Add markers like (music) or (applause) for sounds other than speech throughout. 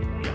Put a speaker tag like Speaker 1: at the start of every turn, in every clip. Speaker 1: 模样。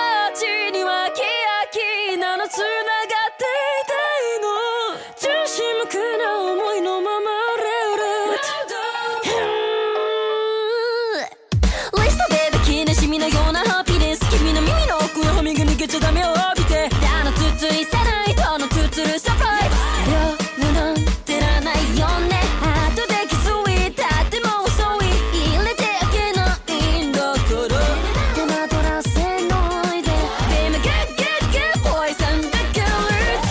Speaker 2: ちにはキヤキなの繋がっていたいの重心無垢な思いのままレオレオレストベビーキネシミのようなハピネス君の耳の奥の歯磨抜けちゃダメを浴びてあのつついせないとあのつつるサプライズ夜なんてならないよね後で気づいたってもう遅い入れてあげないんだから手間取らせないで Be my good good good boys and the girls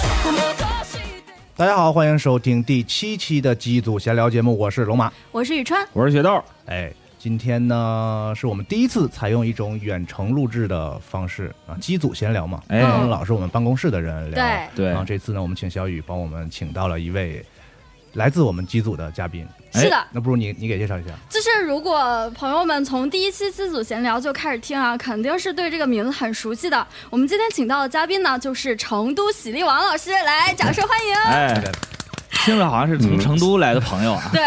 Speaker 3: 大家好，欢迎收听第七期的机组闲聊节目，我是龙马。
Speaker 4: 我是宇川，
Speaker 5: 我是雪豆，
Speaker 3: 哎，今天呢是我们第一次采用一种远程录制的方式啊，机组闲聊嘛，
Speaker 5: 哎
Speaker 3: 刚刚老是我们办公室的人聊。
Speaker 4: 对
Speaker 5: 对
Speaker 3: 然后这次呢，我们请小雨帮我们请到了一位来自我们机组的嘉宾。
Speaker 5: 哎
Speaker 4: 是的，
Speaker 3: 那不如你你给介绍一下，
Speaker 5: 啊
Speaker 4: 就是如果朋友们从第一期机组闲聊就开始听啊，肯定是对这个名字很熟悉的。我们今天请到的嘉宾呢，就是成都喜力王老师，来，掌声欢迎。
Speaker 5: 哎，嗯听着好像是从成都来的朋友啊，
Speaker 4: 对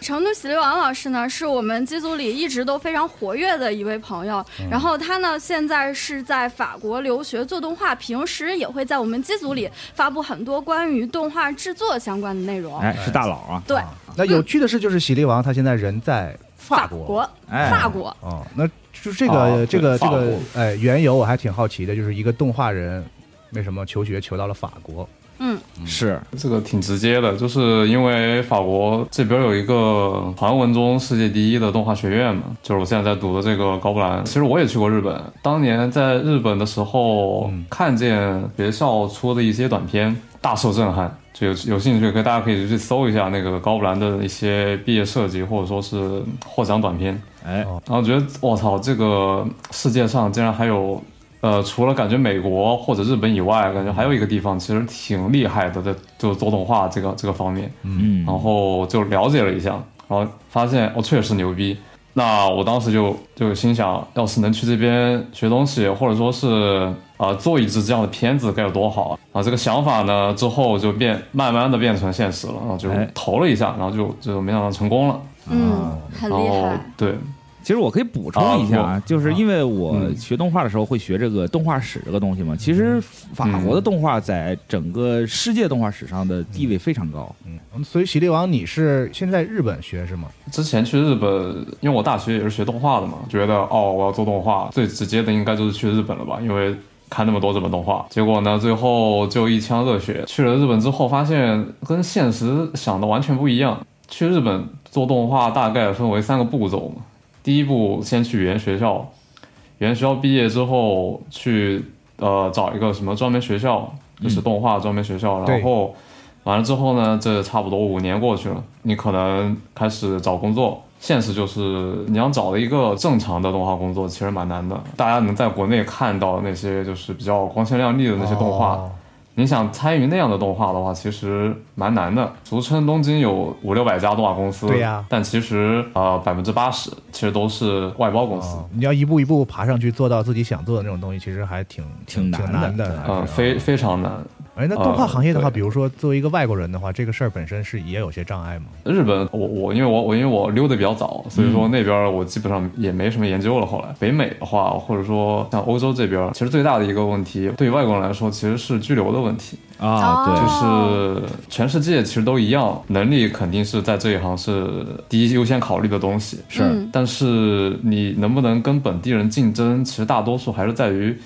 Speaker 4: 成都喜力王老师呢，是我们机组里一直都非常活跃的一位朋友。然后他呢，现在是在法国留学做动画，平时也会在我们机组里发布很多关于动画制作相关的内容。
Speaker 5: 哎，是大佬啊，
Speaker 4: 对，
Speaker 3: 啊那有趣的是，就是喜力王他现在人在法国。
Speaker 4: 国，
Speaker 5: 哎
Speaker 4: 法国，
Speaker 3: 哦，那就这个、
Speaker 5: 哦
Speaker 3: 这个这
Speaker 5: 法国
Speaker 3: 个哎，缘由我还挺好奇的，就是一个动画人为什么求学求到了法国？
Speaker 4: 嗯，
Speaker 5: 是，
Speaker 6: 这个挺直接的，就是因为法国这边有一个传闻中世界第一的动画学院嘛，就是我现在在读的这个高布兰。其实我也去过日本，当年在日本的时候，
Speaker 3: 嗯
Speaker 6: 看见学校出的一些短片，大受震撼。就有有兴趣，可以大家可以去搜一下那个高布兰的一些毕业设计，或者说是获奖短片。
Speaker 5: 哎，
Speaker 6: 然后觉得我操，这个世界上竟然还有，呃，除了感觉美国或者日本以外，感觉还有一个地方其实挺厉害的，在就做动画这个这个方面。
Speaker 5: 嗯，
Speaker 6: 然后就了解了一下，然后发现哦，确实牛逼。那我当时就就心想，要是能去这边学东西，或者说是啊、呃做一支这样的片子该有多好啊！啊，这个想法呢，之后就变慢慢的变成现实了，然后就
Speaker 5: 哎
Speaker 6: 投了一下，然后就就没想到成功了。
Speaker 4: 嗯，很
Speaker 6: 然
Speaker 4: 厉
Speaker 6: 后
Speaker 4: 害。
Speaker 6: 对，
Speaker 5: 其实我可以补充一下啊，就是因为我
Speaker 6: 嗯
Speaker 5: 学动画的时候会学这个动画史这个东西嘛，其实法国的动画在整个世界动画史上的地位非常高，
Speaker 3: 嗯，所以喜力王你是现在日本学是吗？
Speaker 6: 之前去日本，因为我大学也是学动画的嘛，觉得哦，我要做动画，最直接的应该就是去日本了吧，因为看那么多日本动画。结果呢，最后就一腔热血去了日本之后，发现跟现实想的完全不一样。去日本做动画大概分为三个步骤嘛，第一步先去语言学校，语言学校毕业之后去呃找一个什么专门学校，就是动画专门学校，
Speaker 3: 对
Speaker 6: 然后。完了之后呢，这差不多五年过去了，你可能开始找工作。现实就是，你要找一个正常的动画工作，其实蛮难的。大家能在国内看到那些就是比较光鲜亮丽的那些动画，
Speaker 3: 哦
Speaker 6: 你想参与那样的动画的话，其实蛮难的。俗称东京有五六百家动画公司，
Speaker 3: 对呀
Speaker 6: 但其实呃百分之八十其实都是外包公司。
Speaker 3: 哦你要一步一步爬上去，做到自己想做的那种东西，其实还挺
Speaker 5: 挺
Speaker 3: 难
Speaker 5: 难
Speaker 3: 的
Speaker 5: 的，
Speaker 3: 还是
Speaker 6: 嗯，非非常难。
Speaker 3: 哎，那动画
Speaker 6: 呃
Speaker 3: 行业的话，
Speaker 6: 对
Speaker 3: 比如说作为一个外国人的话，这个事儿本身是也有些障碍吗？
Speaker 6: 日本，我我因为我我因为我溜的比较早，
Speaker 5: 嗯
Speaker 6: 所以说那边儿我基本上也没什么研究了。后来北美的话，或者说像欧洲这边儿，其实最大的一个问题，对于外国人来说，其实是拘留的问题。
Speaker 5: 啊，对，
Speaker 6: 就是全世界其实都一样，能力肯定是在这一行是第一优先考虑的东西。
Speaker 5: 是
Speaker 4: 嗯
Speaker 6: 但是你能不能跟本地人竞争，其实大多数还是在于，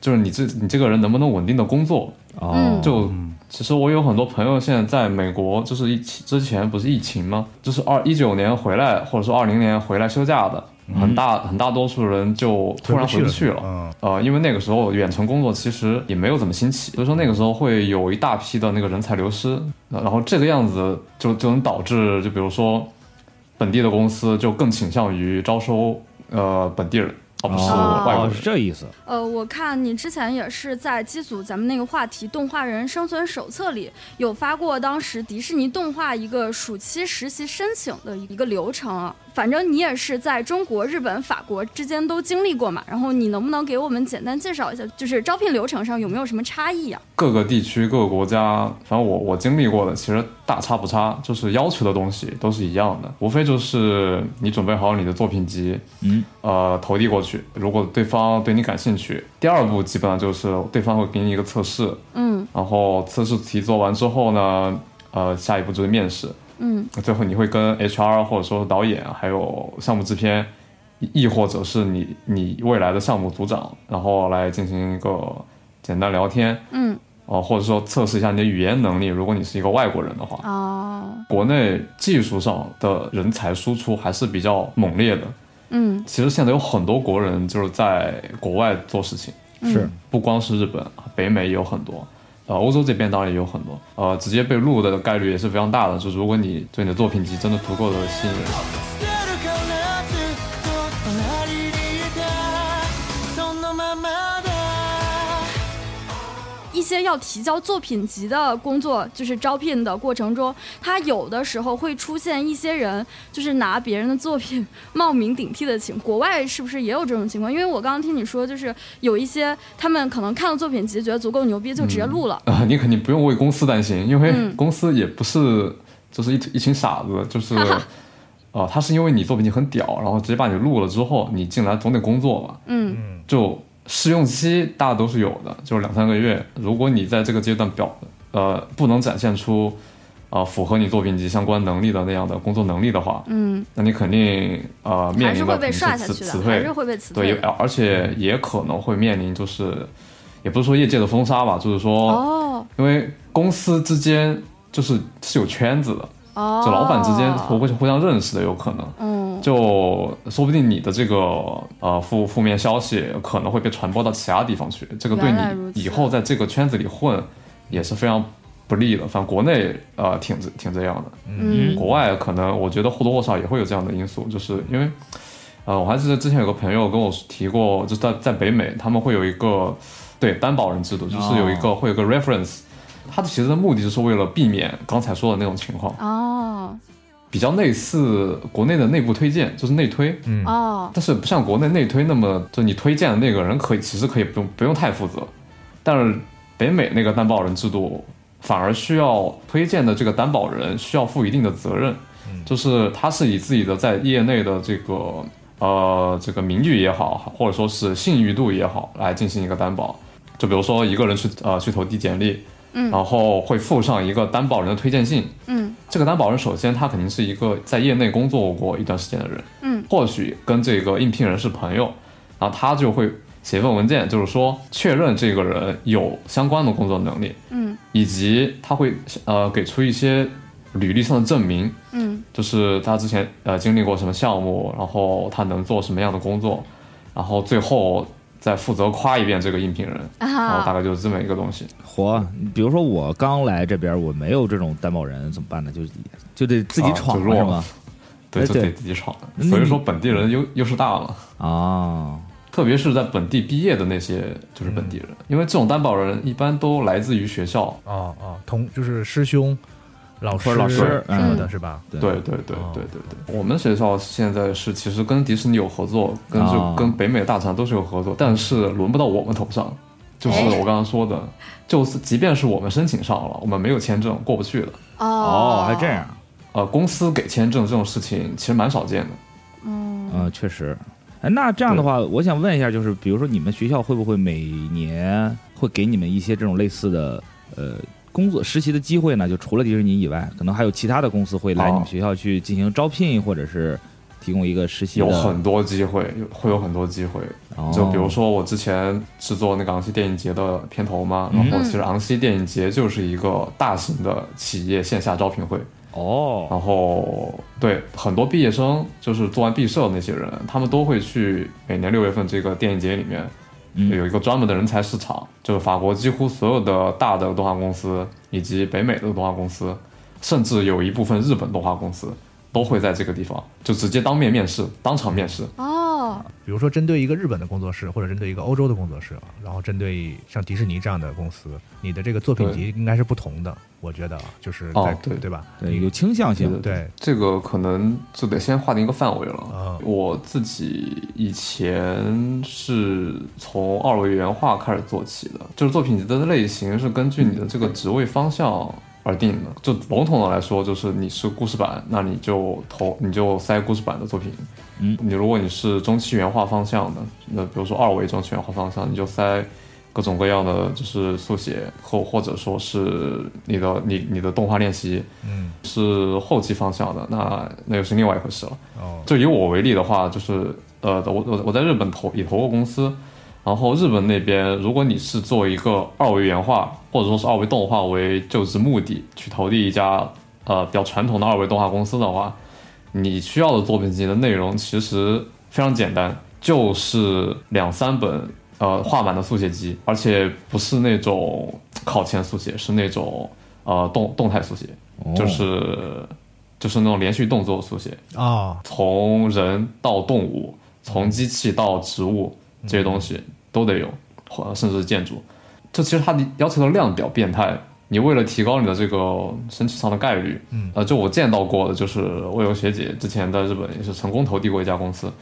Speaker 6: 就是你这你这个人能不能稳定的工作。
Speaker 5: 哦，
Speaker 6: 就其实我有很多朋友现在在美国，就是疫情之前不是疫情吗？就是二一九年回来，或者说二零年回来休假的，很大很大多数人就突然嗯回不去了。
Speaker 3: 嗯，
Speaker 6: 呃，因为那个时候远程工作其实也没有怎么兴起，所以说那个时候会有一大批的那个人才流失，呃然后这个样子就就能导致，就比如说本地的公司就更倾向于招收呃本地人，而不是
Speaker 5: 哦
Speaker 6: 外国
Speaker 5: 哦
Speaker 6: 人
Speaker 5: 是。这意思，
Speaker 4: 呃，我看你之前也是在机组咱们那个话题《动画人生存手册》里有发过当时迪士尼动画一个暑期实习申请的一个流程啊。反正你也是在中国、日本、法国之间都经历过嘛，然后你能不能给我们简单介绍一下，就是招聘流程上有没有什么差异啊？
Speaker 6: 各个地区、各个国家，反正我我经历过的，其实大差不差，就是要求的东西都是一样的，无非就是你准备好你的作品集，
Speaker 5: 嗯，
Speaker 6: 呃，投递过去。如果对方对你感兴趣，第二步基本上就是对方会给你一个测试，
Speaker 4: 嗯
Speaker 6: 然后测试题做完之后呢，呃，下一步就是面试，
Speaker 4: 嗯，
Speaker 6: 最后你会跟 HR 或者说导演还有项目制片，亦或者是你你未来的项目组长，然后来进行一个简单聊天，
Speaker 4: 嗯，
Speaker 6: 哦、或者说测试一下你的语言能力，如果你是一个外国人的话，
Speaker 4: 哦，
Speaker 6: 国内技术上的人才输出还是比较猛烈的。
Speaker 4: 嗯
Speaker 6: 其实现在有很多国人就是在国外做事情，
Speaker 5: 是
Speaker 6: 不光是日本，北美也有很多，呃，欧洲这边当然也有很多，呃，直接被录的概率也是非常大的。就如果你对你的作品集真的足够的吸引人，
Speaker 7: 捨てるかなずっと隣にいたそのままだ
Speaker 4: 一些要提交作品集的工作，就是招聘的过程中，他有的时候会出现一些人，就是拿别人的作品冒名顶替的情况。国外是不是也有这种情况？因为我刚刚听你说，就是有一些他们可能看了作品集，觉得足够牛逼，就直接录了。
Speaker 6: 啊、你肯定不用为公司担心，因为
Speaker 4: 嗯
Speaker 6: 公司也不是就是一一群傻子，就是， (laughs) 呃，他是因为你作品集很屌，然后直接把你录了之后，你进来总得工作嘛，
Speaker 4: 嗯
Speaker 6: 就试用期大家都是有的，就是两三个月。如果你在这个阶段表呃不能展现出呃符合你作品集相关能力的那样的工作能力的话，
Speaker 4: 嗯，
Speaker 6: 那你肯定呃面
Speaker 4: 还是
Speaker 6: 临
Speaker 4: 会
Speaker 6: 的
Speaker 4: 被
Speaker 6: 肯定
Speaker 4: 刷
Speaker 6: 是
Speaker 4: 下
Speaker 6: 辞
Speaker 4: 去
Speaker 6: 辞
Speaker 4: 的，还
Speaker 6: 退
Speaker 4: 是，会被辞
Speaker 6: 对，
Speaker 4: 退
Speaker 6: 也
Speaker 4: 的。
Speaker 6: 而且也可能会面临就是也不是说业界的封杀吧，就是说、
Speaker 4: 哦
Speaker 6: 因为公司之间就是是有圈子的，
Speaker 4: 哦，
Speaker 6: 就老板之间互互相认识的有可能。
Speaker 4: 嗯
Speaker 6: 就说不定你的这个呃负负面消息可能会被传播到其他地方去，这个对
Speaker 4: 原来如此
Speaker 6: 你以后在这个圈子里混也是非常不利的。反正国内呃挺这挺这样的，
Speaker 4: 嗯
Speaker 6: 国外可能我觉得或多或少也会有这样的因素，就是因为呃我还记得之前有个朋友跟我提过，就是在在北美他们会有一个对担保人制度，就是有一个、会有个 reference，它其实的目的就是为了避免刚才说的那种情况，
Speaker 4: 哦
Speaker 6: 比较类似国内的内部推荐，就是内推，
Speaker 4: 哦
Speaker 6: 但是不像国内内推那么，就你推荐的那个人可以，其实可以不用不用太负责，但是北美那个担保人制度反而需要推荐的这个担保人需要负一定的责任，就是他是以自己的在业内的这个呃这个名誉也好，或者说是信誉度也好来进行一个担保。就比如说一个人去呃去投递简历，
Speaker 4: 嗯
Speaker 6: 然后会附上一个担保人的推荐信，
Speaker 4: 嗯
Speaker 6: 这个担保人首先他肯定是一个在业内工作过一段时间的人，
Speaker 4: 嗯，
Speaker 6: 或许跟这个应聘人是朋友，然后他就会写一份文件，就是说确认这个人有相关的工作能力，
Speaker 4: 嗯
Speaker 6: 以及他会呃给出一些履历上的证明，
Speaker 4: 嗯
Speaker 6: 就是他之前呃经历过什么项目，然后他能做什么样的工作，然后最后再负责夸一遍这个应聘人，然后大
Speaker 4: 啊
Speaker 6: 概就是这么一个东西。
Speaker 5: 活，比如说我刚来这边，我没有这种担保人，怎么办呢？就就得自己
Speaker 6: 啊
Speaker 5: 闯
Speaker 6: 就
Speaker 5: 了
Speaker 6: 弱
Speaker 5: 是
Speaker 6: 了
Speaker 5: 吗？
Speaker 6: 对，
Speaker 5: 哎
Speaker 6: 就
Speaker 5: 对
Speaker 6: 得自己闯
Speaker 5: 那
Speaker 6: 的，所以
Speaker 5: 你
Speaker 6: 说本地人优优势大嘛。
Speaker 5: 啊，
Speaker 6: 特别是在本地毕业的那些就是本地人，
Speaker 5: 嗯
Speaker 6: 因为这种担保人一般都来自于学校。
Speaker 3: 哦哦，同就是师兄、老师、
Speaker 5: 或者老师
Speaker 3: 什么的，
Speaker 4: 嗯
Speaker 3: 是吧？
Speaker 5: 对
Speaker 6: 对对对
Speaker 3: 哦
Speaker 6: 对对对，我们学校现在是其实跟迪士尼有合作，跟
Speaker 5: 哦嗯
Speaker 6: 就跟北美大厂都是有合作，但是轮不到我们头上。就是
Speaker 4: 哎
Speaker 6: 我刚刚说的，就是即便是我们申请上了，我们没有签证过不去的。
Speaker 5: 哦，还这样。
Speaker 6: 呃，公司给签证这种事情其实蛮少见的。
Speaker 5: 嗯，确实。哎，那这样的话，我想问一下，就是比如说你们学校会不会每年会给你们一些这种类似的呃工作实习的机会呢？就除了迪士尼以外，可能还有其他的公司会来
Speaker 6: 哦
Speaker 5: 你们学校去进行招聘，或者是提供一个实习的。
Speaker 6: 有很多机会，有会有很多机会。
Speaker 5: 哦
Speaker 6: 就比如说我之前制作那个昂西电影节的片头
Speaker 5: 嗯
Speaker 6: 嘛，然后其实昂西电影节就是一个大型的企业线下招聘会，
Speaker 5: 哦，
Speaker 6: 然后对很多毕业生，就是做完毕设的那些人，他们都会去每年六月份这个电影节里面。
Speaker 5: 嗯
Speaker 6: 有一个专门的人才市场，就是法国几乎所有的大的动画公司以及北美的动画公司，甚至有一部分日本动画公司都会在这个地方就直接当面面试，当场面试。
Speaker 4: 哦，
Speaker 3: 比如说针对一个日本的工作室，或者针对一个欧洲的工作室，然后针对像迪士尼这样的公司，你的这个作品集应该是不同的，我觉得啊就是在、
Speaker 6: 哦对
Speaker 3: 对吧？
Speaker 5: 对，有倾向性。
Speaker 3: 对，
Speaker 6: 这个可能就得先划定一个范围了
Speaker 3: 啊。
Speaker 6: 我自己以前是从二维原画开始做起的，就是作品集的类型是根据你的这个职位方向而定的。就笼统的来说，就是你是故事版，那你就投你就塞故事版的作品。
Speaker 5: 嗯
Speaker 6: 你如果你是中期原画方向的，那比如说二维中期原画方向，你就塞。各种各样的就是速写，或或者说是你的你你的动画练习，
Speaker 3: 嗯，
Speaker 6: 是后期方向的，那那又是另外一回事了。
Speaker 3: 哦，
Speaker 6: 就以我为例的话，就是呃，我我我在日本投也投过公司，然后日本那边，如果你是做一个二维原画或者说是二维动画为就职目的去投递一家呃比较传统的二维动画公司的话，你需要的作品集的内容其实非常简单，就是两三本呃画满的速写集，而且不是那种考前速写，是那种呃动动态速写，
Speaker 5: 哦
Speaker 6: 就是就是那种连续动作速写。
Speaker 3: 哦，
Speaker 6: 从人到动物，从机器到植物这些东西都得有，或甚至是建筑。这其实它的要求的量比较变态。你为了提高你的这个申请上的概率，嗯，呃，就我见到过的，就是我有个学姐之前在日本也是成功投递过一家公司，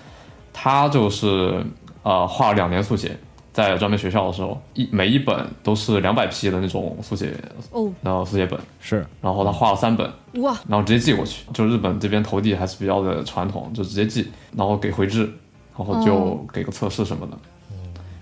Speaker 6: 她就是呃画了两年速写，在专门学校的时候，一每一本都是两百 P 的那种速写，
Speaker 4: 哦，
Speaker 6: 然后速写本，
Speaker 5: 是
Speaker 6: 然后她画了三本，
Speaker 4: 哇，
Speaker 6: 然后直接寄过去。就日本这边投递还是比较的传统，就直接寄，然后给回执，然后就给个测试什么的。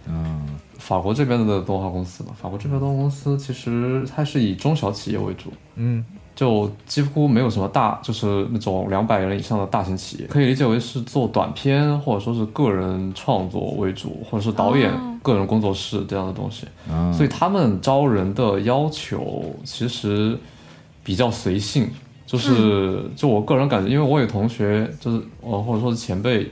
Speaker 5: 嗯，
Speaker 6: 法国这边的动画公司嘛，法国这边动画公司其实它是以中小企业为主，
Speaker 3: 嗯，
Speaker 6: 就几乎没有什么大，就是那种两百人以上的大型企业，可以理解为是做短片或者说是个人创作为主，或者是导演、
Speaker 4: 哦
Speaker 6: 个人工作室这样的东西。
Speaker 5: 嗯
Speaker 6: 所以他们招人的要求其实比较随性，就是就我个人感觉，因为我有同学，就是呃或者说是前辈，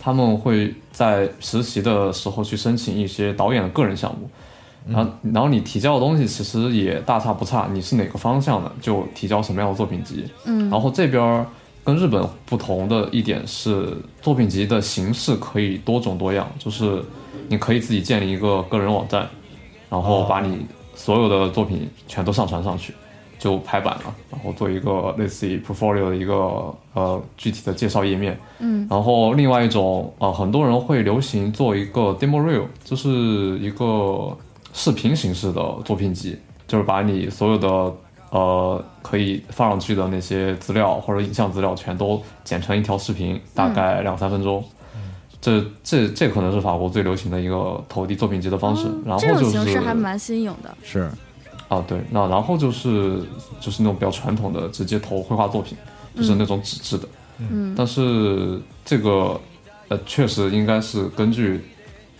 Speaker 6: 他们会在实习的时候去申请一些导演的个人项目，然后然后你提交的东西其实也大差不差，你是哪个方向的就提交什么样的作品集，
Speaker 4: 嗯
Speaker 6: 然后这边儿跟日本不同的一点是，作品集的形式可以多种多样，就是你可以自己建立一个个人网站，然后把你所有的作品全都上传上去，就排版了，然后做一个类似于 portfolio 的一个呃具体的介绍页面。
Speaker 4: 嗯，
Speaker 6: 然后另外一种啊、呃很多人会流行做一个 demo reel，就是一个视频形式的作品集，就是把你所有的呃可以放上去的那些资料或者影像资料全都剪成一条视频，大
Speaker 4: 嗯
Speaker 6: 概两三分钟。这这这可能是法国最流行的一个投递作品集的方式，然后
Speaker 4: 哦嗯这
Speaker 6: 就
Speaker 4: 种形
Speaker 6: 是
Speaker 4: 式还蛮新颖的。
Speaker 5: 是
Speaker 6: 啊，对，那然后就是就是那种比较传统的，直接投绘画作品，就是那种纸质的。
Speaker 4: 嗯
Speaker 6: 但是这个呃，确实应该是根据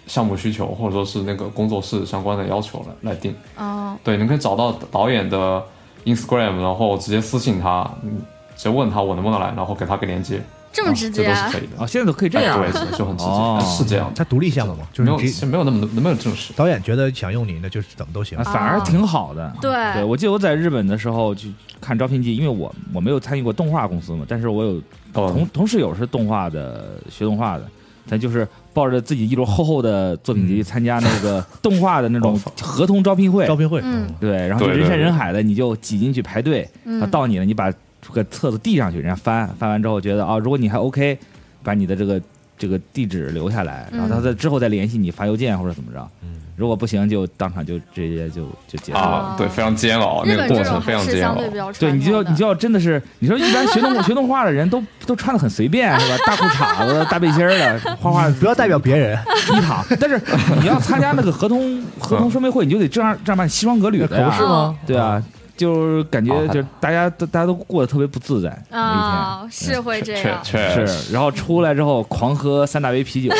Speaker 6: 项目需求或者说是那个工作室相关的要求来来定。
Speaker 4: 哦，
Speaker 6: 对，你可以找到导演的 Instagram，然后直接私信他，嗯，直接问他我能不能来，然后给他个链接，
Speaker 4: 这啊么直接
Speaker 6: 啊
Speaker 4: 啊
Speaker 6: 这都是可以的。
Speaker 5: 哦，现在都可以这样
Speaker 6: 哎对，就就很直接，
Speaker 5: 哦
Speaker 6: 是这样的。
Speaker 3: 它独立项目嘛，就
Speaker 6: 没
Speaker 3: 是
Speaker 6: 有，
Speaker 3: 你
Speaker 6: 其
Speaker 3: 直
Speaker 6: 实没有那么没有这种事。
Speaker 3: 导演觉得想用你，那就是怎么都行
Speaker 5: 啊，。反而
Speaker 4: 哦
Speaker 5: 挺好的。
Speaker 4: 对
Speaker 5: 对我记得我在日本的时候去看招聘季，因为我我没有参与过动画公司嘛，但是我有同
Speaker 6: 嗯，
Speaker 5: 同室友是动画的，学动画的，咱就是抱着自己一摞厚厚的作品
Speaker 6: 嗯
Speaker 5: 集参加那
Speaker 6: (laughs)
Speaker 5: 个动画的那种合同招聘会
Speaker 3: 招，聘会，
Speaker 4: 嗯
Speaker 5: 对，然后就
Speaker 6: 对
Speaker 5: 人山
Speaker 6: 对对
Speaker 5: 人海的，你就挤进去排队，
Speaker 4: 嗯
Speaker 5: 然后到你了，你把这个册子递上去，人家翻翻完之后觉得啊，如果你还 OK，把你的这个这个地址留下来，
Speaker 4: 嗯
Speaker 5: 然后他在之后再联系你发邮件或者怎么着。
Speaker 1: 嗯
Speaker 5: 如果不行就当场就直接就就结束了。
Speaker 6: 啊，对，非常煎熬，那
Speaker 4: 日
Speaker 6: 个
Speaker 4: 本
Speaker 6: 过
Speaker 4: 这
Speaker 6: 程
Speaker 4: 种
Speaker 6: 非
Speaker 4: 还
Speaker 6: 常
Speaker 4: 是
Speaker 6: 煎
Speaker 4: 相
Speaker 6: 熬
Speaker 4: 对。比较传
Speaker 5: 对，
Speaker 4: 统
Speaker 5: 你就要
Speaker 4: 的
Speaker 5: 你就要真的是，你说一般学动 (laughs) 学动画的人都都穿的很随便是吧？大裤衩子、大背心儿的，画画
Speaker 3: 不要代表别人，
Speaker 5: 一躺。但是你要参加那个合同合同说明会，你就得这样这样办，西装革履的
Speaker 3: 可
Speaker 5: 呀
Speaker 3: 不是吗？哦
Speaker 5: 对啊，就是感觉
Speaker 6: 好
Speaker 5: 就是大家都大家都过得特别不自在那
Speaker 4: 啊，是会这
Speaker 6: 确
Speaker 4: 样。
Speaker 5: 一
Speaker 3: 哎
Speaker 6: 确
Speaker 5: 天是，然后出来之后狂喝三大杯啤酒，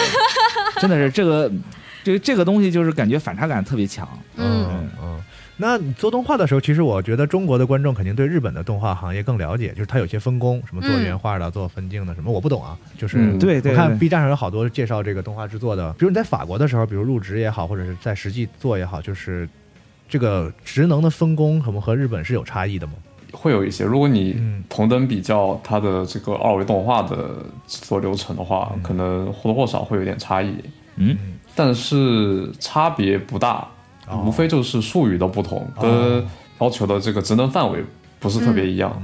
Speaker 5: 真的是这个这个这个东西就是感觉反差感特别强。
Speaker 4: 嗯，
Speaker 3: 嗯嗯。那你做动画的时候，其实我觉得中国的观众肯定对日本的动画行业更了解，就是它有些分工，什么做
Speaker 4: 嗯
Speaker 3: 原画的、做分镜的什么，我不懂啊。就是、
Speaker 6: 嗯对
Speaker 3: 我看 B 站上有好多介绍这个动画制作的，比如你在法国的时候，比如入职也好，或者是在实际做也好，就是这个职能的分工，可能和日本是有差异的吗？
Speaker 6: 会有一些。如果你
Speaker 3: 嗯
Speaker 6: 同等比较它的这个二维动画的制作流程的话，可能或多或少会有点差异，
Speaker 5: 嗯，
Speaker 6: 但是差别不大，
Speaker 3: 哦
Speaker 6: 无非就是术语的不同跟要求的这个职能范围不是特别一样。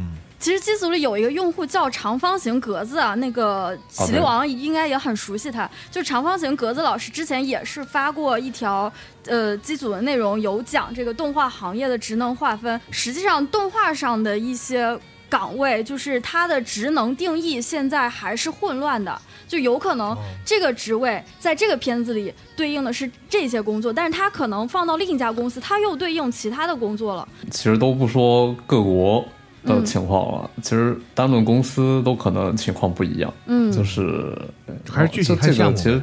Speaker 4: 其实机组里有一个用户叫长方形格子啊，那个
Speaker 6: 哦
Speaker 4: 喜力王应该也很熟悉他。就长方形格子老师之前也是发过一条呃机组的内容，有讲这个动画行业的职能划分。实际上，动画上的一些岗位，就是它的职能定义现在还是混乱的，就有可
Speaker 6: 哦
Speaker 4: 能这个职位在这个片子里对应的是这些工作，但是它可能放到另一家公司，它又对应其他的工作了。
Speaker 6: 其实都不说各国的情况了，其实单论公司都可能情况不一样。
Speaker 4: 嗯，
Speaker 6: 就是
Speaker 3: 还是具体
Speaker 6: 哦这
Speaker 3: 看
Speaker 6: 这
Speaker 3: 项
Speaker 6: 个
Speaker 3: 目
Speaker 6: 其实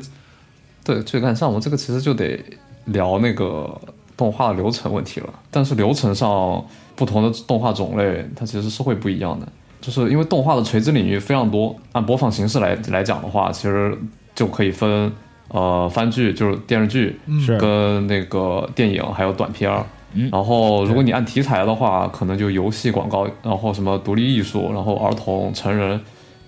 Speaker 6: 对具体看项目，这个其实就得聊那个动画流程问题了。但是流程上不同的动画种类，它其实是会不一样的，就是因为动画的垂直领域非常多。按播放形式来来讲的话，其实就可以分呃番剧，就是电视剧，
Speaker 3: 嗯
Speaker 5: 是
Speaker 6: 跟那个电影还有短片儿。
Speaker 5: 嗯
Speaker 6: 然后，如果你按题材的话，可能就游戏、广告，然后什么独立艺术，然后儿童、成人，然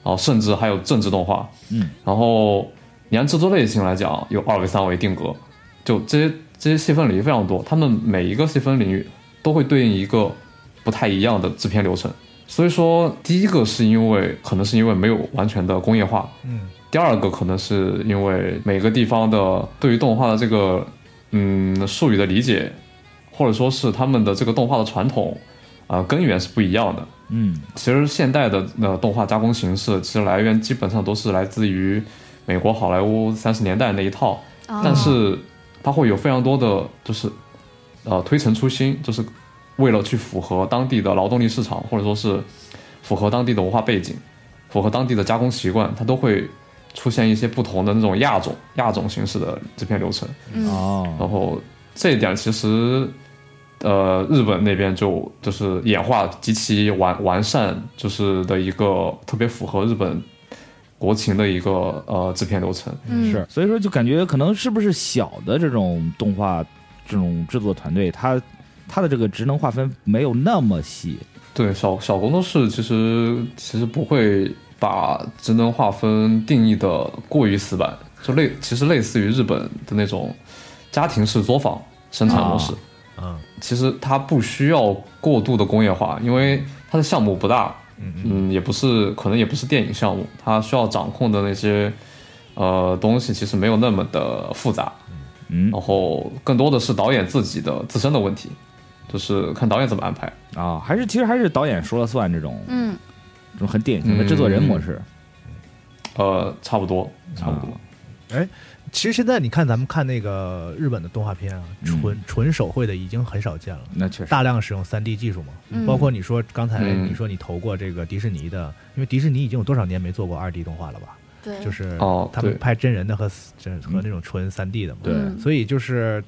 Speaker 6: 后甚至还有政治动画。
Speaker 5: 嗯，
Speaker 6: 然后你按制作类型来讲，有二维、三维定格，就这些这些细分领域非常多，他们每一个细分领域都会对应一个不太一样的制片流程。所以说，第一个是因为可能是因为没有完全的工业化，
Speaker 3: 嗯，
Speaker 6: 第二个可能是因为每个地方的对于动画的这个嗯术语的理解，或者说是他们的这个动画的传统啊、呃根源是不一样的。
Speaker 5: 嗯，
Speaker 6: 其实现代的呃动画加工形式，其实来源基本上都是来自于美国好莱坞三十年代那一套，
Speaker 4: 啊
Speaker 6: 但是它会有非常多的就是呃推陈出新，就是为了去符合当地的劳动力市场，或者说是符合当地的文化背景，符合当地的加工习惯，它都会出现一些不同的那种亚种亚种形式的制片流程。
Speaker 4: 嗯
Speaker 5: 哦，
Speaker 6: 然后这一点其实，呃，日本那边就就是演化极其完完善，就是的一个特别符合日本国情的一个呃制片流程。
Speaker 4: 嗯
Speaker 5: 是，所以说就感觉可能是不是小的这种动画这种制作团队，它它的这个职能划分没有那么细。
Speaker 6: 对，小小工作室其实其实不会把职能划分定义的过于死板，就类其实类似于日本的那种家庭式作坊生产模式。
Speaker 3: 啊，
Speaker 6: 其实它不需要过度的工业化，因为它的项目不大，嗯，也不是可能也不是电影项目，它需要掌控的那些呃东西其实没有那么的复杂，
Speaker 5: 嗯
Speaker 6: 然后更多的是导演自己的自身的问题，就是看导演怎么安排。
Speaker 5: 啊、还是其实还是导演说了算这种
Speaker 4: 嗯。
Speaker 5: 这种很典型的制作人模式。
Speaker 6: 呃，差不多，差不多。
Speaker 3: 其实现在你看咱们看那个日本的动画片啊，纯、纯手绘的已经很少见了。
Speaker 5: 那确实，
Speaker 3: 大量使用 3D 技术嘛，
Speaker 4: 嗯
Speaker 3: 包括你说刚才
Speaker 6: 嗯
Speaker 3: 你说你投过这个迪士尼的，因为迪士尼已经有多少年没做过 2D 动画了吧？
Speaker 4: 对，
Speaker 3: 就是
Speaker 6: 哦
Speaker 3: 他们
Speaker 6: 对
Speaker 3: 拍真人的和真和那种纯 3D 的嘛，
Speaker 5: 对
Speaker 4: 嗯
Speaker 3: 所以就是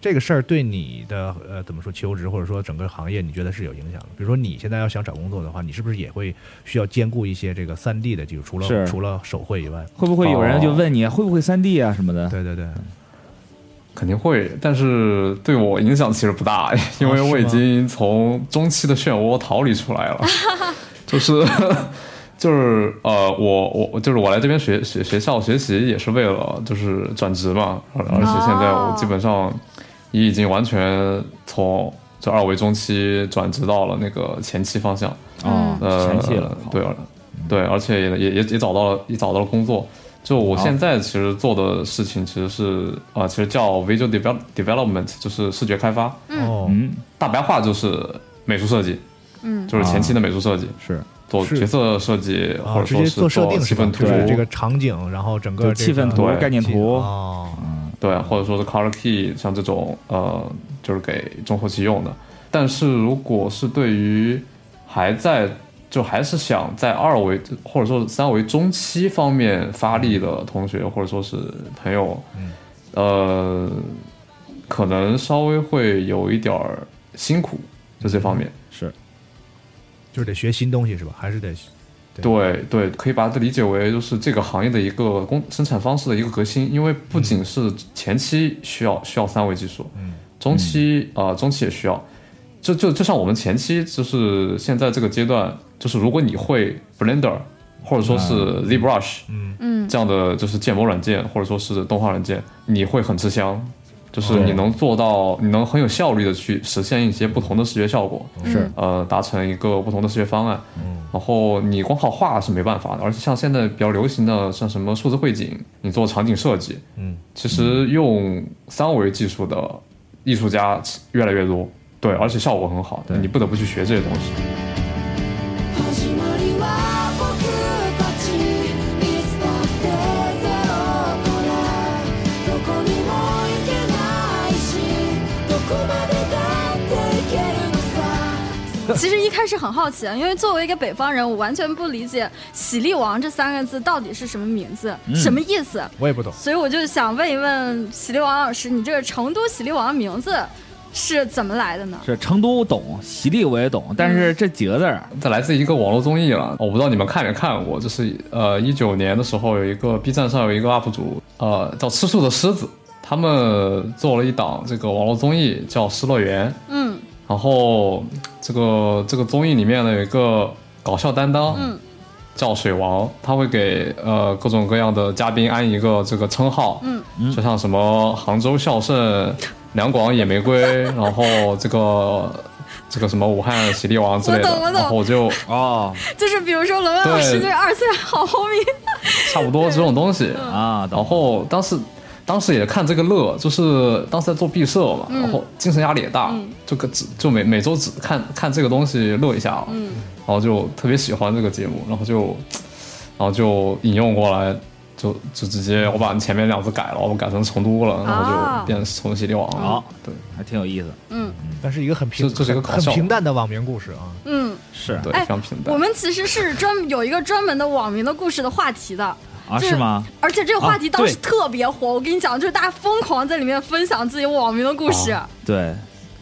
Speaker 3: 这个事儿对你的呃怎么说求职或者说整个行业，你觉得是有影响的？比如说你现在要想找工作的话，你是不是也会需要兼顾一些这个 3D 的技术？除了
Speaker 5: 是
Speaker 3: 除了手绘以外，
Speaker 5: 会不会有人就问你、会不会三 D 啊什么的？
Speaker 3: 对对对，
Speaker 6: 肯定会，但是对我影响其实不大，因为我已经从中期的漩涡逃离出来了，就是就是呃，我我就是我来这边学学学校学习也是为了就是转职嘛，而而且现在我基本上也已经完全从这二维中期转职到了那个前期方向，
Speaker 5: 哦，
Speaker 6: 呃，
Speaker 5: 前期了，
Speaker 6: 对，对，而且也也也也找到了也找到了工作，就我
Speaker 5: 啊
Speaker 6: 现在其实做的事情其实是啊、呃其实叫 visual develop development，就是视觉开发，
Speaker 3: 哦，
Speaker 5: 嗯，
Speaker 6: 大白话就是美术设计，
Speaker 4: 嗯，
Speaker 6: 就是前期的美术设计，
Speaker 5: 是
Speaker 6: 做
Speaker 3: 是
Speaker 6: 角色设计，
Speaker 3: 啊，
Speaker 6: 或者
Speaker 3: 直
Speaker 6: 说
Speaker 3: 接
Speaker 6: 是
Speaker 3: 做设定
Speaker 6: 气
Speaker 3: 是吧
Speaker 6: 氛？图
Speaker 3: 就是这个场景，然后整个
Speaker 5: 就气氛图
Speaker 6: 对
Speaker 5: 概念图，
Speaker 3: 哦，
Speaker 6: 对，或者说是 color key，像这种呃，就是给中后期用的。但是如果是对于还在就还是想在二维或者说是三维中期方面发力的同学，或者说是朋友，呃，可能稍微会有一点儿辛苦，就这方面。
Speaker 5: 是，
Speaker 3: 就是得学新东西是吧？还是得
Speaker 6: 对对，可以把它理解为就是这个行业的一个工生产方式的一个革新，因为不仅是前期需要需要三维技术，
Speaker 3: 嗯
Speaker 6: 中期啊、呃中期也需要，就就就像我们前期就是现在这个阶段，就是如果你会 Blender 或者说是
Speaker 3: 啊
Speaker 6: ZBrush，
Speaker 3: 嗯
Speaker 4: 嗯
Speaker 6: 这样的就是建模软件或者说是动画软件，你会很吃香，
Speaker 3: 哦
Speaker 6: 就是你能做到你能很有效率的去实现一些不同的视觉效果，
Speaker 5: 是
Speaker 6: 呃达成一个不同的视觉方案。然后你光靠画是没办法的，而且像现在比较流行的像什么数字绘景，你做场景设计，
Speaker 3: 嗯，
Speaker 6: 其实用三维技术的艺术家越来越多，对，而且效果很好，
Speaker 5: 对
Speaker 6: 你不得不去学这些东西。
Speaker 2: 始まりは僕たちいつだってゼロからどこにも行けないしどこまでだって行けるのさ
Speaker 4: 其实一开始很好奇，啊因为作为一个北方人，我完全不理解“喜力王”这三个字到底是什么名字，
Speaker 6: 嗯
Speaker 4: 什么意思。
Speaker 3: 我也不懂。
Speaker 4: 所以我就想问一问喜力王老师，你这个成都喜力王的名字是怎么来的呢？
Speaker 5: 是成都我懂，喜力我也懂，但是这几个字儿，
Speaker 6: 这来自一个网络综艺了，我不知道你们看没看过，就是呃一九年的时候有一个 B 站上有一个 UP 主，呃叫吃素的狮子，他们做了一档这个网络综艺叫《失乐园》，
Speaker 4: 嗯
Speaker 6: 然后这个这个综艺里面呢有一个搞笑担当，
Speaker 4: 嗯，
Speaker 6: 叫水王，他会给呃各种各样的嘉宾安一个这个称号，
Speaker 4: 嗯
Speaker 6: 就像什么杭州孝圣、两广野玫瑰，然后这个这个什么武汉喜力王之类的，
Speaker 4: 我懂我懂
Speaker 6: 然后我就
Speaker 5: 哦
Speaker 4: 就是比如说龙源老师
Speaker 6: 对
Speaker 4: 就是二岁好后面，
Speaker 6: 差不多这种东
Speaker 4: 嗯
Speaker 6: 西。
Speaker 5: 啊，
Speaker 6: 然
Speaker 5: 懂，
Speaker 6: 后当时当时也看这个乐，就是当时在做毕设嘛，
Speaker 4: 嗯
Speaker 6: 然后精神压力也大，就个只就每每周只看看这个东西乐一下，嗯，然后就特别喜欢这个节目，然后就然后就引用过来。就就直接我把前面两字改了，我改成成都了，然后
Speaker 4: 啊
Speaker 6: 就变成重喜力王了。
Speaker 5: 好
Speaker 6: 对，
Speaker 5: 还挺有意思，
Speaker 3: 但是一个很平，
Speaker 6: 这这是一个搞
Speaker 3: 很
Speaker 6: 笑
Speaker 3: 平淡的网名故事啊。
Speaker 4: 嗯，
Speaker 5: 是
Speaker 6: 对，
Speaker 4: 哎
Speaker 6: 非常平淡。
Speaker 4: 我们其实是专有一个专门的网民的故事的话题的。
Speaker 5: 啊，
Speaker 4: 这
Speaker 5: 是吗？
Speaker 4: 而且这个话题
Speaker 5: 啊
Speaker 4: 当时
Speaker 5: 对
Speaker 4: 特别火，我跟你讲，就是大家疯狂在里面分享自己网民的故事。
Speaker 6: 啊
Speaker 5: 对，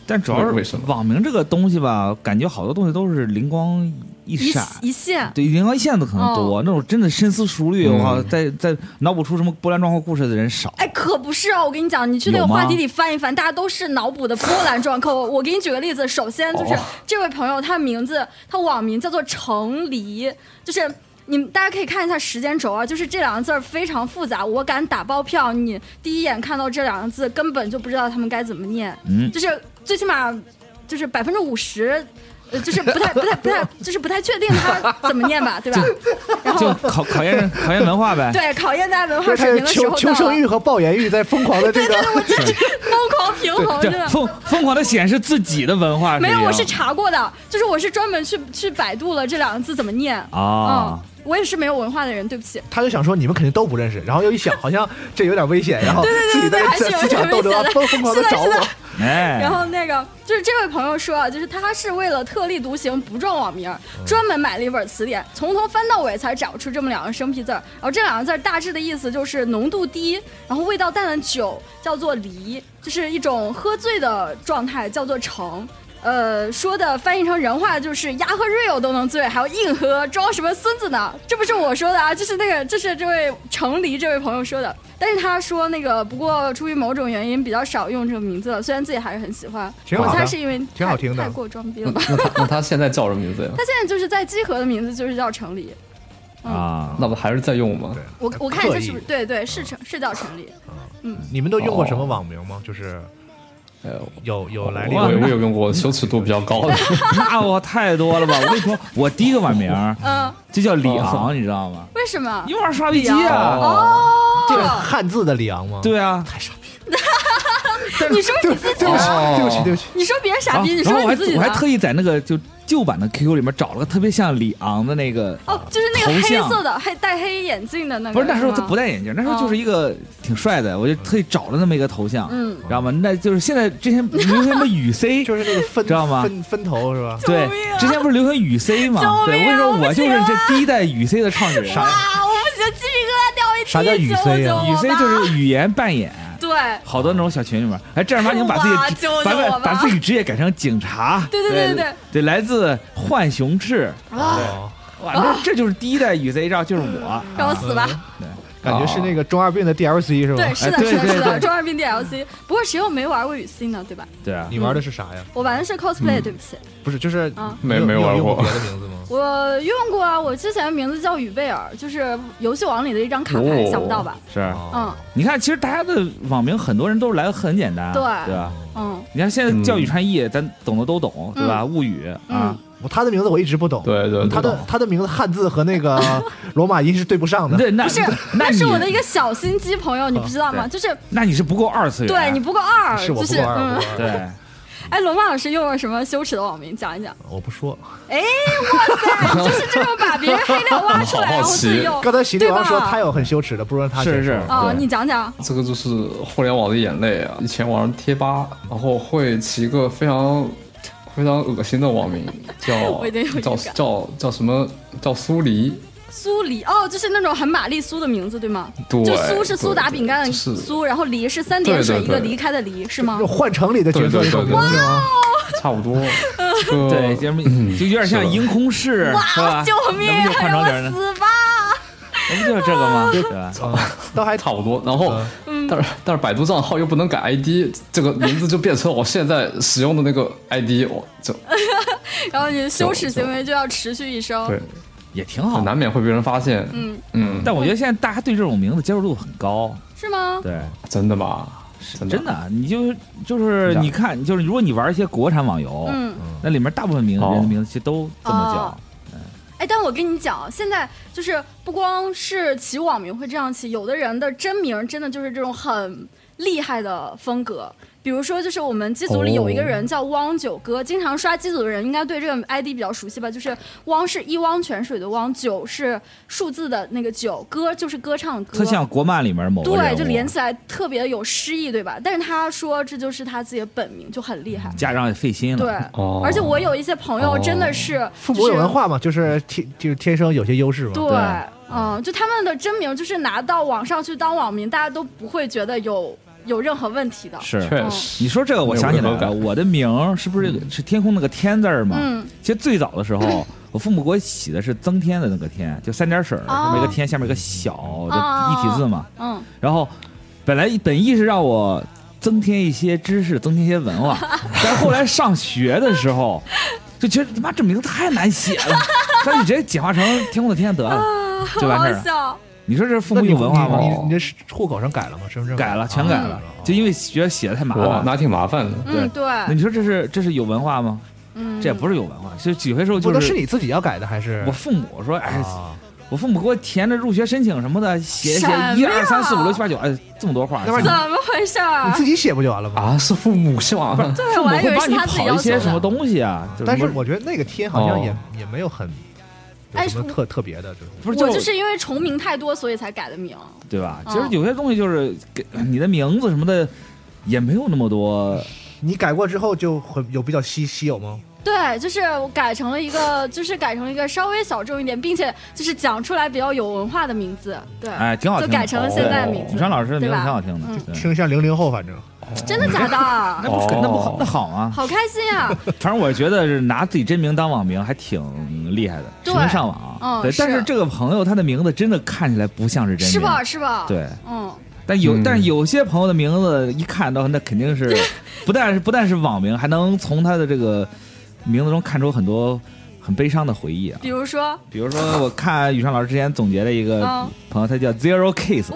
Speaker 5: 但主要
Speaker 6: 为为
Speaker 5: 是
Speaker 6: 什么
Speaker 5: 网名这个东西吧，感觉好多东西都是灵光一
Speaker 4: 一哦
Speaker 5: 闪。
Speaker 4: 一线，
Speaker 5: 对灵光一现的可能多，那种真的深思熟虑，我靠，
Speaker 6: 嗯
Speaker 5: 在在脑补出什么波澜壮阔故事的人少。
Speaker 4: 哎，可不是啊！我跟你讲，你去那个
Speaker 5: 有吗
Speaker 4: 话题里翻一翻，大家都是脑补的波澜壮阔。我给你举个例子，首先就是、
Speaker 6: 哦
Speaker 4: 这位朋友，他名字他网名叫做程黎，就是。你们大家可以看一下时间轴啊，就是这两个字儿非常复杂，我敢打包票，你第一眼看到这两个字根本就不知道他们该怎么念，
Speaker 5: 嗯
Speaker 4: 就是最起码就是百分之五十，呃就是不太不太不太就是不太确定他怎么念吧，对吧？ (laughs) 然
Speaker 5: 就
Speaker 4: 后
Speaker 5: 考考验人考验
Speaker 4: (laughs)
Speaker 5: 文化呗。
Speaker 4: 对考验大家文化
Speaker 3: 他
Speaker 4: 水
Speaker 3: 是
Speaker 4: 平的时
Speaker 3: 求
Speaker 4: 候
Speaker 3: 求
Speaker 4: 到
Speaker 3: 生
Speaker 4: 了。
Speaker 3: 欲和抱炎欲在疯狂的这个
Speaker 4: (laughs) 疯狂平衡，真
Speaker 5: 这
Speaker 4: 的。
Speaker 5: 疯疯狂的显示自己的文化
Speaker 4: 没
Speaker 5: 水平。
Speaker 4: 有，我是查过的，就是我是专门去去百度了这两个字怎么念。
Speaker 5: 啊，
Speaker 4: 嗯，我也是没有文化的人，对不起。
Speaker 3: 他就想说你们肯定都不认识，然后又一想好像这有点危险，然后自己在
Speaker 4: 对对
Speaker 3: 在
Speaker 4: 还是有
Speaker 3: 思想
Speaker 4: 点
Speaker 3: 斗争啊，
Speaker 4: 危险的
Speaker 3: 疯疯狂的
Speaker 4: 是的
Speaker 3: 找
Speaker 4: 是的
Speaker 3: 我。
Speaker 5: 哎，
Speaker 4: 然后那个就是这位朋友说啊，就是他是为了特立独行，不撞网名儿，
Speaker 5: 嗯
Speaker 4: 专门买了一本词典，从头翻到尾才找出这么两个生僻字儿。然后这两个字儿大致的意思就是浓度低，然后味道淡的酒叫做梨，就是一种喝醉的状态叫做橙。呃，说的翻译成人话就是鸭喝 real 都能醉，还要硬喝，装什么孙子呢？这不是我说的啊，就是那个，这是这位程黎这位朋友说的。但是他说那个，不过出于某种原因比较少用这个名字了，虽然自己还是很喜欢。
Speaker 3: 挺好的
Speaker 4: 我猜是因为太
Speaker 3: 挺好听的
Speaker 4: 太过装逼了吧？
Speaker 6: 那他那他现在叫什么名
Speaker 4: (laughs)
Speaker 6: 字呀？
Speaker 4: 他现在就是在集合的名字就是叫程黎，嗯
Speaker 5: 啊，
Speaker 6: 那不还是在用吗？
Speaker 4: 我我看一下是不是
Speaker 3: 刻
Speaker 4: 对对是程是叫程黎，
Speaker 3: 意你们都用过什么网名吗？就是
Speaker 6: 呃，
Speaker 3: 有有来历
Speaker 6: 我
Speaker 3: 的
Speaker 6: 我有用过羞耻度比较高的，
Speaker 5: (laughs) 那我太多了吧！我跟你说，我第一个网名儿
Speaker 4: 嗯，
Speaker 5: 就叫李
Speaker 6: 哦
Speaker 5: 昂，你知道吗？
Speaker 4: 为什么
Speaker 5: 一？玩刷飞机啊！
Speaker 6: 哦，
Speaker 3: 这个汉字的里昂吗？
Speaker 5: 对啊，
Speaker 3: 但是，
Speaker 4: 你是不是
Speaker 3: 对对不起，对不起，对不起，
Speaker 4: 你说别人傻逼，
Speaker 5: 啊
Speaker 4: 你
Speaker 5: 然
Speaker 4: 说
Speaker 5: 后我
Speaker 4: 你
Speaker 5: 还
Speaker 4: 自己
Speaker 5: 我还
Speaker 4: 的。
Speaker 5: 特意在那个就旧版的 QQ 里面找了个特别像李昂的那个，
Speaker 4: 哦，就是那个
Speaker 5: 头
Speaker 4: 黑
Speaker 5: 像
Speaker 4: 色的，黑戴黑眼镜的那个。
Speaker 5: 不是那时候他
Speaker 4: 吗哦
Speaker 5: 不戴眼镜，那时候就是一个挺帅的，我就特意找了那么一个头像，
Speaker 4: 嗯
Speaker 5: 知道吗？那就是现在之前不是流行什么
Speaker 4: (laughs)
Speaker 5: 雨 C，
Speaker 3: 就是那个分
Speaker 5: 知道吗
Speaker 3: 分分头是吧？
Speaker 5: 对，之前不是流行雨 C 嘛？
Speaker 4: 啊救命
Speaker 5: 对，我跟
Speaker 4: 啊
Speaker 5: 你说，
Speaker 4: 我不
Speaker 5: 我就
Speaker 4: 行
Speaker 5: 是
Speaker 4: 啊
Speaker 5: 这第一代雨 C 的创始人，
Speaker 4: 啊，我不行，鸡皮疙瘩掉一地。
Speaker 3: 啥叫语 C 啊
Speaker 4: 救
Speaker 5: 雨
Speaker 4: 我
Speaker 5: C
Speaker 4: 吧
Speaker 5: 就是语言扮演。
Speaker 4: 对。
Speaker 5: 好多那种小群里面，哎，正儿八经把自
Speaker 4: 哇
Speaker 5: 己
Speaker 4: 救
Speaker 5: 把
Speaker 4: 救我吧
Speaker 5: 把把自己哎职业改成警察，
Speaker 4: 对对对对
Speaker 5: 对对，来自浣熊市，
Speaker 3: 哦，
Speaker 5: 哇，那这就是第一代雨 C 照，就是我，
Speaker 4: 让我死吧！
Speaker 3: 感觉是那个中二病的 DLC 是吧？
Speaker 4: 对，是的，
Speaker 5: 对
Speaker 4: 是的，
Speaker 5: 对
Speaker 4: 是
Speaker 5: 对
Speaker 4: 的，中二病 DLC。不过谁又没玩过雨欣呢，对吧？
Speaker 5: 对啊，
Speaker 3: 你玩的是啥呀？
Speaker 4: 我玩的是 cosplay，对不起，
Speaker 3: 不是，就是
Speaker 4: 啊
Speaker 3: 你有
Speaker 6: 没没
Speaker 3: 你有
Speaker 6: 玩
Speaker 3: 用
Speaker 6: 过
Speaker 3: 别的名字吗？
Speaker 4: 我用过啊。我之前的名字叫雨贝尔，就是游戏王里的一张卡牌，
Speaker 6: 哦
Speaker 4: 想不到吧？
Speaker 5: 是。
Speaker 4: 嗯
Speaker 3: 哦，
Speaker 5: 你看，其实大家的网名很多人都是来的很简单，
Speaker 4: 对
Speaker 5: 对吧？
Speaker 4: 嗯
Speaker 5: 你看现在教育传译，咱懂的都懂，对吧？物语啊
Speaker 4: 嗯，，
Speaker 3: 我他的名字我一直不懂，
Speaker 6: 对对，
Speaker 3: 他的他的名字汉字和那个罗马音是对不上的。
Speaker 5: 对，那
Speaker 4: 不是，
Speaker 5: 那
Speaker 4: 那
Speaker 5: 你
Speaker 4: 是我的一个小心机朋友，你不知道吗？就是
Speaker 5: 那你是不够二次元，啊
Speaker 4: 对你不够二，
Speaker 3: 是我
Speaker 4: 就
Speaker 3: 不
Speaker 4: (laughs) 是
Speaker 3: 玩，我
Speaker 4: 嗯
Speaker 3: 不，玩 (laughs)
Speaker 5: 对，
Speaker 4: 哎，龙马老师用了什么羞耻的网名？讲一讲。
Speaker 3: 我不说。
Speaker 4: 哦 (laughs) 就是这种把别人黑料挖出来，
Speaker 6: 好
Speaker 4: 然
Speaker 6: 好
Speaker 4: 后
Speaker 6: 奇
Speaker 4: 自
Speaker 6: (laughs)
Speaker 4: 己用。
Speaker 3: 刚才席地王说
Speaker 4: 对吧
Speaker 3: 他有很羞耻的，不如让他
Speaker 5: 是
Speaker 3: 先
Speaker 5: 是
Speaker 3: 说，
Speaker 4: 哦，
Speaker 5: 对
Speaker 4: 你讲讲，
Speaker 6: 这个就是互联网的眼泪啊！以前玩贴吧，然后会起一个非常非常恶心的网名，叫
Speaker 4: (laughs) 我已经有预
Speaker 6: 叫
Speaker 4: 感
Speaker 6: 叫叫什么？叫苏黎。
Speaker 4: 苏黎哦，就是那种很玛丽苏的名字，对吗？
Speaker 6: 对
Speaker 4: 就苏是苏打
Speaker 6: 对
Speaker 4: 饼干的
Speaker 6: 就是
Speaker 4: 苏，然后离是三点水
Speaker 6: 对对
Speaker 4: 一个
Speaker 6: 对
Speaker 4: 离开的离，是吗
Speaker 3: 就？换城里的角色那
Speaker 6: 对对
Speaker 3: 种
Speaker 6: 对
Speaker 3: 名
Speaker 6: 对
Speaker 3: 字吗？
Speaker 6: 差不多。这个
Speaker 5: 对，节目就有点像
Speaker 6: 是的
Speaker 5: 英空市，是吧？
Speaker 4: 哇，救命
Speaker 5: 能不
Speaker 4: 啊
Speaker 5: 就！换
Speaker 4: 让
Speaker 5: 成点
Speaker 4: 我
Speaker 5: 呢？
Speaker 4: 死吧！
Speaker 5: 那不就是这个吗？对吧？
Speaker 3: 倒还
Speaker 6: 差不多，然后，但是但是百度账号又不能改 ID，这个名字就变成我现在使用的那个 ID，我这
Speaker 4: 然后你的羞耻行为就要持续一生。
Speaker 6: 对，
Speaker 5: 也挺好
Speaker 6: 很
Speaker 5: 的。
Speaker 6: 难免会被人发现。
Speaker 4: 嗯，
Speaker 6: 嗯，
Speaker 5: 但我觉得现在大家对这种名字接受度很高，
Speaker 4: 是吗？
Speaker 5: 对，
Speaker 6: 真的吗？真的
Speaker 5: 真的，你就就是
Speaker 6: 是啊
Speaker 5: 你看，就是如果你玩一些国产网游，
Speaker 4: 嗯，
Speaker 5: 那里面大部分名
Speaker 6: 哦
Speaker 5: 人的名字其实都这么
Speaker 4: 哦
Speaker 5: 叫，
Speaker 4: 哎，但我跟你讲，现在就是不光是起网名会这样起，有的人的真名真的就是这种很厉害的风格。比如说，就是我们机组里有
Speaker 5: 哦
Speaker 4: 一个人叫汪九哥，经常刷机组的人应该对这个 ID 比较熟悉吧？就是汪是一汪泉水的汪，九是数字的那个九，歌就是歌唱的歌。
Speaker 5: 特像国漫里面某个人
Speaker 4: 对，
Speaker 5: 物
Speaker 4: 就连起来特别有诗意，对吧？但是他说这就是他自己的本名，就很厉害。
Speaker 5: 家长也费心了，
Speaker 4: 对，
Speaker 6: 哦
Speaker 4: 而且我有一些朋
Speaker 5: 哦
Speaker 4: 友真的是、
Speaker 3: 父母有文化嘛，就是天就是天生有些优势嘛。
Speaker 4: 对，
Speaker 5: 对
Speaker 4: 嗯，就他们的真名就是拿到网上去当网名，大家都不会觉得有有任何问题的。
Speaker 5: 是。
Speaker 6: 确
Speaker 4: 嗯
Speaker 6: 实，
Speaker 5: 你说这个，我想起来
Speaker 6: 没有违
Speaker 5: 了，
Speaker 6: 和
Speaker 5: 我的名儿是不是
Speaker 6: 嗯
Speaker 5: 是天空那个天字儿嘛？
Speaker 4: 嗯，
Speaker 5: 其实最早的
Speaker 4: (coughs)
Speaker 5: 时候，我父母给我起的是增添的那个天，就三点水儿，
Speaker 4: 哦
Speaker 5: 上面一个天，下面一个小
Speaker 4: 哦
Speaker 5: 的一体字嘛。
Speaker 4: 嗯，
Speaker 5: 然后本来本意是让我增添一些知识，增添一些文
Speaker 4: (laughs)
Speaker 5: 化，但是后来上学的时候就觉得他妈这名字太难写
Speaker 4: (laughs)
Speaker 5: 了，那你直接简化成天空的天得了，就完
Speaker 4: 好
Speaker 5: 事儿了。
Speaker 4: 笑。
Speaker 5: 你说这是父
Speaker 3: 那
Speaker 5: 母
Speaker 3: 你
Speaker 5: 有文化
Speaker 3: 你
Speaker 5: 吗？
Speaker 3: 你你这户口上改了吗？身份证
Speaker 5: 改了，全改了，
Speaker 3: 哦
Speaker 5: 就因为觉得写的太麻烦
Speaker 6: 哇，
Speaker 5: 了。
Speaker 6: 那挺麻烦的。
Speaker 4: 嗯，
Speaker 5: 那
Speaker 4: 对，
Speaker 5: 你说这是这是有文化吗？
Speaker 4: 嗯，
Speaker 5: 这也不是有文化，就有些时候
Speaker 3: 不
Speaker 5: 就
Speaker 3: 能
Speaker 5: 是
Speaker 3: 是你自己要改的还是
Speaker 5: 我？父母说，哎，
Speaker 3: 啊，
Speaker 5: 我父母给我填着入学申请什么的，写
Speaker 4: 什
Speaker 5: 写
Speaker 4: 么呀
Speaker 5: 一二三四五六七八九，哎，这么多话，
Speaker 3: 要不然
Speaker 4: 怎
Speaker 5: 算了
Speaker 4: 么回事儿
Speaker 3: 你？自己写不就完了吗？
Speaker 6: 啊，是父母希望的，
Speaker 4: 对，
Speaker 5: 父
Speaker 4: 我
Speaker 5: 母
Speaker 4: 还以
Speaker 5: 会
Speaker 4: 为
Speaker 5: 帮
Speaker 4: 是
Speaker 5: 你
Speaker 4: 他自己
Speaker 5: 跑
Speaker 4: 要
Speaker 5: 一些
Speaker 4: 求
Speaker 5: 什么
Speaker 4: 的。
Speaker 5: 东西啊？就
Speaker 3: 但是
Speaker 5: 什么
Speaker 3: 我觉得那个天好像也
Speaker 6: 哦
Speaker 3: 也没有很
Speaker 4: 哎
Speaker 3: 有什么
Speaker 4: 是
Speaker 3: 特特别的，就是
Speaker 5: 不是
Speaker 4: 我就是因为重名太多，所以才改的名。
Speaker 5: 对吧？
Speaker 4: 嗯
Speaker 5: 其实有些东西就是给 (clears throat) 你的名字什么的，也没有那么多。
Speaker 3: 你改过之后就很有比较稀稀有吗？
Speaker 4: 对，就是我改成了一个，就是改成了一个稍微小众一点，并且就是讲出来比较有文化的名字。对，
Speaker 5: 哎，挺
Speaker 4: 嗯
Speaker 5: 好
Speaker 4: 就
Speaker 5: 听的。
Speaker 4: 改成了现在的名字
Speaker 5: 宇。川老师的名字
Speaker 4: 对
Speaker 5: 挺
Speaker 4: 吧
Speaker 5: 好听的，
Speaker 4: 嗯
Speaker 5: 对
Speaker 3: 听像零零后，反正
Speaker 4: 真的假的？
Speaker 5: (laughs) 那不是
Speaker 6: 哦
Speaker 5: 那不好那好吗？
Speaker 4: 好开心啊！
Speaker 5: 反正我觉得是拿自己真名当网名还挺厉害的，
Speaker 4: 对
Speaker 5: 只能上网。啊
Speaker 4: 嗯
Speaker 5: 对，但是
Speaker 4: 是
Speaker 5: 这个朋友他的名字真的看起来不像是真名，
Speaker 4: 是吧？是吧？，
Speaker 5: 对，
Speaker 4: 嗯，
Speaker 5: 但有、
Speaker 6: 嗯
Speaker 5: 但是有些朋友的名字一看到，那肯定
Speaker 4: (laughs)
Speaker 5: 是不但是不但是网名，还能从他的这个名字中看出很多很悲伤的回忆啊。
Speaker 4: 比如说，
Speaker 5: 比如说，我呃看宇川老师之前总结了一个
Speaker 4: 嗯
Speaker 5: 朋友，他叫 Zero Kiss，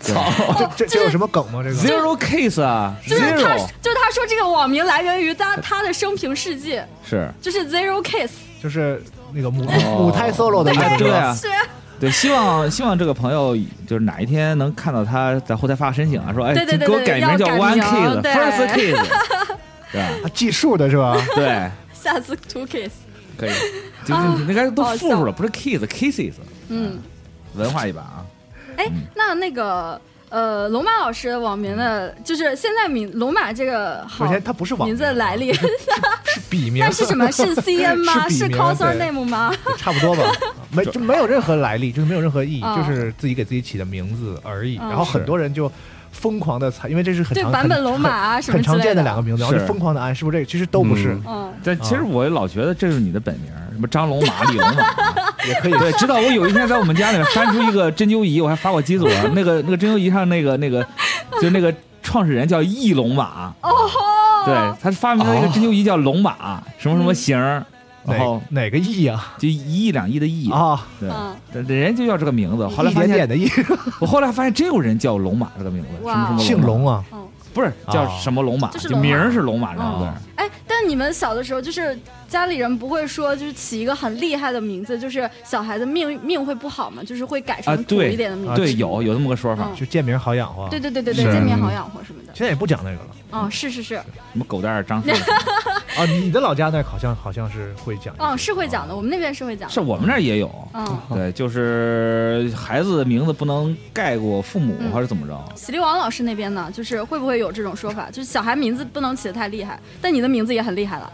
Speaker 6: 操！
Speaker 3: 这这这有什么梗吗？这个
Speaker 5: Zero Case 啊
Speaker 4: 就是他
Speaker 5: ，Zero，
Speaker 4: 就是他说这个网名来源于他他的生平事迹，
Speaker 5: 是
Speaker 4: 就是 Zero Kiss，
Speaker 3: 就是那个母
Speaker 5: 哦
Speaker 3: 母胎 solo 的那
Speaker 5: 哎
Speaker 3: 个，
Speaker 5: 对啊，
Speaker 4: 是
Speaker 5: 对，希望希望这个朋友就是哪一天能看到他在后台发申请啊，说哎，
Speaker 4: 对对对
Speaker 5: 给我
Speaker 4: 对
Speaker 5: 改
Speaker 4: 要
Speaker 5: 名叫
Speaker 4: 改
Speaker 5: One
Speaker 4: 名
Speaker 5: Kids
Speaker 4: 对
Speaker 5: First
Speaker 4: (laughs)
Speaker 5: Kids，对吧？
Speaker 3: 啊计数的是吧？
Speaker 5: 对，
Speaker 4: 下次 Two Kiss。
Speaker 5: 可以，就就你那该都
Speaker 4: 好
Speaker 5: 复数
Speaker 4: 笑
Speaker 5: 了，不是 Kids Kisses，
Speaker 4: 嗯，
Speaker 5: 文化一把啊，
Speaker 4: 哎，那那个呃，龙马老师的网名的，就是现在名龙马这个好
Speaker 3: 首先它不是网
Speaker 4: 名字的
Speaker 3: 名
Speaker 4: 来历，
Speaker 3: 是
Speaker 4: (laughs)
Speaker 3: 笔名，
Speaker 4: 那是什么？
Speaker 3: (laughs)
Speaker 4: 是 C N 吗？
Speaker 3: 是
Speaker 4: 是
Speaker 3: 笔名
Speaker 4: coser
Speaker 3: 对
Speaker 4: name 吗？
Speaker 3: 差不
Speaker 5: (laughs)
Speaker 3: 多吧，没就没有任何来历，就是没有任何意义，
Speaker 4: 啊
Speaker 3: 就是自己给自己起的名字而已。
Speaker 4: 啊
Speaker 3: 然后很多人就疯狂的猜，因为这是很
Speaker 4: 对
Speaker 3: 常
Speaker 4: 版本龙马啊
Speaker 3: 很
Speaker 4: 什么
Speaker 3: 很常见
Speaker 4: 之类的
Speaker 3: 两个名字，然后就是疯狂的按，是不是这个？其实都不是，
Speaker 5: 嗯
Speaker 4: 嗯，
Speaker 5: 但其实我老觉得这是你的本名，什么张龙马、李龙马啊，
Speaker 3: 也可以。
Speaker 5: (laughs) 对，直到我有一天在我们家里面翻出一个针灸仪，我还发过机组啊，那个那个针灸仪上那个那个，就是那个创始人叫翼龙马，
Speaker 4: 哦 (laughs) 嗯吼，
Speaker 5: 对，他是发明
Speaker 3: 哦
Speaker 5: 了一个针灸仪叫龙马，什么什么型儿，然后
Speaker 3: 哪哪个亿啊？
Speaker 5: 就一亿两亿的亿，
Speaker 3: 啊，
Speaker 5: 对
Speaker 4: 嗯，
Speaker 5: 但人家就叫这个名字。后来
Speaker 3: 一
Speaker 5: 发
Speaker 3: 点点
Speaker 5: 现，
Speaker 3: 的亿，
Speaker 5: 我后来发现真有人叫龙马这个名字，什
Speaker 4: 哇哦
Speaker 5: 么什么
Speaker 3: 姓
Speaker 5: 龙
Speaker 3: 龙啊，
Speaker 5: 马，不是叫什么龙马，
Speaker 4: 就是
Speaker 5: 就
Speaker 4: 龙马
Speaker 5: 名儿是龙马这个字
Speaker 4: 哦
Speaker 5: 儿。
Speaker 4: 哎，但你们小的时候，就是家里人不会说，就是起一个很厉害的名字，就是小孩子命命会不好嘛，就是会改成
Speaker 5: 啊
Speaker 4: 土
Speaker 5: 对
Speaker 4: 一点的名字。
Speaker 5: 对，有有这么个说法，
Speaker 4: 嗯
Speaker 3: 就见名好养活。
Speaker 4: 对对对对对，
Speaker 5: 是
Speaker 4: 见面好养活什么的。
Speaker 3: 现在也不讲那个了
Speaker 4: 嗯，是是是，
Speaker 5: 什么狗蛋儿张飞，
Speaker 4: (laughs)
Speaker 3: 啊！你的老家那儿好像好像是会讲，
Speaker 4: 嗯，是会讲的，我们那边是会讲的。
Speaker 5: 是我们那儿也有。
Speaker 4: 嗯，
Speaker 5: (laughs) 对，就是孩子的名字不能盖过父母，
Speaker 4: 嗯
Speaker 5: 还是怎么着？
Speaker 4: 喜力王老师那边呢，就是会不会有这种说法？就是小孩名字不能起得太厉害，但你的名字也很厉害了。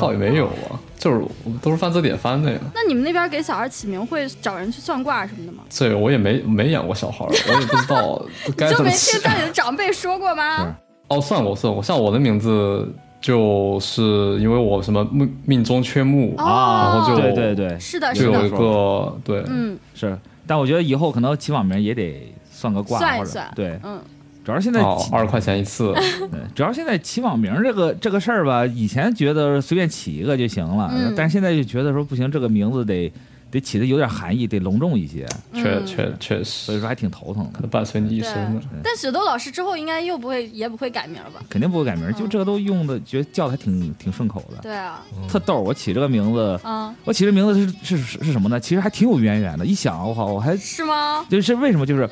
Speaker 6: 倒也没有吧，就是我们都是翻字典翻的呀。
Speaker 4: 那你们那边给小孩起名会找人去算卦什么的吗？
Speaker 6: 这个我也没没养过小孩儿，我也不知道
Speaker 4: (laughs) 你
Speaker 6: 该
Speaker 4: 就
Speaker 6: 怎么
Speaker 4: 没
Speaker 6: 起
Speaker 4: 听。家里的长辈说过
Speaker 5: (laughs)
Speaker 4: 吗？
Speaker 6: 哦，算我算我，像我的名字就是因为我什么命命中缺木，然
Speaker 4: 哦
Speaker 6: 后就
Speaker 5: 对对啊对，
Speaker 4: 是的，
Speaker 6: 就是有
Speaker 4: 的
Speaker 6: 一，个对，
Speaker 4: 嗯，
Speaker 5: 是。但我觉得以后可能起网名也得算个卦，
Speaker 4: 算一
Speaker 5: 或者
Speaker 4: 算
Speaker 5: 对，
Speaker 4: 嗯，
Speaker 5: 主要是现在
Speaker 6: 哦
Speaker 5: 起，
Speaker 6: 二十块钱一次，
Speaker 5: 对，主要现在起网名这个这个事儿吧，以前觉得随便起一个就行了，
Speaker 4: 嗯
Speaker 5: 但是现在就觉得说不行，这个名字得得起的有点含义，得隆重一些，
Speaker 4: 嗯
Speaker 6: 确确确
Speaker 5: 所以
Speaker 6: 实
Speaker 5: 说还挺头疼的
Speaker 6: 可。能伴随你一生呢。
Speaker 5: 嗯
Speaker 4: 但雪豆老师之后应该又不会也不会改名了吧？
Speaker 5: 肯定不会改名，就这个都用的，觉得叫的还挺挺顺口的，
Speaker 4: 嗯对啊，
Speaker 5: 特逗儿。我起这个名字，
Speaker 4: 嗯，
Speaker 5: 我起这名字是是是是什么呢？其实还挺有渊源的。一想，我靠，我还
Speaker 4: 是吗？
Speaker 5: 就是为什么就是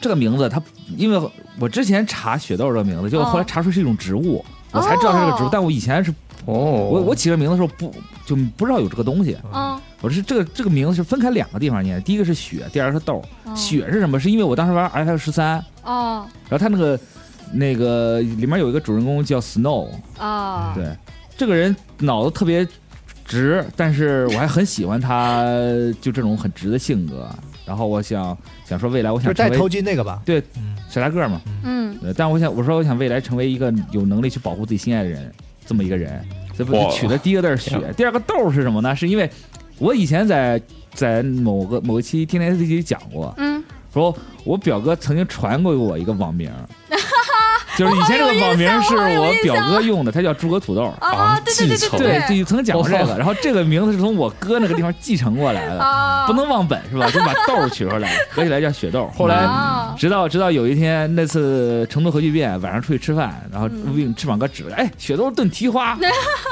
Speaker 5: 这个名字它，因为我之前查雪豆这个名字，结果
Speaker 4: 哦
Speaker 5: 后来查出是一种植物，我才知道它是个植物，
Speaker 4: 哦
Speaker 5: 但我以前是
Speaker 6: 哦，
Speaker 5: 我
Speaker 6: 我
Speaker 5: 我起这名字的时候不就不知道有这个东西，
Speaker 3: 哦
Speaker 4: 嗯，
Speaker 5: 我是这个这个名字是分开两个地方念，第一个是雪，第二个是豆。
Speaker 4: 哦
Speaker 5: 雪是什么？是因为我当时玩 F 十三，
Speaker 4: 哦
Speaker 5: 然后他那个那个里面有一个主人公叫 Snow，
Speaker 4: 哦，
Speaker 5: 对，这个人脑子特别直，但是我还很喜欢他，就这种很直的性格。然后我想想说未来我
Speaker 3: 就是
Speaker 5: 想成
Speaker 3: 带头
Speaker 5: 为
Speaker 3: 巾那个吧。
Speaker 5: 对
Speaker 3: 嗯，
Speaker 5: 小大个儿嘛，
Speaker 4: 嗯，
Speaker 5: 呃，但我想我说我想未来成为一个有能力去保护自己心爱的人这么一个人，这不
Speaker 6: 哇
Speaker 5: 取的第一个字儿
Speaker 6: 天
Speaker 5: 雪，第二个豆儿是什么呢？是因为我以前在在某个某一期《天天 C 里讲过，
Speaker 4: 嗯，
Speaker 5: 说我表哥曾经传过我一个
Speaker 4: (laughs)
Speaker 5: 网名儿，就是以前这个网名儿是
Speaker 4: 我好有印象我好有
Speaker 5: 我
Speaker 4: 印
Speaker 5: 表哥用的，他叫诸葛土豆儿。
Speaker 4: 啊，对对对
Speaker 6: 记仇
Speaker 5: 对，
Speaker 4: 对
Speaker 5: 就曾经讲过这
Speaker 6: 我
Speaker 5: 个，然后这个名字是从我哥那个地方继承过来的，
Speaker 4: 啊，
Speaker 5: 不能忘本是吧？就把豆儿取出
Speaker 4: (laughs)
Speaker 5: 来，合起来叫雪豆儿。后嗯来
Speaker 4: 啊
Speaker 5: 直到直到有一天，那次成都核聚变，晚上出去吃饭，然后
Speaker 4: 嗯
Speaker 5: 用翅膀哥指了，哎，雪豆炖蹄花，
Speaker 4: (laughs)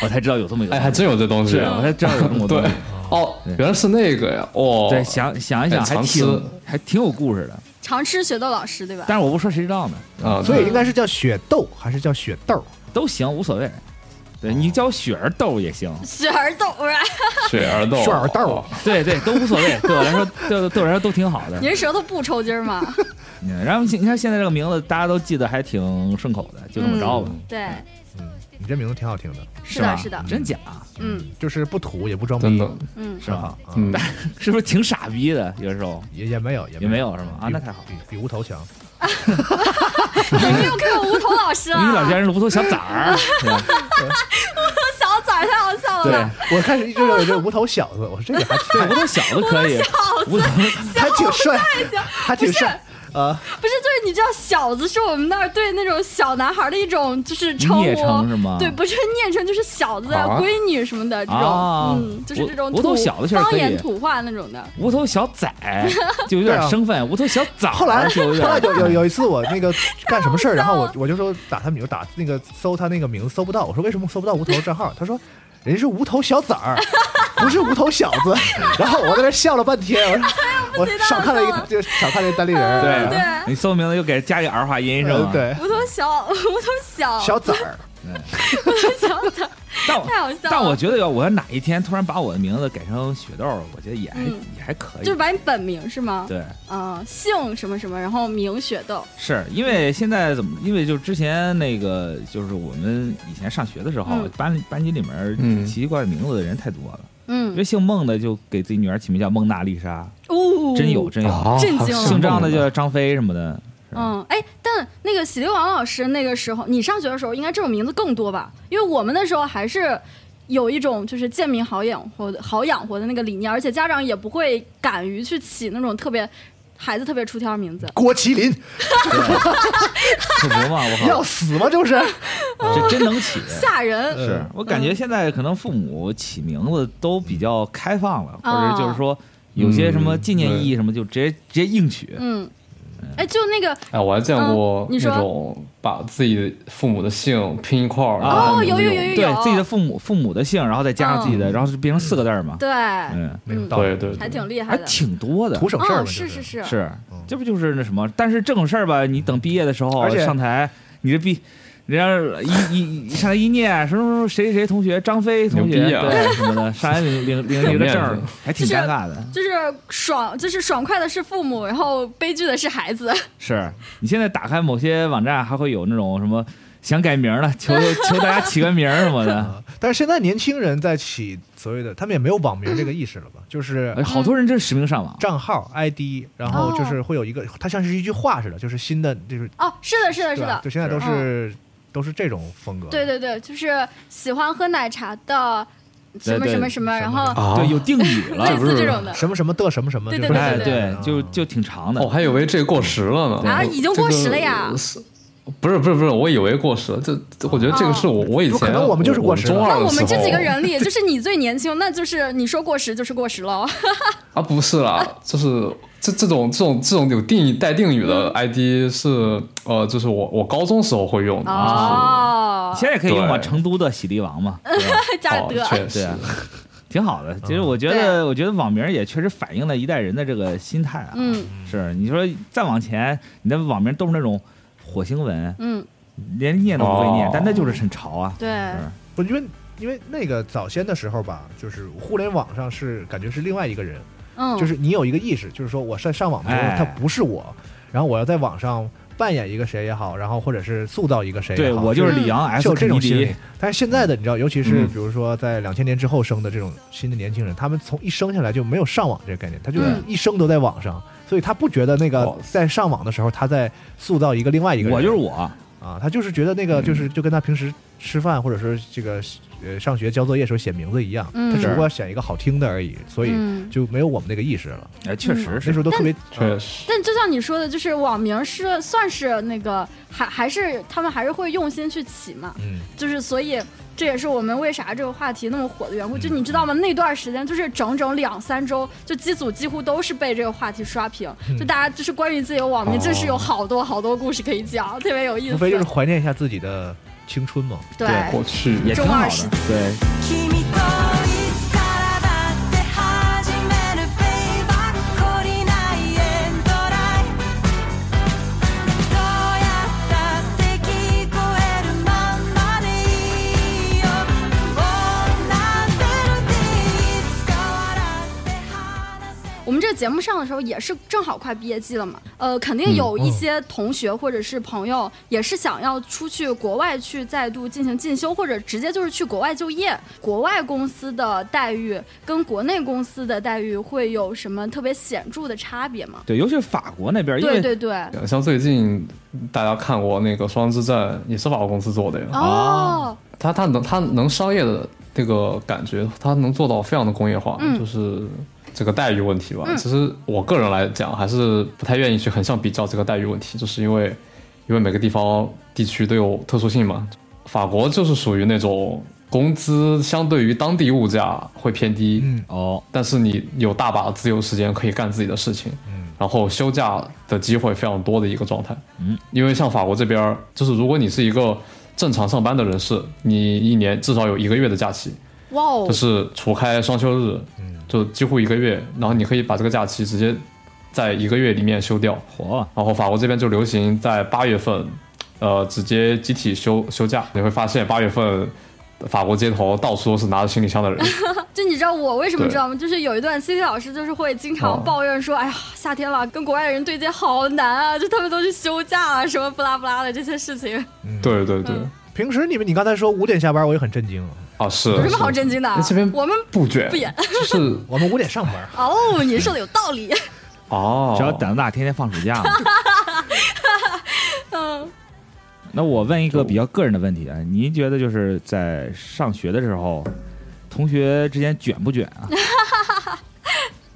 Speaker 5: 我才知道有这么一个
Speaker 6: 哎，
Speaker 5: 东西，
Speaker 6: 还真有这东
Speaker 5: 是
Speaker 6: 西啊，
Speaker 5: 我才知道有这么个东西。
Speaker 6: 哦，原来是那个呀，哦，
Speaker 5: 对，想想一想，
Speaker 6: 哎
Speaker 5: 还
Speaker 6: 藏私
Speaker 5: 挺还挺有故事的，
Speaker 4: 常吃雪豆老师对吧？
Speaker 5: 但是我不说谁知道呢，
Speaker 6: 啊，
Speaker 3: 所以应
Speaker 6: 对
Speaker 3: 该是叫雪豆还是叫雪豆？
Speaker 5: 都行，无所谓。对你叫我雪儿豆
Speaker 4: (laughs)
Speaker 5: 也行，
Speaker 4: 雪儿豆
Speaker 5: (laughs)
Speaker 4: 啊，
Speaker 6: 雪儿豆，
Speaker 3: 雪儿豆
Speaker 6: 哦
Speaker 5: 对对，都无所谓，对我来说，对对我来说都挺好的
Speaker 4: 您。舌头不抽筋儿吗？
Speaker 5: 嗯然后你看现在这个名字，大家都记得还挺顺口的，就这么着吧，
Speaker 4: 对，
Speaker 3: 嗯，你这名字挺好听的，
Speaker 4: 是的，
Speaker 5: 吧？
Speaker 4: 是的，
Speaker 5: 真假？啊 (laughs)
Speaker 4: 嗯
Speaker 3: 就是不土也不装逼，
Speaker 6: 真的，
Speaker 4: 嗯，
Speaker 3: 是吧？啊
Speaker 6: 嗯，
Speaker 5: 是不是挺傻逼的？有时候
Speaker 3: 也也没有，
Speaker 5: 也没有是吗？啊，
Speaker 3: 比
Speaker 5: 那太好了。
Speaker 3: 比比无头强。
Speaker 4: 怎么又看到无头老师啊了？
Speaker 5: 因为老家人是无头小崽儿，对吧
Speaker 4: 小崽儿太好笑
Speaker 5: 对
Speaker 4: 了，
Speaker 3: 我开始一直有这无头小子，我说这个还
Speaker 5: 对，无
Speaker 3: 挺
Speaker 5: 头小子可以，无头
Speaker 3: 还挺帅，还挺帅。啊，
Speaker 4: 不是，就你知道，小子是我们那儿对那种小男孩的一种就是称
Speaker 5: 聂
Speaker 4: 呼
Speaker 5: 称，是吗？
Speaker 4: 对，不是 (laughs) 念成就是小子、
Speaker 6: 啊
Speaker 4: 闺女什么的这种，
Speaker 5: 啊
Speaker 4: 嗯，就是这种
Speaker 5: 我我都
Speaker 4: 土
Speaker 5: 小的时候
Speaker 4: 方
Speaker 5: 可以
Speaker 4: 言土话那种的。
Speaker 5: (laughs) 无头小仔就有点生分，无头小崽儿
Speaker 3: 后来，
Speaker 5: 就有
Speaker 3: 后来
Speaker 5: 点
Speaker 3: 有有有一次我那个干什么事儿，然后我我就说打他们，你就打那个搜他那个名字搜不到，我说为什么搜不到无头账号？他说人家是无头小崽儿，不是无头小子。然后我在那笑了半天，我说我少看了一个，就少看了一个单立人儿。
Speaker 5: (laughs) 嗯对啊
Speaker 4: 对
Speaker 5: 你搜名字又给加一个儿化音是
Speaker 3: 嗯
Speaker 5: 吗？。
Speaker 3: 对，
Speaker 4: 无头小， (laughs) 无头小，
Speaker 3: 小崽儿，
Speaker 4: 小
Speaker 5: (laughs)
Speaker 4: 的，
Speaker 5: 但我
Speaker 4: 太好笑了。
Speaker 5: 但我觉得要我要哪一天突然把我的名字改成雪豆儿，我觉得也还
Speaker 4: 嗯
Speaker 5: 也还可以
Speaker 4: 就是。把你本名是吗？
Speaker 5: 对，
Speaker 4: 啊、姓什么什么，然后名雪豆。
Speaker 5: 是因为现在怎么？因为就是之前那个，就是我们以前上学的时候
Speaker 4: 嗯，
Speaker 5: 班里班级里面
Speaker 6: 嗯
Speaker 5: 奇奇怪怪名字的人太多了。因
Speaker 4: 嗯
Speaker 5: 为，姓孟的就给自己女儿起名叫孟娜丽莎，
Speaker 4: 哦，
Speaker 5: 真有。真有。
Speaker 6: 啊
Speaker 4: 震惊了
Speaker 5: 姓张的就叫张飞什
Speaker 4: (laughs)
Speaker 5: 么的。是
Speaker 4: 嗯，哎，但那个喜力王老师那个时候，你上学的时候应该这种名字更多吧？因为我们那时候还是有一种就是贱民好养活的好养活的那个理念，而且家长也不会敢于去起那种特别孩子特别出挑的名字。
Speaker 3: 郭麒麟，
Speaker 5: 可不嘛，我
Speaker 3: 要
Speaker 5: 靠，
Speaker 3: 死吗？就是
Speaker 5: 这真能起。
Speaker 4: 吓人，
Speaker 5: 是我感觉现在可能父母起名字都比较开放了，
Speaker 4: 嗯
Speaker 5: 或者就是说有些什么纪念意义什么，就直接直接硬取。
Speaker 4: 嗯，哎，就那个
Speaker 6: 哎，我还见过
Speaker 4: 嗯你
Speaker 6: 那
Speaker 4: 说
Speaker 6: 种把自己父母的姓拼一块儿，然
Speaker 5: 哦
Speaker 6: 后
Speaker 4: 有有有有
Speaker 5: 对自己的父母父母的姓，然后再加上自己的，
Speaker 6: 嗯
Speaker 5: 然后就变成四个字儿嘛。
Speaker 4: 对，
Speaker 5: 嗯，
Speaker 3: 那种道理
Speaker 6: 对，对
Speaker 4: 还
Speaker 6: 对，
Speaker 4: 挺厉害
Speaker 5: 还
Speaker 4: 的。
Speaker 5: 挺多的
Speaker 3: 图。省事儿嘛，
Speaker 4: 嗯，是
Speaker 3: 就是
Speaker 4: 是，
Speaker 5: 是
Speaker 3: 嗯，
Speaker 5: 这不就是那什么？但是这种事儿吧，你等毕业的时候
Speaker 3: 而且
Speaker 5: 上台，你这毕。人家一一一上来一念什么什么谁谁谁同学张飞同学
Speaker 6: 牛逼啊
Speaker 5: 对什么
Speaker 6: (laughs)
Speaker 5: 的，上来领领领一个证
Speaker 6: 有
Speaker 5: 儿
Speaker 6: 面子，
Speaker 5: 还挺尴尬的。
Speaker 4: 就是爽，就是爽快的是父母，然后悲剧的是孩子。
Speaker 5: 是你现在打开某些网站，还会有那种什么想改名儿的，求求大家起个名儿什么
Speaker 6: (laughs)
Speaker 5: 的。
Speaker 3: 啊。但是现在年轻人在起所谓的，他们也没有网名这个意识了吧？就是
Speaker 5: 哎
Speaker 6: 嗯
Speaker 5: 好多人真是实名上网，
Speaker 3: 账号 ID，然后就是会有一个，它像是一句话似的，就是新的，就是
Speaker 4: 哦，是的，是的，
Speaker 3: 对
Speaker 4: 是
Speaker 3: 吧
Speaker 4: 的？，
Speaker 3: 就现在都是都是这种风格。
Speaker 4: 对对对，就是喜欢喝奶茶的什么
Speaker 5: 对对
Speaker 4: 什么什么，
Speaker 3: 什
Speaker 4: 然
Speaker 3: 么
Speaker 4: 后
Speaker 6: 啊
Speaker 5: 对，有定语了
Speaker 4: 类。似
Speaker 6: 是
Speaker 4: 这
Speaker 3: (laughs)
Speaker 4: 种的。
Speaker 3: 什么什么的什么什么，
Speaker 4: 对
Speaker 3: 就是嗯
Speaker 4: 对
Speaker 5: 哎，
Speaker 4: 对
Speaker 5: 对，就就挺长的
Speaker 6: 哦我。还以为这过时了呢。
Speaker 4: 啊，已经过时了呀
Speaker 6: 这个！呃是不是不是不是，我以为过时了，这这我觉得这个是我我以前
Speaker 3: 可能我们就是过时了
Speaker 6: 中
Speaker 4: 哦
Speaker 6: 二
Speaker 4: 那
Speaker 6: 的
Speaker 4: 我们
Speaker 6: 时
Speaker 4: 这
Speaker 6: 候
Speaker 4: 几个人里，就是你最年轻，那就是你说过时就是过时了。
Speaker 6: 啊，不是啦，就是这这种这种这种有定义带定语
Speaker 4: 嗯
Speaker 6: 的 ID 是呃，就是我我高中时候会用的，啊
Speaker 4: 哦，
Speaker 5: 现在也可以用嘛，
Speaker 6: 对
Speaker 5: 成都的喜力王嘛，
Speaker 4: 加了
Speaker 6: 哦
Speaker 4: 德，
Speaker 6: 确
Speaker 5: 对
Speaker 6: 实
Speaker 5: 啊， (laughs) 挺好的。
Speaker 3: 嗯
Speaker 5: 其实我觉
Speaker 4: 对啊
Speaker 5: 得，我觉得网名儿也确实反映了一代人的这个心态啊。
Speaker 4: 嗯
Speaker 5: 是你说再往前，你的网名都是那种火星文，
Speaker 4: 嗯，
Speaker 5: 连念都不会念
Speaker 6: 哦，
Speaker 5: 但那就是很潮啊。
Speaker 4: 对，
Speaker 3: 不因为因为那个早先的时候吧，就是互联网上是感觉是另外一个人，
Speaker 4: 嗯，
Speaker 3: 就是你有一个意识，就是说我上上网的时候
Speaker 5: 哎
Speaker 3: 他不是我，然后我要在网上扮演一个谁也好，然后或者是塑造一个谁也
Speaker 5: 对
Speaker 3: 好，
Speaker 5: 我就是李阳
Speaker 3: 是
Speaker 5: S E
Speaker 3: 有这
Speaker 5: 肯尼
Speaker 3: 种心
Speaker 5: 迪
Speaker 3: 理，，但是现在的你知道，尤其是
Speaker 6: 嗯
Speaker 3: 比如说在两千年之后生的这种新的年轻人，他们从一生下来就没有上网这个概念，他就是
Speaker 4: 嗯
Speaker 3: 一生都在网上，所以他不觉得那个
Speaker 6: 哇塞
Speaker 3: 在上网的时候他在塑造一个另外一个人，
Speaker 5: 我就是我。
Speaker 3: 啊，他就是觉得那个就是就跟他平时吃饭或者说这个呃上学交作业时候写名字一样，
Speaker 4: 嗯
Speaker 3: 他只不过选一个好听的而已，所以
Speaker 4: 嗯
Speaker 3: 就没有我们那个意识了。
Speaker 5: 哎，确实
Speaker 3: 那
Speaker 5: 是
Speaker 3: 时。候都特别啊
Speaker 6: 确实。
Speaker 4: 但就像你说的，就是网名是算是那个，还还是他们还是会用心去起嘛，
Speaker 3: 嗯，
Speaker 4: 就是所以这也是我们为啥这个话题那么火的缘故。
Speaker 3: 嗯
Speaker 4: 就你知道吗？那段时间就是整整两三周，就机组几乎都是被这个话题刷屏，
Speaker 3: 嗯
Speaker 4: 就大家就是关于自己的网名，
Speaker 6: 哦
Speaker 4: 真是有好多好多故事可以讲，特别有意
Speaker 3: 无
Speaker 4: 思。
Speaker 3: 非就是怀念一下自己的青春嘛。
Speaker 4: 对
Speaker 5: 对
Speaker 6: 过去
Speaker 5: 也挺
Speaker 4: 中
Speaker 5: 好
Speaker 4: 二时
Speaker 5: 的，对，
Speaker 7: 「君といつからだって始めるプレイバックりないエンドライ」「どうやったって聞こえるまんまでいいよ」「こんなんでるっていつか笑って話せ」
Speaker 4: 我们这个节目上的时候也是正好快毕业季了嘛，呃，肯定有一些同学或者是朋友也是想要出去国外去再度进行进修，或者直接就是去国外就业。国外公司的待遇跟国内公司的待遇会有什么特别显著的差别吗？
Speaker 5: 对，尤其是法国那边儿，因
Speaker 4: 对
Speaker 5: 为
Speaker 4: 对对，
Speaker 6: 像最近大家看过那个《双之战》，也是法国公司做的呀。
Speaker 4: 哦，
Speaker 6: 它它能它能商业的这个感觉，它能做到非常的工业化，
Speaker 4: 嗯
Speaker 6: 就是这个待遇问题吧。其实我个人来讲，还是不太愿意去横向比较这个待遇问题，就是因为因为每个地方地区都有特殊性嘛。法国就是属于那种工资相对于当地物价会偏低，
Speaker 3: 嗯
Speaker 5: 哦，
Speaker 6: 但是你有大把的自由时间可以干自己的事情，
Speaker 4: 嗯
Speaker 6: 然后休假的机会非常多的一个状态。
Speaker 5: 嗯，
Speaker 6: 因为像法国这边儿，就是如果你是一个正常上班的人士，你一年至少有一个月的假期，
Speaker 4: 哇哦嗯
Speaker 6: 就，是除开双休日，就几乎一个月，然后你可以把这个假期直接在一个月里面休掉。
Speaker 5: 嚯，
Speaker 6: 然后法国这边就流行在八月份，呃，直接集体休休假。你会发现八月份，法国街头到处都是拿着行李箱的人。
Speaker 4: 就你知道我为什么
Speaker 6: 对
Speaker 4: 知道吗？就是有一段 C C 老师就是会经常
Speaker 6: 哦
Speaker 4: 抱怨说，哎呀，夏天了，跟国外人对接好难啊，就他们都去休假啊，什么不拉不拉的这些事情，
Speaker 6: (laughs) 对对对，
Speaker 4: 嗯
Speaker 3: 平时你们，你刚才说五点下班，我也很震惊。
Speaker 6: 啊是。
Speaker 4: 有什么
Speaker 6: 是
Speaker 4: 好震惊的啊
Speaker 6: 那这？边
Speaker 4: 我们
Speaker 6: 不卷，
Speaker 4: 不演
Speaker 6: 就是
Speaker 3: 我们五点上班，
Speaker 4: 哦，你说的有道理， (laughs)
Speaker 5: (laughs)
Speaker 6: 哦，
Speaker 5: 只要胆子大，天天放暑假嘛。
Speaker 4: 嗯，
Speaker 5: 那我问一个比较个人的问题啊，您觉得就是在上学的时候，同学之间卷不卷啊？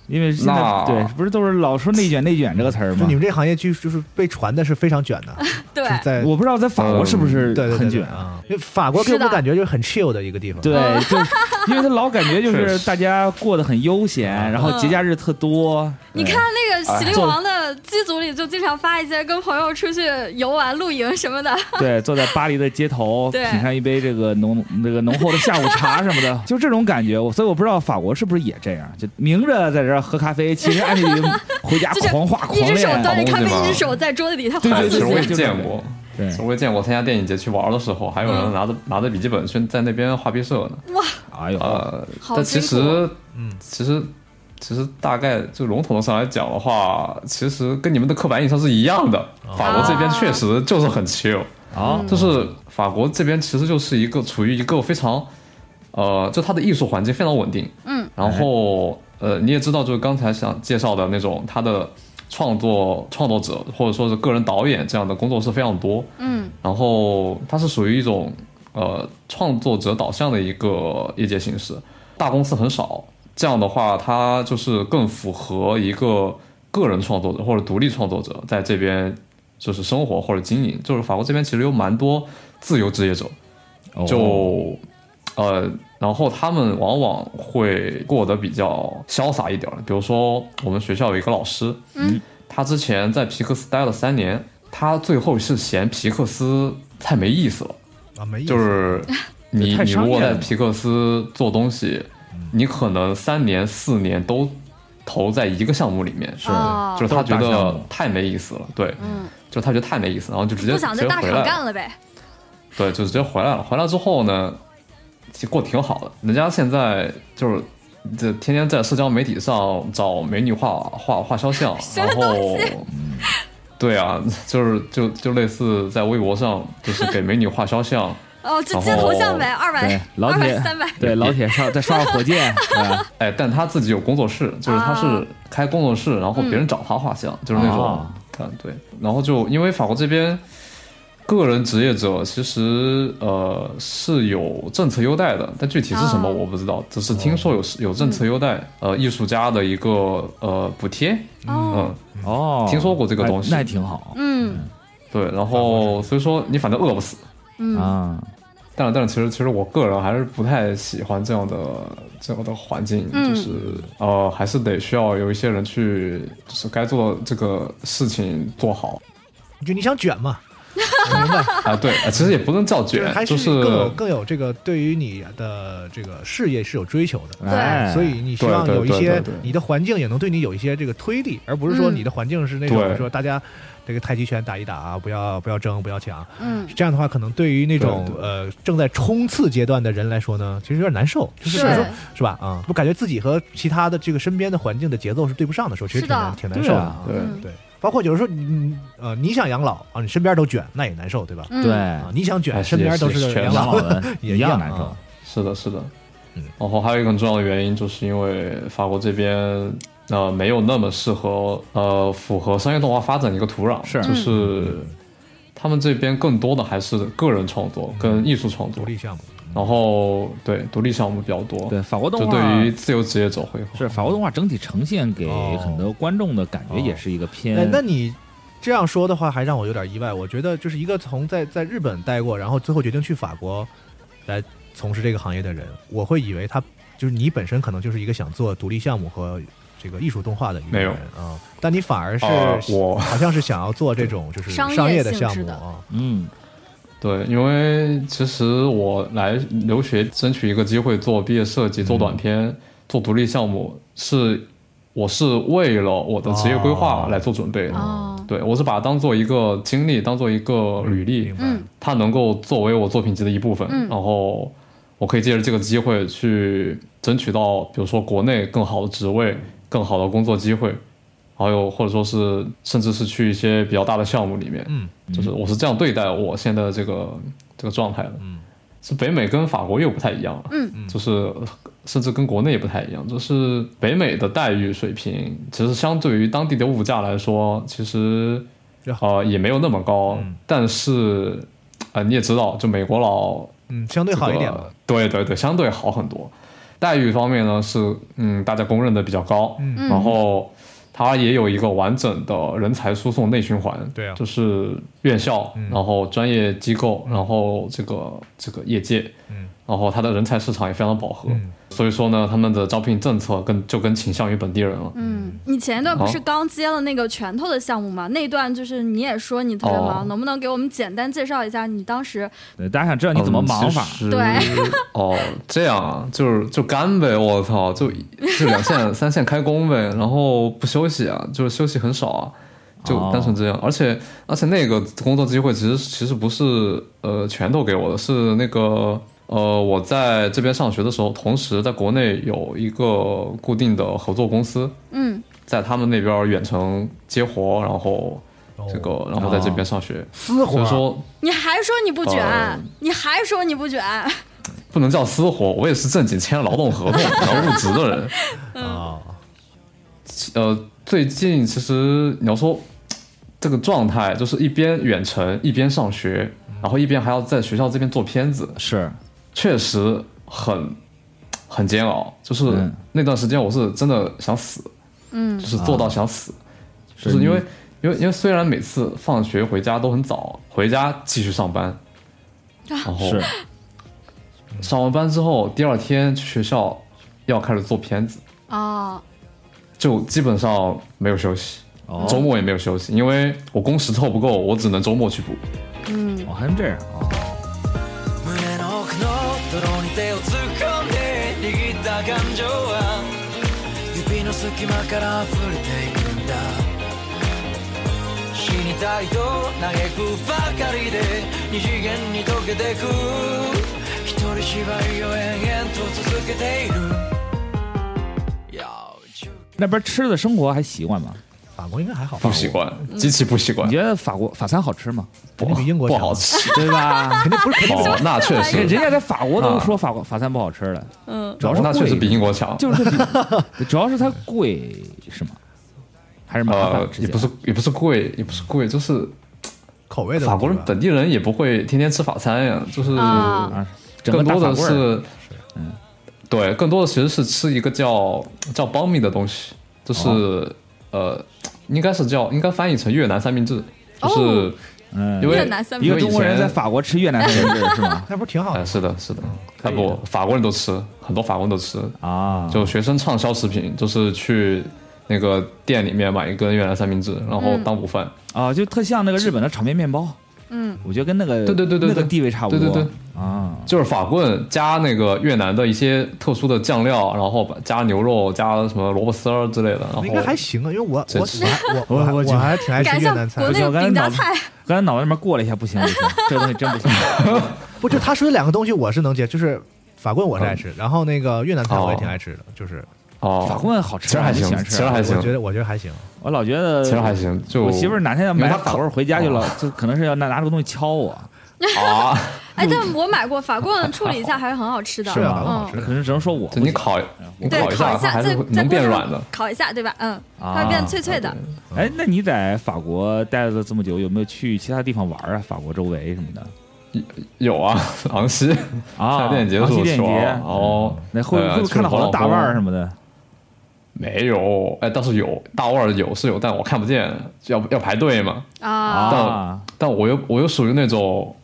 Speaker 5: 因为现在
Speaker 6: 那
Speaker 5: 对，不是都是老说内卷内卷这个词儿
Speaker 3: 就
Speaker 5: 吗
Speaker 3: 你？们这行业据就是被传的是非常卷的，
Speaker 4: 对
Speaker 3: 就，在
Speaker 5: 我不知道在法国是不是
Speaker 3: 对对对
Speaker 5: 很
Speaker 3: 对
Speaker 5: 卷啊？
Speaker 3: 啊。因为法国给我
Speaker 4: 是的
Speaker 3: 们感觉就是很 chill 的一个地方，
Speaker 5: 对，就是因为他老感觉就
Speaker 6: 确
Speaker 5: 是
Speaker 6: 实
Speaker 5: 大家过得很悠闲，然后节假日特多。
Speaker 4: 你
Speaker 5: 对
Speaker 4: 看那个喜力王
Speaker 6: 哎
Speaker 4: 的机组里就经常发一些跟朋友出去游玩、露营什么的，
Speaker 3: (laughs)
Speaker 5: 对，坐在巴黎的街头，
Speaker 4: 对
Speaker 5: 品上一杯这个浓这个浓厚的下午茶什
Speaker 3: (laughs)
Speaker 5: 么的，就这种感觉。我所以我不知道法国是不是也这样，就明着在这儿喝咖啡，其实暗地里回家
Speaker 4: 就是
Speaker 5: 狂化
Speaker 4: 一
Speaker 5: 狂啊
Speaker 4: 只手
Speaker 5: 练。
Speaker 4: 端着咖啡，
Speaker 6: 好东西
Speaker 4: 一
Speaker 6: 嘛
Speaker 4: 只手在桌子底下
Speaker 5: 对
Speaker 4: 划
Speaker 5: 对
Speaker 6: 其
Speaker 4: 自
Speaker 6: 实
Speaker 5: 对
Speaker 6: 我也
Speaker 4: 己。
Speaker 5: 对
Speaker 6: 见过，
Speaker 5: 对
Speaker 6: 其，实我也见过。参加电影节去玩的时候，还有
Speaker 4: 嗯
Speaker 6: 人拿着拿着笔记本去在那边画毕设呢。
Speaker 5: 哎
Speaker 4: 哦
Speaker 5: 呦，
Speaker 6: 呃，
Speaker 4: 好
Speaker 6: 但其
Speaker 4: 辛苦啊
Speaker 6: 实，其实。其实大概就笼统上来讲的话，其实跟你们的刻板印象是一样的。法国这边确实就是很 chill，、
Speaker 4: 嗯
Speaker 5: 啊，
Speaker 6: 就是法国这边其实就是一个处于一个非常，呃，就它的艺术环境非常稳定，
Speaker 4: 嗯，
Speaker 6: 然后呃，你也知道，就是刚才想介绍的那种他的创作创作者或者说是个人导演这样的工作室非常多，
Speaker 4: 嗯，
Speaker 6: 然后它是属于一种呃创作者导向的一个业界形式，大公司很少，这样的话，它就是更符合一个个人创作者或者独立创作者在这边就是生活或者经营。就是法国这边其实有蛮多自由职业者，
Speaker 5: 哦
Speaker 6: 就呃，然后他们往往会过得比较潇洒一点儿。比如说，我们学校有一个老师，
Speaker 4: 嗯，
Speaker 6: 他之前在皮克斯待了三年，他最后是嫌皮克斯太没意思了。
Speaker 3: 啊，没意思。
Speaker 6: 就是你
Speaker 5: 太
Speaker 6: 你
Speaker 5: 商
Speaker 6: 如果
Speaker 5: 业了
Speaker 6: 在皮克斯做东西，
Speaker 5: 嗯
Speaker 6: 你可能三年四年都投在一个项目里面，是
Speaker 4: 哦
Speaker 6: 就是他觉
Speaker 5: 都是大项
Speaker 6: 得
Speaker 5: 目
Speaker 6: 太没意思了，对，
Speaker 4: 嗯，
Speaker 6: 就他觉得太没意思，然后就直接
Speaker 4: 不
Speaker 6: 直
Speaker 4: 想
Speaker 6: 接
Speaker 4: 在大
Speaker 6: 回
Speaker 4: 厂
Speaker 6: 来了，
Speaker 4: 干了呗。
Speaker 6: 对，就直接回来了。回来之后呢，其实过得挺好的，人家现在就是。这天天在社交媒体上找美女画画画肖像，然后，对啊，就是就就类似在微博上，就是给美女画肖像，
Speaker 4: 哦，就接头像呗，二
Speaker 5: 对
Speaker 4: 百、
Speaker 5: 老
Speaker 4: 二百、
Speaker 5: 铁
Speaker 4: 三百，，
Speaker 5: 对老铁上再刷个火箭，啊
Speaker 6: 哎，但他自己有工作室，就是他是开工作室，然后别人找他画像，就是那种，
Speaker 5: 哦
Speaker 6: 嗯，对。然后就因为法国这边个人职业者其实呃是有政策优待的，但具体是什么
Speaker 4: 哦
Speaker 6: 我不知道，只是听说有有政策优待，呃，艺术家的一个呃补贴，
Speaker 4: 哦，
Speaker 6: 嗯，
Speaker 5: 哦，
Speaker 6: 听说过这个东西
Speaker 5: 那那还挺好
Speaker 4: 嗯
Speaker 6: 对。然后所以说你反正饿不死，
Speaker 4: 嗯，
Speaker 5: 啊。
Speaker 6: 但是但是其实其实我个人还是不太喜欢这样的这样的环境，
Speaker 4: 嗯
Speaker 6: 就是呃还是得需要有一些人去，就是该做这个事情做好
Speaker 3: 就你想卷嘛，我明白，
Speaker 6: 啊。对，呃其实也不能叫
Speaker 3: 就是
Speaker 6: 卷，
Speaker 3: 还
Speaker 6: 就是
Speaker 3: 更有更有这个对于你的这个事业是有追求的。
Speaker 5: 哎，
Speaker 3: 所以你希望有一
Speaker 6: 对对对
Speaker 3: 些
Speaker 6: 对对
Speaker 3: 你的环境也能对你有一些这个推力，而不是说
Speaker 4: 嗯
Speaker 3: 你的环境是那种
Speaker 6: 对
Speaker 3: 说大家这个太极拳打一打啊，不要不要争不要抢，
Speaker 4: 嗯，
Speaker 3: 这样的话可能对于那种
Speaker 6: 对对
Speaker 3: 呃正在冲刺阶段的人来说呢，其实有点难受，就是
Speaker 4: 是
Speaker 3: 比如说是吧啊，我感觉自己和其他的这个身边的环境的节奏是对不上的时候，其实
Speaker 4: 是
Speaker 3: 挺
Speaker 4: 的
Speaker 3: 难挺难
Speaker 5: 对
Speaker 3: 受的
Speaker 5: 啊
Speaker 3: 啊
Speaker 6: 对
Speaker 4: 嗯
Speaker 3: 对，包括有时候你你呃你想养老啊，你身边都卷，那也难受对吧？
Speaker 4: 嗯
Speaker 5: 对，
Speaker 3: 啊，你想卷，
Speaker 6: 哎
Speaker 3: 身边
Speaker 6: 是
Speaker 3: 都
Speaker 6: 也是全
Speaker 3: 养
Speaker 5: 养老
Speaker 3: 老的，
Speaker 5: 人
Speaker 3: (laughs) 也
Speaker 5: 一样
Speaker 3: 样
Speaker 5: 难受
Speaker 3: 啊。
Speaker 6: 是的，是的
Speaker 3: 嗯。
Speaker 6: 然后还有一个很重要的原因，就是因为法国这边呃没有那么适合呃符合商业动画发展的一个土壤，
Speaker 5: 是
Speaker 6: 就是他们这边更多的还是个人创作跟艺术创作
Speaker 3: 嗯独。立项目，
Speaker 6: 然后对独立项目比较多，
Speaker 5: 对法国动
Speaker 6: 就
Speaker 5: 画
Speaker 6: 对于自由职业者会
Speaker 5: 是法国动画整体呈现给
Speaker 3: 哦
Speaker 5: 很多观众的感觉也是一个偏，
Speaker 3: 哎，那你这样说的话，还让我有点意外。我觉得就是一个从在在日本待过，然后最后决定去法国来从事这个行业的人，我会以为他就是你本身可能就是一个想做独立项目和这个艺术动画的一个
Speaker 6: 没
Speaker 3: 人
Speaker 6: 有
Speaker 3: 啊、但你反而是、
Speaker 6: 呃我
Speaker 3: 好像是想要做这种就是
Speaker 4: 商业
Speaker 3: 商业的
Speaker 4: 性
Speaker 3: 项
Speaker 4: 质
Speaker 3: 目
Speaker 4: 的
Speaker 3: 啊。
Speaker 5: 嗯
Speaker 6: 对，因为其实我来留学争取一个机会做毕业设计、做短片、做独立项目，是我是为了我的职业规划来做准备的。
Speaker 4: 哦，
Speaker 6: 对，我是把它当做一个经历，当做一个履历
Speaker 3: 明，白。
Speaker 4: 嗯
Speaker 6: 它能够作为我作品集的一部分。
Speaker 4: 嗯
Speaker 6: 然后我可以借着这个机会去争取到，比如说国内更好的职位、更好的工作机会，还有或者说是甚至是去一些比较大的项目里面。
Speaker 3: 嗯，
Speaker 6: 就是我是这样对待我现在的这个这个状态的。
Speaker 3: 嗯，
Speaker 6: 是北美跟法国又不太一样了。
Speaker 4: 嗯，
Speaker 6: 就是甚至跟国内也不太一样，就是北美的待遇水平，其实相对于当地的物价来说，其实
Speaker 3: 要好
Speaker 6: 呃也没有那么高。
Speaker 3: 嗯
Speaker 6: 但是呃你也知道，就美国佬
Speaker 3: 嗯，相对
Speaker 6: 这个
Speaker 3: 好一点吧。
Speaker 6: 对对对，相对好很多。待遇方面呢，是嗯大家公认的比较高。
Speaker 3: 嗯
Speaker 4: 嗯
Speaker 6: 然后它也有一个完整的人才输送内循环，
Speaker 3: 对啊
Speaker 6: 就是院校，
Speaker 3: 嗯
Speaker 6: 然后专业机构，然后这个这个业界，
Speaker 3: 嗯，
Speaker 6: 然后它的人才市场也非常饱和，
Speaker 3: 嗯
Speaker 6: 所以说呢，他们的招聘政策更就更倾向于本地人了，
Speaker 4: 嗯，你前一段不是刚接了那个拳头的项目吗？那段就是你也说你特别忙，
Speaker 6: 哦
Speaker 4: 能不能给我们简单介绍一下你当时？
Speaker 5: 对大家想知道你怎么忙法
Speaker 6: 嗯？其实
Speaker 4: 对
Speaker 6: (laughs) 哦，这样啊，就是就干呗，我操，就就两线 (laughs) 三线开工呗，然后不休息啊，就是休息很少啊，就
Speaker 5: 哦
Speaker 6: 单纯这样。而且而且那个工作机会其实其实不是呃拳头给我的，是那个。呃，我在这边上学的时候，同时在国内有一个固定的合作公司，
Speaker 4: 嗯，
Speaker 6: 在他们那边远程接活，然后
Speaker 5: 哦
Speaker 6: 这个，然后在这边上学，
Speaker 3: 私
Speaker 6: 所
Speaker 3: 活
Speaker 6: 以
Speaker 3: 儿
Speaker 6: 说
Speaker 4: 你还说你不卷，
Speaker 6: 哦
Speaker 4: 你还说你不卷，
Speaker 6: 不能叫私活，我也是正经签了劳动合同 (laughs) 然后入职的人。
Speaker 3: 啊，
Speaker 6: 呃，最近其实你要说这个状态，就是一边远程，一边上学，
Speaker 5: 嗯
Speaker 6: 然后一边还要在学校这边做片子，
Speaker 5: 是
Speaker 6: 确实很很煎熬。就是
Speaker 5: 嗯
Speaker 6: 那段时间，我是真的想死，
Speaker 4: 嗯
Speaker 6: 就是做到想死，就是是因为
Speaker 5: 啊你
Speaker 6: 因为因为虽然每次放学回家都很早，回家继续上班，然后
Speaker 5: 是
Speaker 6: 上完班之后，第二天去学校要开始做片子，
Speaker 4: 哦，
Speaker 6: 就基本上没有休息，
Speaker 5: 哦
Speaker 6: 周末也没有休息，因为我工时凑不够，我只能周末去补。
Speaker 4: 嗯，
Speaker 5: 哦还能这样哦，
Speaker 8: 胸の奥の泥に手を突っ込んで握った感情は指の隙間から溢れていくんだ死にたいと嘆くばかりで二次元に溶けてく一人芝居を延々と続けている Yo,
Speaker 5: 那边吃的生活还习惯吗？
Speaker 3: 法国应该还好吧，
Speaker 6: 不习惯，极其不习
Speaker 5: 嗯
Speaker 6: 惯
Speaker 5: 你，觉得法国法餐好吃吗？
Speaker 6: 不
Speaker 3: 肯定比英国
Speaker 6: 不
Speaker 3: 强
Speaker 5: (laughs)
Speaker 6: 好吃。
Speaker 5: 对吧？
Speaker 3: 肯定不是肯定不
Speaker 6: 哦，那确
Speaker 5: 人
Speaker 6: 实，
Speaker 5: 家在法国都说法国法餐不好吃了，
Speaker 4: 嗯，
Speaker 5: 主要是
Speaker 6: 那确实
Speaker 5: 贵
Speaker 6: 比英国强。
Speaker 5: 就是比主要是它贵是吗？还是麻
Speaker 6: 呃
Speaker 5: 烦？，
Speaker 6: 也不是，也不是贵，也不是贵，就是
Speaker 3: 口味的问题吧
Speaker 6: 法国人本地人也不会天天吃法餐呀，就是
Speaker 4: 啊
Speaker 5: 啊，整个
Speaker 6: 更
Speaker 5: 大
Speaker 6: 多
Speaker 5: 法
Speaker 6: 的
Speaker 5: 棍儿
Speaker 6: 是，嗯对，更多的其实是吃一个叫叫邦米的东西，就是、
Speaker 5: 哦
Speaker 6: 呃，应该是叫应该翻译成越南三明治，就是、
Speaker 4: 哦
Speaker 5: 嗯
Speaker 6: 因为
Speaker 4: 越南三
Speaker 5: 一
Speaker 4: 明
Speaker 5: 个
Speaker 6: 因为以
Speaker 5: 中国人在
Speaker 6: 前
Speaker 5: 法国吃越南三明治是
Speaker 6: (laughs)
Speaker 5: 吗？
Speaker 3: 那不是挺好
Speaker 6: 哎、
Speaker 3: 的？
Speaker 6: 是的，是的，啊
Speaker 5: 以
Speaker 6: 不
Speaker 5: 的，
Speaker 6: 法国人都吃，很多法国人都吃，
Speaker 5: 啊，
Speaker 6: 就学生畅销食品，就是去那个店里面买一根越南三明治，然后当午饭。
Speaker 5: 啊，就特像那个日本的炒面面包，
Speaker 4: 嗯，
Speaker 5: 我觉得跟那个
Speaker 6: 对对对对
Speaker 5: 那个
Speaker 6: 对
Speaker 5: 地位差不多，
Speaker 6: 对对
Speaker 5: 啊，
Speaker 6: 就是法棍加那个越南的一些特殊的酱料，然后把加牛肉、加什么萝卜丝儿之类的，然后
Speaker 3: 应该还行啊，因为我
Speaker 6: 这
Speaker 3: 我
Speaker 6: 是
Speaker 3: 我还我我
Speaker 5: 我
Speaker 3: 我还挺爱
Speaker 4: 改
Speaker 3: 吃
Speaker 4: 一
Speaker 3: 越
Speaker 4: 下
Speaker 3: 南菜
Speaker 4: 国
Speaker 3: 的。
Speaker 4: 内饼夹菜，
Speaker 3: 嗯
Speaker 5: 刚才脑袋里面过了一下，不行不行，这个东西真不行，
Speaker 3: 不，就他说的两个东西我是能接，就是法棍我是爱吃，然后那个越南菜我也挺爱吃的，就是
Speaker 6: (laughs) 嗯哦，
Speaker 5: 法棍好吃，
Speaker 6: 其实还
Speaker 5: 你
Speaker 6: 行，
Speaker 5: 喜欢
Speaker 6: 其
Speaker 5: 吃
Speaker 6: 实
Speaker 5: 啊，
Speaker 6: 还行
Speaker 3: 我，觉得我觉得还行。
Speaker 5: 我老觉得
Speaker 6: 其实还。行，就
Speaker 5: 我媳妇儿哪天要
Speaker 6: 因为
Speaker 5: 买
Speaker 6: 她
Speaker 5: 个
Speaker 6: 法
Speaker 5: 口味回家去
Speaker 6: 哦
Speaker 5: 了，就可能是要拿拿这个东西敲我，
Speaker 6: 啊，
Speaker 4: 哎，但我买过法棍，处理一下还是很好吃的，
Speaker 3: 是啊，法棍
Speaker 4: 嗯
Speaker 3: 好吃
Speaker 5: 可
Speaker 3: 的。
Speaker 5: 能只能说我不
Speaker 6: 就你
Speaker 5: 行。
Speaker 6: 烤你
Speaker 4: 对，
Speaker 6: 烤一下，
Speaker 4: 一
Speaker 6: 它
Speaker 4: 下，
Speaker 6: 还
Speaker 4: 在
Speaker 6: 是会能变软的。，
Speaker 4: 烤一下对吧？嗯，
Speaker 5: 啊
Speaker 4: 它会变脆脆的。
Speaker 5: 哎，那你在法国待了这么久，有没有去其他地方玩啊？法国周围什么的？
Speaker 6: 有啊， (laughs) 昂西
Speaker 5: 啊，
Speaker 6: (laughs) 在电影节的时
Speaker 5: 昂
Speaker 6: 候
Speaker 5: 西电
Speaker 6: 去
Speaker 5: 影
Speaker 6: 玩，
Speaker 5: 节嗯
Speaker 6: 然，后
Speaker 5: 那会
Speaker 6: 对啊
Speaker 5: 会不会
Speaker 6: 去
Speaker 5: 看到好
Speaker 6: 黄
Speaker 5: 多
Speaker 6: 老
Speaker 5: 大腕儿
Speaker 6: 峰
Speaker 5: 什么的？
Speaker 6: 没有，哎，但是有大腕儿有是有，但我看不见，要要排队嘛。
Speaker 4: 啊，
Speaker 5: 啊，
Speaker 6: 但我又我又属于那种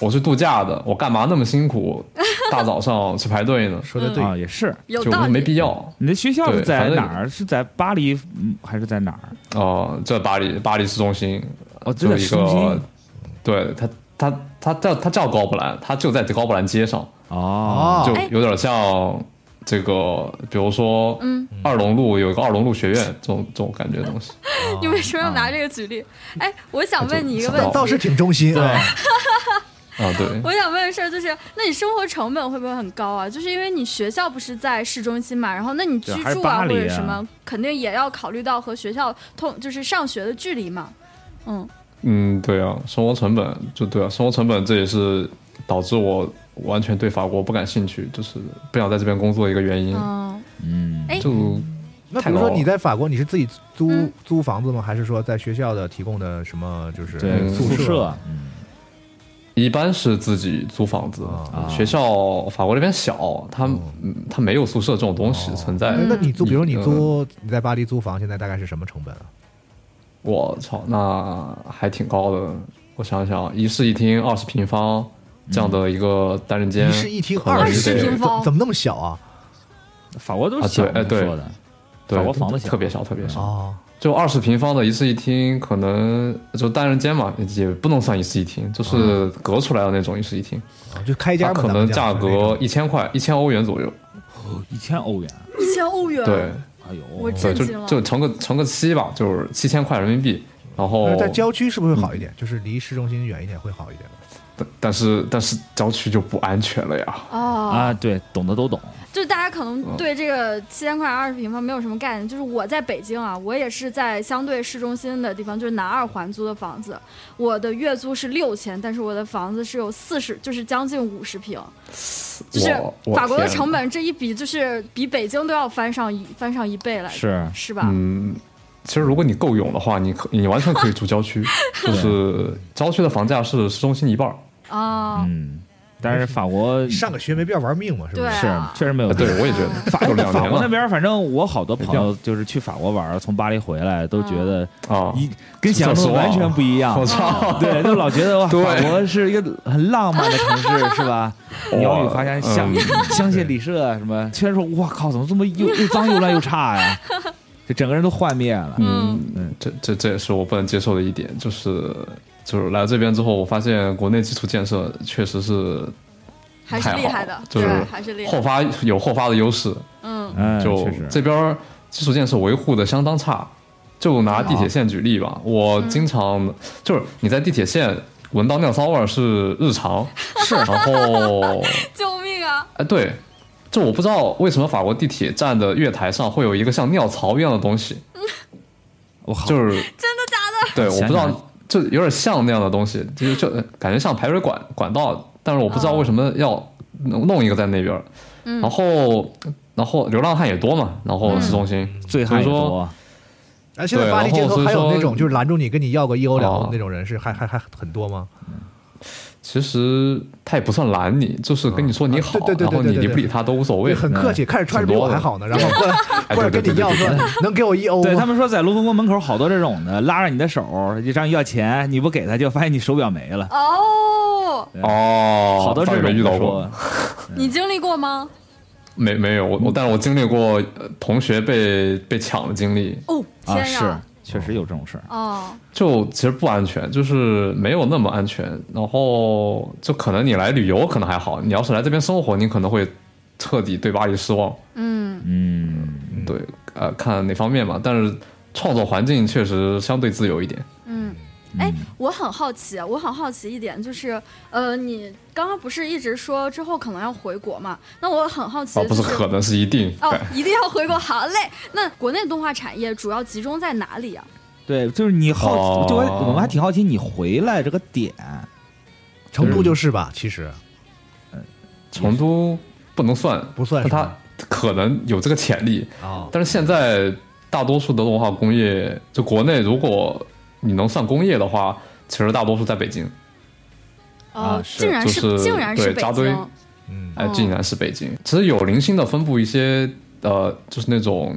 Speaker 6: 我是度假的，我干嘛那么辛苦，大早上去排
Speaker 4: (laughs)
Speaker 6: 队呢？
Speaker 3: 说的对，
Speaker 5: 啊，也是。
Speaker 4: 有
Speaker 6: 就
Speaker 4: 道
Speaker 6: 没
Speaker 4: 理。
Speaker 6: 必要。
Speaker 5: 你的学校是
Speaker 6: 对
Speaker 5: 在
Speaker 6: 反正
Speaker 5: 哪儿？是在巴黎，嗯，还是在哪儿？
Speaker 6: 哦、在巴黎，巴黎市中心，
Speaker 5: 哦，就
Speaker 6: 就
Speaker 5: 在
Speaker 6: 一
Speaker 5: 市中
Speaker 6: 个
Speaker 5: 心。，
Speaker 6: 对他，他他叫他叫高布兰，他就在高布兰街上，
Speaker 5: 哦，
Speaker 6: 就
Speaker 4: 哎
Speaker 6: 有点像这个，比如说，
Speaker 4: 嗯，
Speaker 6: 二龙路有一个二龙路学院这种这种感觉的东西。
Speaker 4: (laughs) 你为什么要拿这个举例？哎，我想问你一个问
Speaker 6: 啊就
Speaker 4: 题，
Speaker 3: 倒是挺忠心啊。
Speaker 6: 啊，对，
Speaker 4: 我想问的事儿就是，那你生活成本会不会很高啊？就是因为你学校不是在市中心嘛，然后那你居
Speaker 5: 对还是
Speaker 4: 住
Speaker 5: 巴
Speaker 4: 啊
Speaker 5: 黎
Speaker 4: 或者
Speaker 5: 啊
Speaker 4: 什么，肯定也要考虑到和学校通就是上学的距离嘛。嗯，
Speaker 6: 嗯，对啊，生活成本就对啊，生活成本这也是导致我完全对法国不感兴趣，就是不想在这边工作的一个原因。
Speaker 4: 嗯，
Speaker 5: 嗯，
Speaker 4: 哎
Speaker 6: 就
Speaker 3: 那比如说你在法国，你是自己租
Speaker 4: 嗯
Speaker 3: 租房子吗？还是说在学校的提供的什么就是
Speaker 5: 对，
Speaker 6: 哎宿
Speaker 5: 宿
Speaker 3: 舍？
Speaker 5: 舍，嗯
Speaker 6: 一般是自己租房子，
Speaker 3: 啊
Speaker 6: 学校法国这边小，它、嗯它没有宿舍这种东
Speaker 5: 哦
Speaker 6: 西存在。
Speaker 3: 哎那你租，比如你
Speaker 6: 嗯
Speaker 3: 租你在巴黎租房，现在大概是什么成本啊？
Speaker 6: 我操，那还挺高的。我想想，一室一厅二十平方这样的一个单人间，
Speaker 3: 一室一厅
Speaker 6: 可能
Speaker 3: 二十
Speaker 6: 得
Speaker 4: 平方
Speaker 3: 怎么那么小啊？
Speaker 5: 法国都是
Speaker 6: 啊
Speaker 5: 小
Speaker 6: 对哎
Speaker 5: 的
Speaker 6: 对
Speaker 5: 说的，
Speaker 6: 对
Speaker 5: 法国房子小
Speaker 6: 特别小，特别小。
Speaker 3: 哦，
Speaker 6: 就二十平方的一室一厅，可能就单人间嘛，也不能算一室一厅，就是隔出来的那种一室一厅，
Speaker 3: 啊就开间
Speaker 6: 它
Speaker 3: 嘛，
Speaker 6: 可
Speaker 3: 咱们
Speaker 6: 能价
Speaker 3: 讲的那
Speaker 6: 格
Speaker 3: 种
Speaker 6: 一千块，一千欧元左右。
Speaker 5: 哦一千欧元，
Speaker 4: 一千欧元，
Speaker 6: 对，
Speaker 5: 哎呦，
Speaker 4: 我
Speaker 6: 对，
Speaker 4: 震
Speaker 6: 就
Speaker 4: 惊了。
Speaker 6: 就乘个乘个七吧，就是七千块人民币。然后嗯
Speaker 3: 那在郊区是不是会好一点？就是离市中心远一点会好一点吗。
Speaker 6: 但但是但是郊区就不安全了呀。
Speaker 4: 哦，
Speaker 5: 啊，嗯对，懂的都懂，
Speaker 4: 就大家可能对这个七千块二十平方没有什么概念。就是我在北京啊，我也是在相对市中心的地方，就是南二环租的房子，我的月租是六千，但是我的房子是有四十，就是将近五十平。就是
Speaker 6: 我我
Speaker 4: 法国的
Speaker 6: 天
Speaker 4: 成本这一比，就是比北京都要翻上一翻上一倍来，
Speaker 5: 是
Speaker 4: 是吧？
Speaker 6: 嗯，其实如果你够勇的话，你可你完全可以住郊区，就是郊区的房价是市中心一半儿。
Speaker 4: 啊，
Speaker 5: 嗯，但是法国
Speaker 3: 上个学没必要玩命嘛，是不
Speaker 4: 对
Speaker 3: 是？
Speaker 5: 是
Speaker 4: 啊
Speaker 5: 确实没有
Speaker 6: 对，啊我也觉
Speaker 5: 嗯法
Speaker 6: 得，
Speaker 5: 国
Speaker 6: 就两
Speaker 5: 法
Speaker 6: 年
Speaker 5: 国那
Speaker 6: 了
Speaker 5: 边儿，反正我好多朋友就是去法国玩儿，从巴黎回来都觉得
Speaker 6: 啊，
Speaker 5: 一跟想象中完全不一样
Speaker 6: (laughs) 我。操！
Speaker 5: (laughs) 对，就老觉得哇，
Speaker 6: (laughs) 对
Speaker 5: 法国是一个很浪漫的城市，是吧？鸟语花
Speaker 6: 嗯
Speaker 5: 香，香香榭丽舍啊什么，虽然说哇靠，怎么这么又又脏又乱又差呀？就整个人都幻灭了。
Speaker 6: 嗯，这这这也是我不能接受的一点，就是就是来这边之后，我发现国内基础建设确实是
Speaker 4: 还是
Speaker 6: 太好
Speaker 4: 厉害的
Speaker 6: 了，就是
Speaker 4: 对，还是厉害
Speaker 6: 后。发有后发的优势，
Speaker 4: 嗯
Speaker 5: 嗯，
Speaker 6: 就
Speaker 5: 确实
Speaker 6: 这边儿基础建设维护的相当差。就拿地铁线举例吧，我
Speaker 4: 嗯
Speaker 6: 经常就是你在地铁线闻到尿骚味儿是
Speaker 4: (laughs)
Speaker 6: 日常，是，然后
Speaker 4: 救命啊！
Speaker 6: 哎，对，就我不知道为什么法国地铁站的月台上会有一个像尿槽一样的东西，
Speaker 5: 我好
Speaker 6: 就是
Speaker 4: 真的假的？
Speaker 6: (laughs) 对，我不知
Speaker 5: 想
Speaker 6: 道
Speaker 5: 想，
Speaker 6: 就有点像那样的东西，就就感觉像排水管管道，但是我不知道为什么要弄弄一个在那边儿。然后，然后流浪汉也多嘛，然后市中心，
Speaker 5: 醉
Speaker 6: 所
Speaker 5: 汉
Speaker 6: 以
Speaker 5: 也
Speaker 6: 说
Speaker 5: 多，
Speaker 3: 哎，现在巴黎街头还有那种就是拦住你跟你要个一欧两欧
Speaker 6: 哦
Speaker 3: 那种人是还还还很多吗？
Speaker 6: 其实他也不算拦你，就是跟你说你好
Speaker 3: 啊，对对对
Speaker 6: 然后
Speaker 3: 对
Speaker 6: 你
Speaker 3: 对
Speaker 6: 理不
Speaker 3: 对
Speaker 6: 理他都无所
Speaker 3: 对，。
Speaker 6: 谓
Speaker 3: 很客气，看着穿着比我还好呢，然后过来
Speaker 6: (laughs) 哎
Speaker 3: 过来
Speaker 6: 对
Speaker 3: 跟
Speaker 6: 对对
Speaker 3: 你要
Speaker 6: 对对
Speaker 3: 说
Speaker 6: 对
Speaker 3: (laughs) 能给我一欧
Speaker 5: 对他
Speaker 3: 吗？
Speaker 5: 们说，在卢浮宫门口好多这种的，拉着你的手，就让你要钱，你不给他，就发现你手表没了。
Speaker 4: 哦，
Speaker 6: 哦，
Speaker 5: 好多
Speaker 6: 倒
Speaker 5: 这
Speaker 6: 也
Speaker 5: 种
Speaker 6: 没遇
Speaker 5: 的
Speaker 6: 到过
Speaker 5: 说，，
Speaker 6: 嗯
Speaker 4: 你经历过吗？
Speaker 6: 没没有我
Speaker 3: 嗯
Speaker 6: 我，但是我经历过呃同学被被抢的经历，
Speaker 4: 哦，
Speaker 5: 啊，
Speaker 4: 天
Speaker 5: 是
Speaker 4: 呀！
Speaker 5: 确实有这种事儿。
Speaker 4: 哦，
Speaker 6: 就其实不安全，就是没有那么安全。然后就可能你来旅游可能还好，你要是来这边生活，你可能会彻底对巴黎失望。
Speaker 4: 嗯，
Speaker 5: 嗯，
Speaker 6: 对，呃，看哪方面嘛。但是创作环境确实相对自由一点。嗯
Speaker 4: 哎，我很好奇，啊我很好奇一点就是，呃，你刚刚不是一直说之后可能要回国嘛？那我很好奇
Speaker 6: 啊，，不
Speaker 4: 就是
Speaker 6: 可能是一定。
Speaker 4: 哦，一定要回国，好嘞。那国内动画产业主要集中在哪里啊？
Speaker 5: 对，就是你好，
Speaker 6: 哦
Speaker 5: 就我我们还挺好奇你回来这个点，
Speaker 3: 成
Speaker 6: 嗯
Speaker 3: 都就是吧，其实
Speaker 6: 成都不能算，
Speaker 3: 不算
Speaker 6: 但
Speaker 3: 是
Speaker 6: 它
Speaker 3: 吧
Speaker 6: 可能有这个潜力。
Speaker 3: 啊，
Speaker 6: 但是现在大多数的动画工业，就国内如果你能算工业的话，其实大多数在北京。
Speaker 4: 哦
Speaker 5: 啊，是
Speaker 4: 竟然
Speaker 6: 就是
Speaker 4: 竟然是
Speaker 6: 对
Speaker 4: 北
Speaker 6: 扎堆
Speaker 4: 京，
Speaker 6: 哎
Speaker 4: 哦，
Speaker 6: 竟然是北京。其实有零星的分布一些，呃，就是那种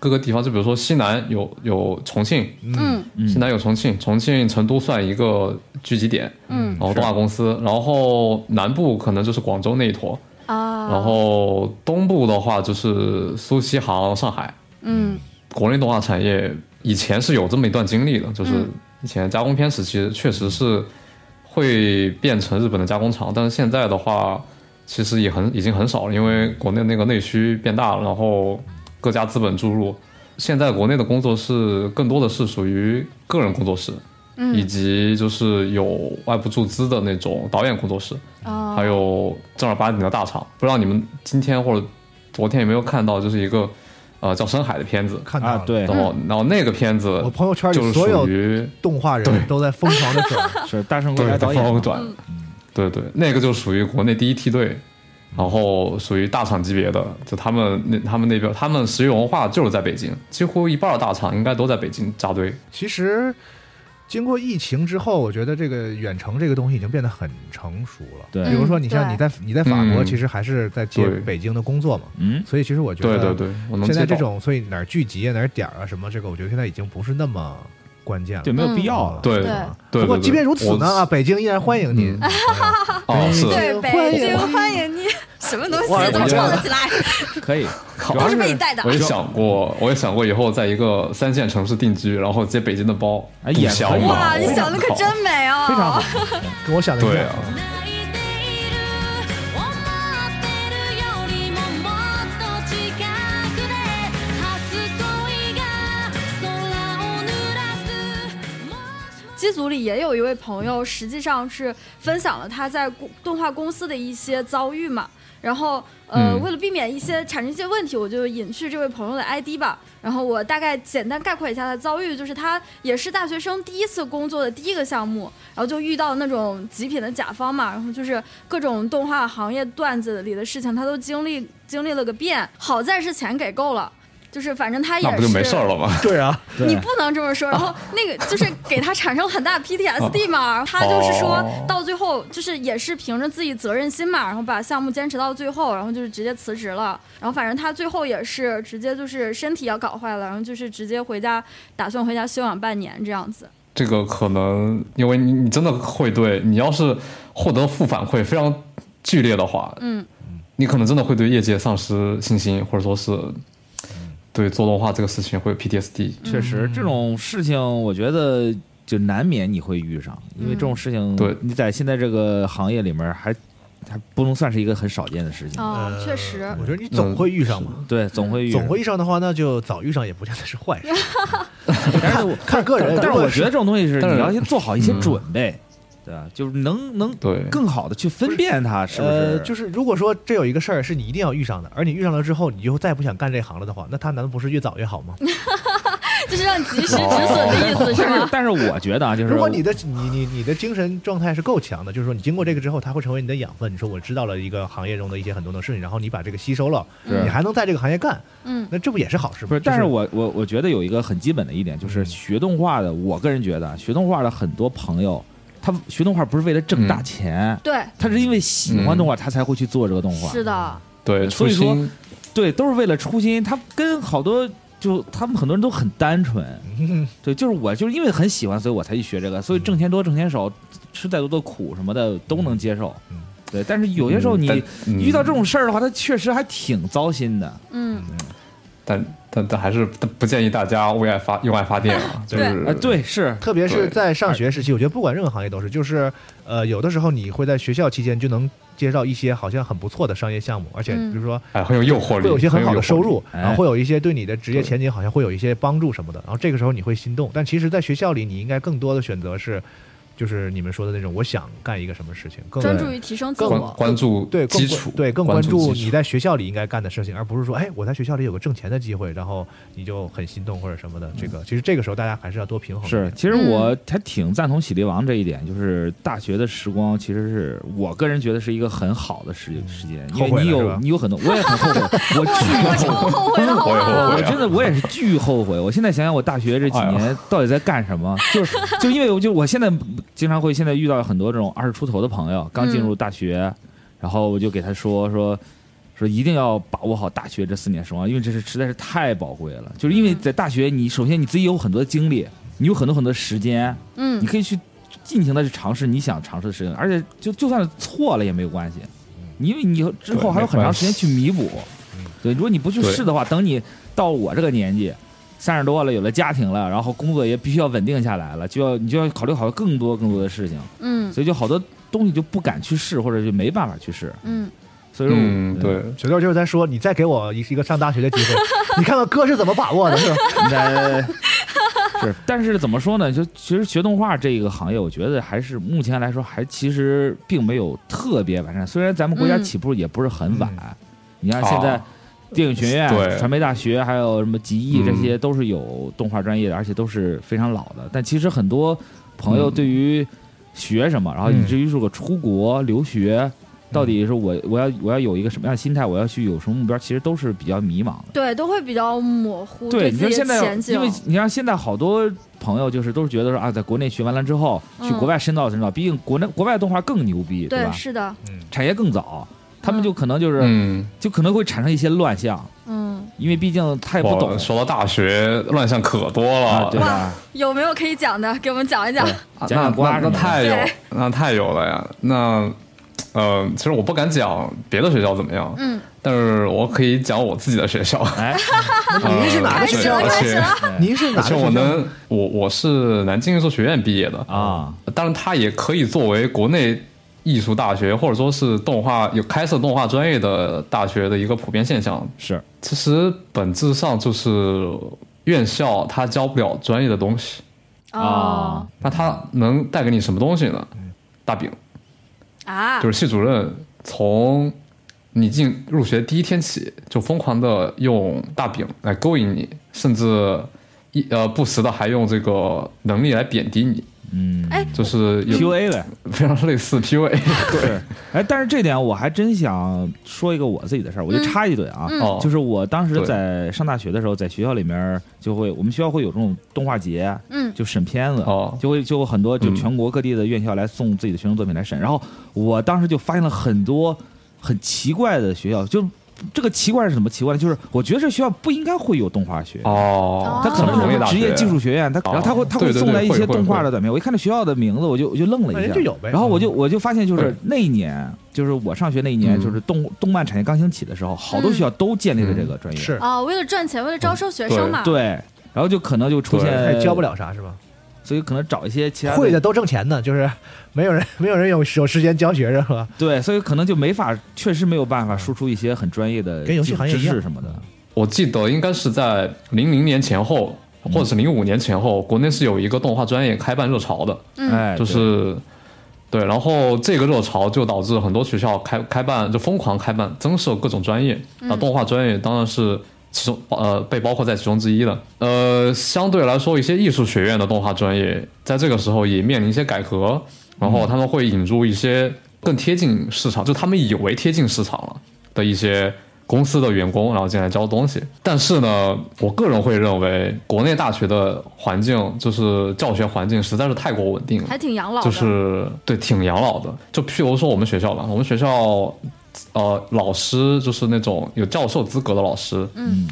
Speaker 6: 各个地方，就比如说西南有有重庆，
Speaker 4: 嗯
Speaker 6: 西南有重庆，重庆、成都算一个聚集点，
Speaker 4: 嗯，
Speaker 6: 然后东亚公司，然后南部可能就是广州那一坨，
Speaker 4: 啊，
Speaker 6: 然后东部的话就是苏锡杭、上海。
Speaker 4: 嗯
Speaker 6: 国内动画产业以前是有这么一段经历的，就是
Speaker 4: 嗯
Speaker 6: 以前加工片时期确实是会变成日本的加工厂，但是现在的话，其实也很已经很少了，因为国内那个内需变大了，然后各家资本注入，现在国内的工作室更多的是属于个人工作室，以
Speaker 4: 嗯
Speaker 6: 及就是有外部注资的那种导演工作室，
Speaker 4: 啊，
Speaker 6: 还有正儿八经的大厂。不知道你们今天或者昨天有没有看到，就是一个呃叫深海的片子，
Speaker 3: 看到
Speaker 5: 啊
Speaker 3: 了，，
Speaker 5: 对
Speaker 6: 然，后然后那个片子
Speaker 3: 我朋友圈
Speaker 6: 就
Speaker 3: 里
Speaker 6: 是
Speaker 3: 所有
Speaker 6: 属于
Speaker 3: 动画人都在疯狂的
Speaker 6: (laughs)
Speaker 3: 转，
Speaker 5: 是嗯大圣归来
Speaker 6: 对
Speaker 5: 导
Speaker 6: 大
Speaker 5: 演嘛
Speaker 6: 风转，对对，那个就属于国内第一梯队，然后属于大厂级别的，就他们那他们那边他们石油文化就是在北京，几乎一半的大厂应该都在北京扎堆。
Speaker 3: 其实。经过疫情之后，我觉得这个远程这个东西已经变得很成熟了。
Speaker 5: 对
Speaker 3: 比如说你像
Speaker 4: 嗯
Speaker 3: 你在你在法国，
Speaker 6: 嗯
Speaker 3: 其实还是在接
Speaker 6: 对
Speaker 3: 北京的工作嘛，
Speaker 5: 嗯，
Speaker 3: 所以其实我觉
Speaker 6: 对
Speaker 3: 得
Speaker 6: 对对，我能
Speaker 3: 现
Speaker 6: 接
Speaker 3: 在这
Speaker 6: 到。
Speaker 3: 种，所以哪儿聚集啊，哪儿点儿啊，什么这个，我觉得现在已经不是那么关键了。啊
Speaker 5: 就没有必要了。
Speaker 6: 对
Speaker 4: 对
Speaker 6: 对，
Speaker 3: 不过
Speaker 6: 对
Speaker 3: 即便如此呢，啊，，北京依然欢迎您。 (laughs)
Speaker 6: 嗯
Speaker 3: 哎呀
Speaker 6: 我哦是，
Speaker 4: 对，
Speaker 3: 欢
Speaker 4: 北
Speaker 3: 迎
Speaker 4: 京欢迎你，什么东
Speaker 6: 哇
Speaker 4: 西怎么唱得起来？
Speaker 5: 可以，
Speaker 6: 靠
Speaker 4: 都是被你带的啊
Speaker 6: 我。也想过，我也想过以后在一个三线城市定居，然后接北京的包，
Speaker 5: 哎
Speaker 6: 不
Speaker 5: 也
Speaker 6: 小
Speaker 5: 可以
Speaker 6: 嘛
Speaker 4: 哇，你
Speaker 6: 我
Speaker 4: 想的可
Speaker 6: 靠
Speaker 4: 真美哦！
Speaker 5: 非常好。
Speaker 4: (laughs)
Speaker 3: 跟我想的一
Speaker 6: 对
Speaker 3: 样
Speaker 6: 啊。，
Speaker 2: 泣いている思ってるよりももっと近くで初恋が空を濡らすもしも
Speaker 4: 机组里也有一位朋友，实际上是分享了他在公动画公司的一些遭遇嘛。然后，呃，
Speaker 6: 嗯
Speaker 4: 为了避免一些产生一些问题，我就隐去这位朋友的 ID 吧。然后我大概简单概括一下他的遭遇，就是他也是大学生第一次工作的第一个项目，然后就遇到那种极品的甲方嘛，然后就是各种动画行业段子里的事情，他都经历经历了个遍。好在是钱给够了，就是反正他也
Speaker 6: 那
Speaker 4: 是
Speaker 6: 不就没事儿了吗？
Speaker 3: 对啊，
Speaker 4: 你
Speaker 5: (laughs) 对
Speaker 4: 不能这么
Speaker 6: (laughs)
Speaker 4: 说。然后那个就是给他产生了很大的 PTSD 嘛，他就是说
Speaker 6: 哦
Speaker 4: 到最后就是也是凭着自己责任心嘛，然后把项目坚持到最后，然后就是直接辞职了。然后反正他最后也是直接就是身体要搞坏了，然后就是直接回家，打算回家休养半年这样子。
Speaker 6: 这个可能因为你你真的会对你要是获得负反馈非常剧烈的话，
Speaker 4: 嗯，
Speaker 6: 你可能真的会对业界丧失信心，或者说是对做动画这个事情会有 PTSD。
Speaker 4: 嗯
Speaker 5: 确实，这种事情我觉得就难免你会遇上，因为这种事情，
Speaker 6: 对
Speaker 5: 你在现在这个行业里面还还不能算是一个很少见的事情，
Speaker 4: 哦，
Speaker 3: 呃
Speaker 4: 确实，
Speaker 3: 我觉得你
Speaker 5: 嗯
Speaker 3: 总会遇上嘛，
Speaker 5: 对，总会遇，
Speaker 3: 总会。遇上的话，那就早遇上也不见得是
Speaker 5: (laughs)
Speaker 3: 坏事。
Speaker 5: 但 (laughs) 是我，
Speaker 3: 看个人，
Speaker 5: 但是
Speaker 3: 如果
Speaker 5: 我觉得这种东西是
Speaker 6: 但是
Speaker 5: 你要先做好一些
Speaker 6: 嗯
Speaker 5: 准备，对吧？就是能能
Speaker 6: 对
Speaker 5: 更好的去分辨它是不
Speaker 3: 呃，
Speaker 5: 是，
Speaker 3: 就是如果说这有一个事儿是你一定要遇上的，而你遇上了之后，你就再也不想干这行了的话，那他难道不是越早越好吗？
Speaker 4: 就是让你及时止损的意思是
Speaker 5: 但是
Speaker 4: 吗？
Speaker 5: 但是我觉得啊，就是
Speaker 3: 如果你的你你你的精神状态是够强的，就是说你经过这个之后，它会成为你的养分。你说我知道了一个行业中的一些很多的事情，然后你把这个吸收了，
Speaker 5: 是
Speaker 3: 你还能在这个行业干，
Speaker 4: 嗯
Speaker 3: 那这不也是好事吗？
Speaker 5: 不是，
Speaker 3: 就
Speaker 5: 但是我我我觉得有一个很基本的一点，就是学动画的，我个人觉得啊学动画的很多朋友，他学动画不是为了挣大
Speaker 6: 嗯
Speaker 5: 钱，
Speaker 4: 对，
Speaker 5: 他是因为喜欢动画，他才会去做这个动画。
Speaker 4: 嗯是的，
Speaker 6: 对，
Speaker 5: 所
Speaker 6: 初
Speaker 5: 以说
Speaker 6: 心
Speaker 5: 对，都是为了初心。他跟好多就他们很多人都很单纯，
Speaker 3: 嗯
Speaker 5: 对，就是我就是因为很喜欢，所以我才去学这个，所以挣钱多挣钱少，吃再多的苦什么的都能接受
Speaker 3: 嗯。
Speaker 5: 对，但是有些时候
Speaker 6: 嗯
Speaker 5: 你
Speaker 6: 但嗯
Speaker 5: 遇到这种事儿的话，他确实还挺糟心的。
Speaker 4: 嗯，
Speaker 6: 但但但还是不建议大家为爱发用爱发电
Speaker 4: (laughs)
Speaker 6: 啊，就
Speaker 4: 对
Speaker 6: 是
Speaker 5: 啊，对，是
Speaker 3: (laughs) 特别是
Speaker 6: 对
Speaker 3: 在上学时期，我觉得不管任何行业都是，就是呃，有的时候你会在学校期间就能接到一些好像很不错的商业项目，而且
Speaker 4: 嗯
Speaker 3: 比如说
Speaker 6: 哎，很有诱惑力，
Speaker 3: 会有一些很好
Speaker 6: 诱
Speaker 3: 的
Speaker 6: 惑
Speaker 3: 收
Speaker 6: 力
Speaker 3: 入，
Speaker 5: 哎
Speaker 3: 然后会有一些对你的职业
Speaker 6: 对
Speaker 3: 前景好像会有一些帮助什么的，然后这个时候你会心动。但其实，在学校里，你应该更多的选择是，就是你们说的那种，我想干一个什么事情，更
Speaker 4: 专注于提升自
Speaker 3: 更
Speaker 6: 关
Speaker 4: 我。
Speaker 6: 关注
Speaker 3: 对更
Speaker 6: 基
Speaker 3: 关
Speaker 6: 础，
Speaker 3: 对更
Speaker 6: 关
Speaker 3: 关注
Speaker 6: 基础
Speaker 3: 你在学校里应该干的事情，而不是说，哎，我在学校里有个挣钱的机会，然后你就很心动或者什么的。这个其实这个时候大家还是要多平衡一点。
Speaker 5: 是，其实我还挺赞同喜力王这一点，就是大学的时光，其实是我个人觉得是一个很好的时时间，因
Speaker 3: 后悔
Speaker 5: 为你
Speaker 3: 了是吧
Speaker 5: 有你有很多，我也很后悔，我
Speaker 4: 哇 (laughs) 塞，我
Speaker 5: 巨
Speaker 4: 超后
Speaker 5: 后悔。
Speaker 4: 悔的好
Speaker 6: (laughs) 我也
Speaker 4: 吗？
Speaker 6: 后
Speaker 5: 我
Speaker 6: 悔啊
Speaker 5: 真的，我也是巨后悔。我现在想想，我大学这几
Speaker 6: 哎
Speaker 5: 年到底在干什么？就是就因为我就我现在经常会现在遇到很多这种二十出头的朋友，刚进入大学，然后我就给他说说说一定要把握好大学这四年时光，因为这是实在是太宝贵了。就是因为在大学，你首先你自己有很多精力，你有很多很多时间，
Speaker 4: 嗯
Speaker 5: 你，可以去尽情的去尝试你想尝试的事情，而且就就算错了也没有关系，因为你之后还有很长时间去弥补。对，如果你不去
Speaker 6: 嗯对
Speaker 5: 试的话，等你到我这个年纪，三十多了，有了家庭了，然后工作也必须要稳定下来了，就要你就要考虑好更多更多的事情，
Speaker 4: 嗯
Speaker 5: 所以就好多东西就不敢去试，或者就没办法去试。
Speaker 4: 嗯，
Speaker 5: 所以说我，
Speaker 6: 嗯，对，
Speaker 3: 九六就是在说，你再给我一一个上大学
Speaker 4: (laughs)
Speaker 3: 的机会，你看看哥是怎么把握的，是吧？
Speaker 5: 那是，但是怎么说呢？就其实学动画这个行业，我觉得还是目前来说，还其实并没有特别完善。虽然咱们国家
Speaker 4: 嗯
Speaker 5: 起步也不是很晚，你看
Speaker 6: 啊
Speaker 5: 现在电影学院、
Speaker 6: 对
Speaker 5: 传媒大学，还有什么吉艺，
Speaker 6: 嗯
Speaker 5: 这些都是有动画专业的，而且都是非常老的。但其实很多朋友
Speaker 6: 嗯
Speaker 5: 对于学什么，然后以
Speaker 3: 嗯
Speaker 5: 至于说我出国留学。到
Speaker 6: 嗯
Speaker 5: 底是我我要我要有一个什么样的心态，我要去有什么目标，其实都是比较迷茫的。
Speaker 4: 对，都会比较模糊
Speaker 5: 对，你
Speaker 4: 自
Speaker 5: 说
Speaker 4: 己
Speaker 5: 现
Speaker 4: 的
Speaker 5: 在
Speaker 4: 前，景
Speaker 5: 因为，你看现在好多朋友就是都是觉得说啊，在国内学完了之后，去
Speaker 4: 嗯
Speaker 5: 国外深造深造，毕竟国内国外动画更牛逼，对
Speaker 4: 对，
Speaker 5: 吧？
Speaker 4: 是的，
Speaker 5: 产业更早，他
Speaker 4: 嗯
Speaker 5: 们就可能就是
Speaker 6: 嗯，
Speaker 5: 就可能会产生一些乱象，
Speaker 4: 嗯，
Speaker 5: 因为毕竟他也不懂
Speaker 6: 哇，说到大学乱象可多了，
Speaker 5: 啊，对吧
Speaker 4: 哇？有没有可以讲的？给我们讲一讲
Speaker 5: 对。
Speaker 6: 啊
Speaker 5: 讲讲瓜
Speaker 6: 那
Speaker 5: 什
Speaker 6: 那
Speaker 5: 么的
Speaker 6: 太有
Speaker 4: 对，
Speaker 6: 那太有了呀。那呃，其实我不敢讲别的学校怎么样，
Speaker 4: 嗯，
Speaker 6: 但是我可以讲我自己的学校。啊
Speaker 5: 哎，
Speaker 3: 您啊是哪
Speaker 4: 开
Speaker 3: 个
Speaker 4: 始
Speaker 3: 学
Speaker 4: 了，
Speaker 3: 校？
Speaker 6: 而
Speaker 4: 开
Speaker 6: 且
Speaker 4: 始了。
Speaker 3: 您是哪
Speaker 6: 而 (laughs)
Speaker 3: 个
Speaker 6: 且
Speaker 3: 学校？
Speaker 6: 我能，我我是南京艺术学院毕业的
Speaker 5: 啊，
Speaker 6: 当然它也可以作为国内艺术大学或者说是动画有开设动画专业的大学的一个普遍现象。
Speaker 5: 是
Speaker 4: 哦
Speaker 6: 其实本质上就是院校它教不了专业的东西，
Speaker 5: 啊
Speaker 4: 哦，
Speaker 6: 那它能带给你什么东西呢？大饼。
Speaker 4: 啊，
Speaker 6: 就是系主任从你进入学第一天起，就疯狂的用大饼来勾引你，甚至一呃不时的还用这个能力来贬低你，
Speaker 5: 嗯
Speaker 4: 哎，
Speaker 6: 就是有
Speaker 4: (laughs)
Speaker 5: ，PUA 呗。
Speaker 6: 非常类似 PUA。
Speaker 5: 是，哎，但是这点我还真想说一个我自己的事儿，我就插一嘴啊，
Speaker 4: 嗯
Speaker 6: 哦，
Speaker 5: 就是我当时
Speaker 6: 对
Speaker 5: 在上大学的时候，在学校里面就会，我们学校会有这种动画节，
Speaker 4: 嗯
Speaker 5: 就审片子，
Speaker 6: 哦
Speaker 5: 就会就有很多就
Speaker 6: 嗯
Speaker 5: 全国各地的院校来送自己的学生作品来审。然后我当时就发现了很多很奇怪的学校，就这个奇怪是什么奇怪呢？就是我觉得这学校不应该会有动画学。
Speaker 6: 哦，
Speaker 5: 他可能是
Speaker 6: 什么
Speaker 5: 什么职业技术
Speaker 6: 学
Speaker 5: 学
Speaker 6: 哦
Speaker 5: 院，他然后他会他会
Speaker 6: 对对对
Speaker 5: 送来一
Speaker 6: 会
Speaker 5: 些
Speaker 6: 会
Speaker 5: 动画
Speaker 6: 会嗯
Speaker 5: 的短片。我一看这学校的名字，我就我就愣了
Speaker 3: 那
Speaker 5: 一
Speaker 3: 人啊
Speaker 5: 下
Speaker 3: 就。有呗。
Speaker 5: 然后我就我就发现，就是
Speaker 6: 对
Speaker 5: 那一年，就是我上学那一年，
Speaker 6: 嗯嗯
Speaker 5: 就是动动漫产业刚兴起的时候，好多学校都建立了这个专
Speaker 3: 嗯
Speaker 5: 业。
Speaker 3: 是，
Speaker 4: 啊，为了赚钱，为了招收学生嘛。
Speaker 5: 对，然后就可能就出
Speaker 3: 他
Speaker 5: 现
Speaker 3: 也教不，了啥是吧？
Speaker 5: 所以可能找一些其他
Speaker 3: 会的都挣钱呢，就是没有人没有人有有时间教学是吧？
Speaker 5: 对，所以可能就没法，确实没有办法输出一些很专业的
Speaker 3: 跟游戏
Speaker 5: 技术
Speaker 3: 行业
Speaker 5: 知
Speaker 3: 一样
Speaker 5: 识什么的。
Speaker 6: 我记得应该是在零零年前后，或者是零五年前后，国内是有一个动画专业开办热潮的，
Speaker 4: 嗯
Speaker 5: 哎，
Speaker 6: 就是对，然后这个热潮就导致很多学校开开办就疯狂开办增设各种专业，那动画专业当然是其中呃被包括在其中之一的。呃，相对来说，一些艺术学院的动画专业在这个时候也面临一些改革，然后他们会引入一些更贴近市场，就他们以为贴近市场了的一些。公司的员工，然后进来教东西。但是呢，我个人会认为，国内大学的环境就是教学环境实在是太过稳定了，
Speaker 4: 还挺养老的。
Speaker 6: 就是对，挺养老的。就譬如说我们学校吧，我们学校，呃，老师就是那种有教授资格的老师，
Speaker 4: 嗯，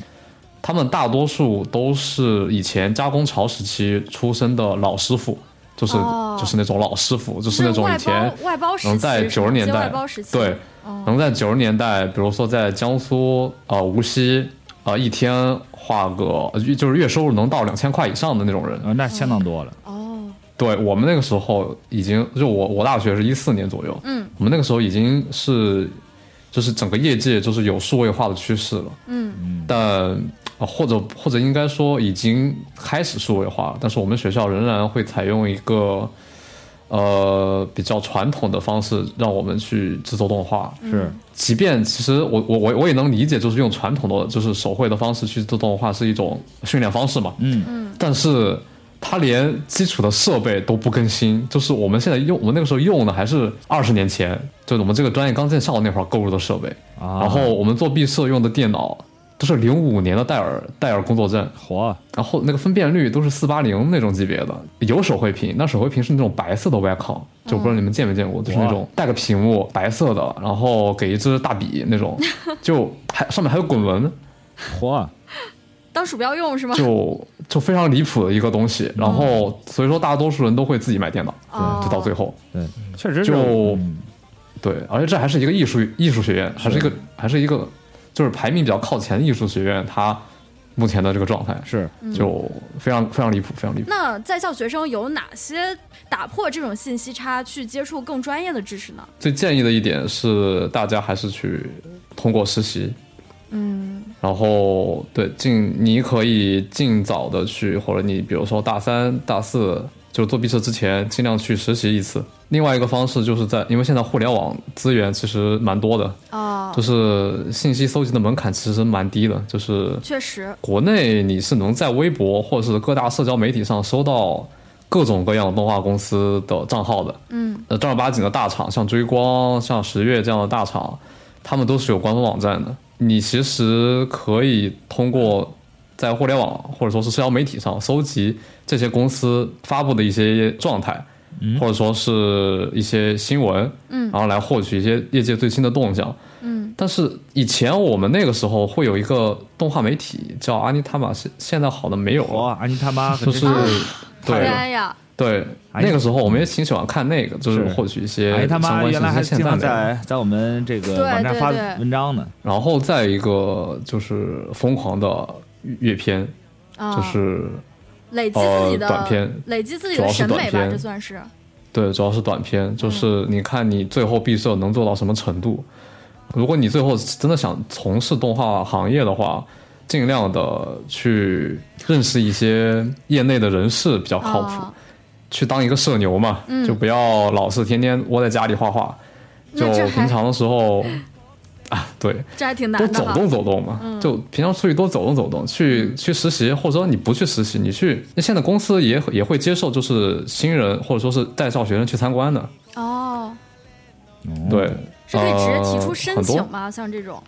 Speaker 6: 他们大多数都是以前加工潮时期出生的老师傅，就是、
Speaker 4: 哦
Speaker 6: 就是那种老师傅，就是
Speaker 4: 是
Speaker 6: 那种
Speaker 4: 外
Speaker 6: 以前
Speaker 4: 包外包时期
Speaker 6: 能
Speaker 4: 是吧，
Speaker 6: 在九十年
Speaker 4: 接外
Speaker 6: 代
Speaker 4: 包时期，哦
Speaker 6: 对，能在九十年代，比如说在江苏呃无锡呃一天画个呃就是月收入能到两千块以上的那种人，
Speaker 5: 啊，那相当多了。
Speaker 4: 哦，
Speaker 6: 对我们那个时候已经，就我我大学是一四年左右，
Speaker 4: 嗯，
Speaker 6: 我们那个时候已经是，就是整个业界就是有数位化的趋势了，
Speaker 4: 嗯
Speaker 6: 但啊或者或者应该说已经开始数位化了，但是我们学校仍然会采用一个呃比较传统的方式让我们去制作动画，
Speaker 4: 嗯
Speaker 5: 是，
Speaker 6: 即便其实我我我我也能理解，就是用传统的就是手绘的方式去制作动画是一种训练方式嘛，
Speaker 5: 嗯，
Speaker 6: 但是它连基础的设备都不更新，就是我们现在用，我们那个时候用的还是二十年前，就是我们这个专业刚建校那会儿购入的设备，
Speaker 5: 啊
Speaker 6: 然后我们做毕设用的电脑。都是零五年的戴尔戴尔工作证，
Speaker 5: 嚯，
Speaker 6: 然后那个分辨率都是四八零那种级别的，有手绘屏，那手绘屏是那种白色的 Wacom，就不知道你们见没见过，就是那种带个屏幕白色的，然后给一支大笔那种，就还上面还有滚轮，
Speaker 5: 嚯，
Speaker 4: 当鼠标用是吗？
Speaker 6: 就就非常离谱的一个东西。然后所以说大多数人都会自己买电脑，
Speaker 4: 哦
Speaker 6: 就到最后，
Speaker 5: 对，确实是
Speaker 6: 就
Speaker 5: 嗯
Speaker 6: 对，而且这还是一个艺术艺术学院，还是一个还是一个就是排名比较靠前的艺术学院，它目前的这个状态
Speaker 5: 是
Speaker 6: 就非常非常离谱，非常离谱。
Speaker 4: 那在校学生有哪些打破这种信息差，去接触更专业的知识呢？
Speaker 6: 最建议的一点是，大家还是去通过实习，
Speaker 4: 嗯，
Speaker 6: 然后对尽你可以尽早的去，或者你比如说大三、大四就是做毕设之前，尽量去实习一次。另外一个方式就是在，因为现在互联网资源其实蛮多的，
Speaker 4: 哦
Speaker 6: 就，是信息搜集的门槛其实蛮低的，就是
Speaker 4: 确实，
Speaker 6: 国内你是能在微博或者是各大社交媒体上搜到各种各样的动画公司的账号的。
Speaker 4: 嗯，
Speaker 6: 呃，正儿八经的大厂，像追光、像十月这样的大厂，他们都是有官方网站的。你其实可以通过在互联网或者说是社交媒体上搜集这些公司发布的一些状态，或者说是一些新闻，
Speaker 4: 嗯
Speaker 6: 然后来获取一些业界最新的动向。
Speaker 4: 嗯，
Speaker 6: 但是以前我们那个时候会有一个动画媒体叫阿尼塔玛，现现在好像没有了，
Speaker 5: 嚯，安妮他妈
Speaker 6: 就是
Speaker 4: 啊
Speaker 6: 对
Speaker 4: 天呀，
Speaker 6: 对，
Speaker 5: 哎呀
Speaker 6: 那个时候我们也挺喜欢看那个，就是
Speaker 5: 是
Speaker 6: 获取一些
Speaker 5: 安妮他
Speaker 6: 相
Speaker 5: 妈
Speaker 6: 关
Speaker 5: 原来还
Speaker 6: 信息。
Speaker 5: 经
Speaker 6: 现在
Speaker 5: 常
Speaker 6: 没有了。
Speaker 5: 在在我们这个网站
Speaker 4: 对
Speaker 5: 发
Speaker 4: 对
Speaker 5: 文章呢，
Speaker 6: 然后再一个就是疯狂的阅片，
Speaker 4: 啊，
Speaker 6: 就是
Speaker 4: 累积自己的、
Speaker 6: 呃短片
Speaker 4: 累积自己
Speaker 6: 主
Speaker 4: 的
Speaker 6: 要是
Speaker 4: 审
Speaker 6: 短
Speaker 4: 美吧，
Speaker 6: 片
Speaker 4: 这算是。
Speaker 6: 对，主要是短片，
Speaker 4: 嗯
Speaker 6: 就是你看你最后毕设能做到什么程度。如果你最后真的想从事动画行业的话，尽量的去认识一些业内的人士比较靠谱，
Speaker 4: 哦
Speaker 6: 去当一个社牛嘛，就不要老是天天窝在家里画画，就
Speaker 4: 嗯那这还
Speaker 6: 平常的时候啊，对，
Speaker 4: 这还挺难
Speaker 6: 多
Speaker 4: 的
Speaker 6: 走
Speaker 4: 哈。嗯
Speaker 6: 动走动嘛，就平常出去多走动走动，去去实习，或者说你不去实习，你去那现在公司也也会接受就是新人或者说是在校学生去参观的，
Speaker 4: 哦，嗯
Speaker 6: 对，
Speaker 4: 是可以直接提出
Speaker 6: 呃
Speaker 4: 申
Speaker 6: 很多
Speaker 4: 请吗？像这种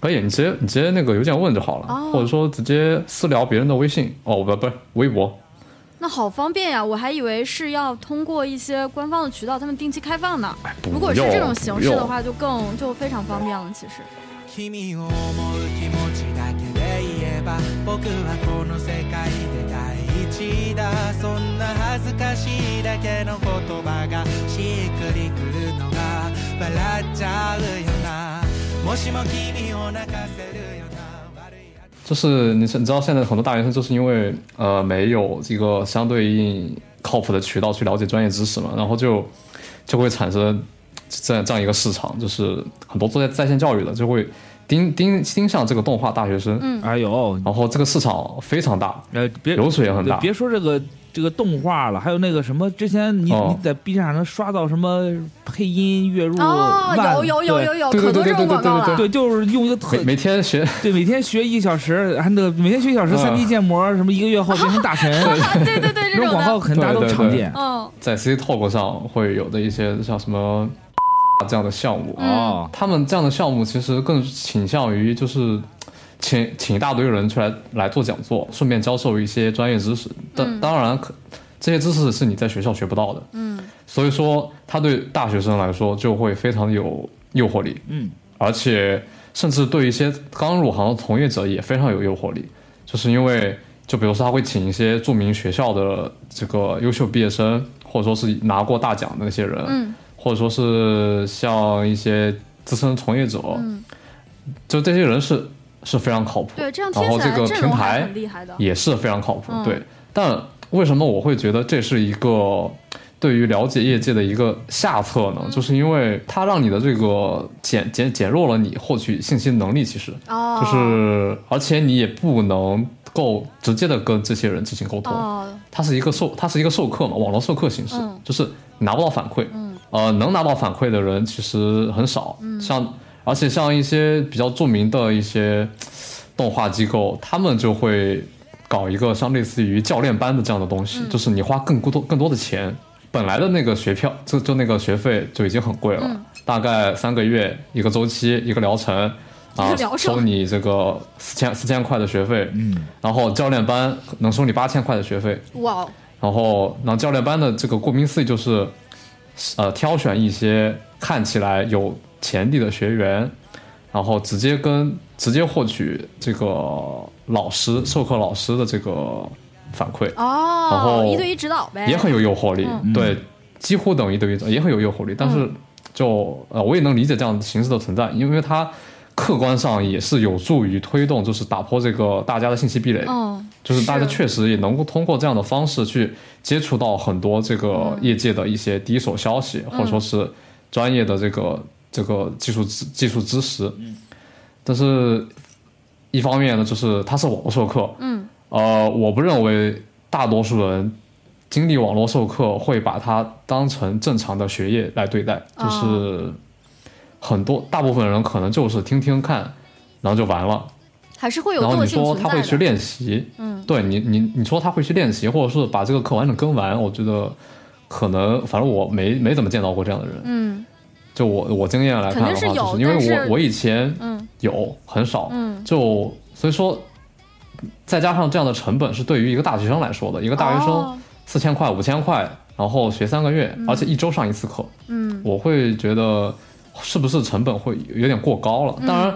Speaker 6: 可以，你直接你直接那个邮件问就好了，
Speaker 4: 哦
Speaker 6: 或者说直接私聊别人的微信哦，不不是微博，
Speaker 4: 那好方便呀！我还以为是要通过一些官方的渠道，他们定期开放呢。
Speaker 6: 哎不
Speaker 4: 如果是
Speaker 6: 用
Speaker 4: 这种形式
Speaker 6: 不
Speaker 4: 的
Speaker 6: 用
Speaker 4: 话，就更就非常方便了。其实，
Speaker 8: 君を思う気持ちだけで言えば僕はこの世界で第一だそんな恥ずかしいだけの言葉がしっくりくるのが笑っちゃうよなもしも君を泣かせるよな悪い
Speaker 6: 就是你是你知道现在很多大学生就是因为呃没有一个相对应靠谱的渠道去了解专业知识嘛，然后就就会产生这样这样一个市场，就是很多做在在线教育的就会盯盯盯上这个动画大学生，
Speaker 4: 嗯
Speaker 5: 哎呦，
Speaker 6: 然后这个市场非常大，
Speaker 5: 呃，别
Speaker 6: 流水也很
Speaker 5: 对
Speaker 6: 大，
Speaker 5: 别说这个这个动画了，还有那个什么，之前你、
Speaker 6: 哦
Speaker 5: 你在 B 站上能刷到什么配音月入
Speaker 4: 哦，
Speaker 5: 万
Speaker 4: 有有有有有，
Speaker 6: 对
Speaker 4: 可多
Speaker 6: 对对
Speaker 4: 这种
Speaker 6: 对对
Speaker 4: 广告
Speaker 6: 对
Speaker 4: 了。
Speaker 5: 对，就是用一个特
Speaker 6: 每每天学 (laughs)
Speaker 5: 对每天学一小时，还那个每天学一小时
Speaker 6: 嗯
Speaker 5: 三 D 建模，什么一个月后变成大
Speaker 6: (laughs)
Speaker 5: 神，
Speaker 4: 啊对对对，这
Speaker 5: (laughs) 这种
Speaker 4: 种
Speaker 5: 广告
Speaker 4: 的，
Speaker 5: 可能大家都
Speaker 6: 对对
Speaker 5: 常
Speaker 6: 对
Speaker 5: 见。
Speaker 4: 嗯，
Speaker 6: 在 C Talk 上会有的一些像什么 (laughs) 这样的项目，啊
Speaker 5: 哦，
Speaker 6: 他们这样的项目其实更倾向于就是请请一大堆人出来来做讲座，顺便教授一些专业知识。但、当然可，这些知识是你在学校学不到的。嗯，所以说它对大学生来说就会非常有诱惑力。
Speaker 5: 嗯，
Speaker 6: 而且甚至对一些刚入行的从业者也非常有诱惑力，就是因为就比如说他会请一些著名学校的这个优秀毕业生，或者说是拿过大奖的那些人，
Speaker 4: 嗯
Speaker 6: 或者说是像一些资深从业者，就这些人是是非常靠谱。
Speaker 4: 嗯对，这样听
Speaker 6: 然后
Speaker 4: 起
Speaker 6: 这
Speaker 4: 来
Speaker 6: 个
Speaker 4: 阵
Speaker 6: 平
Speaker 4: 容还
Speaker 6: 台
Speaker 4: 很厉害的。
Speaker 6: 也是非常靠谱。
Speaker 4: 嗯
Speaker 6: 对，但为什么我会觉得这是一个对于了解业界的一个下策
Speaker 4: 嗯
Speaker 6: 呢？就是因为它让你的这个减减减弱了你获取信息的能力，其实
Speaker 4: 哦，
Speaker 6: 就是，而且你也不能够直接的跟这些人进行沟通。
Speaker 4: 哦，
Speaker 6: 它是一个授，它是一个授课嘛，网络授课形式，
Speaker 4: 嗯
Speaker 6: 就是拿不到反馈，呃，能拿到反馈的人其实很少，像而且像一些比较著名的一些动画机构，他们就会搞一个像类似于教练班的这样的东西，就是你花更多更多的钱，本来的那个学票就嗯就那个学费就已经很贵了，大概三个月一个周期一个疗程，啊
Speaker 4: 聊，什么
Speaker 6: 收你这个四千四千块的学费，
Speaker 5: 嗯，。
Speaker 6: 然后教练班能收你八千块的学费，
Speaker 4: 哇哦，
Speaker 6: 然后然后教练班的这个顾名思义就是，呃，挑选一些看起来有潜力的学员，然后直接跟直接获取这个老师授课老师的这个反馈，然
Speaker 4: 哦
Speaker 6: 后，
Speaker 4: 一对一指导呗，
Speaker 6: 也很有诱惑力，对，几乎等于等于也很有诱惑力，但是就呃，我也能理解这样形式的存在，因为它客观上也是有助于推动，就是打破这个大家的信息壁垒，
Speaker 4: 嗯，
Speaker 6: 就是大家
Speaker 4: 是
Speaker 6: 确实也能够通过这样的方式去接触到很多这个业界的一些第一手消息，
Speaker 4: 嗯
Speaker 6: 或者说是专业的这个这个技术知技术知识。
Speaker 4: 嗯
Speaker 6: 但是一方面呢，就是它是网络授课，
Speaker 4: 嗯，
Speaker 6: 呃，我不认为大多数人经历网络授课会把它当成正常的学业来对待，
Speaker 4: 哦
Speaker 6: 就是很多大部分人可能就是听听看，然后就完了。
Speaker 4: 还是会有
Speaker 6: 然后
Speaker 4: 惰
Speaker 6: 你
Speaker 4: 性
Speaker 6: 说
Speaker 4: 存
Speaker 6: 他会去
Speaker 4: 在的。
Speaker 6: 练习，
Speaker 4: 嗯，
Speaker 6: 对你，你你说他会去练习，或者是把这个课完整跟完，我觉得可能反正我没没怎么见到过这样的人。
Speaker 4: 嗯
Speaker 6: 就我我经验来看的话，
Speaker 4: 肯定是有
Speaker 6: 就是因为
Speaker 4: 但是
Speaker 6: 我我以前
Speaker 4: 嗯
Speaker 6: 有很少，
Speaker 4: 嗯，
Speaker 6: 就所以说再加上这样的成本是对于一个大学生来说的，一个大学生
Speaker 4: 哦
Speaker 6: 四千块五千块，然后学三个月，而且一周上一次课，
Speaker 4: 嗯
Speaker 6: 我会觉得是不是成本会有点过高了？当然，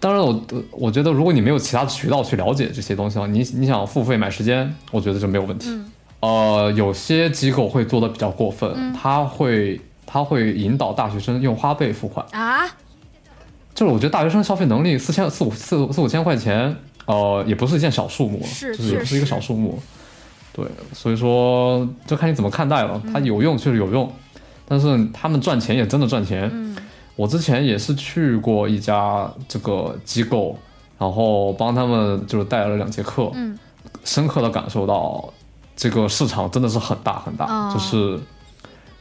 Speaker 6: 当然我我觉得如果你没有其他渠道去了解这些东西的话，你你想付费买时间，我觉得这没有问题。
Speaker 4: 嗯
Speaker 6: 呃，有些机构会做的比较过分，他会他会引导大学生用花呗付款，
Speaker 4: 啊，
Speaker 6: 就是我觉得大学生消费能力四千四五四五四五千块钱，呃，也不是一件小数目，
Speaker 4: 是
Speaker 6: 就是也不
Speaker 4: 确
Speaker 6: 是一个
Speaker 4: 实
Speaker 6: 小数目。对，所以说就看你怎么看待了。它有用确实有用，但是他们赚钱也真的赚钱。
Speaker 4: 嗯
Speaker 6: 我之前也是去过一家这个机构，然后帮他们就是带了两节课，
Speaker 4: 嗯
Speaker 6: 深刻的感受到这个市场真的是很大很大，
Speaker 4: 哦
Speaker 6: 就是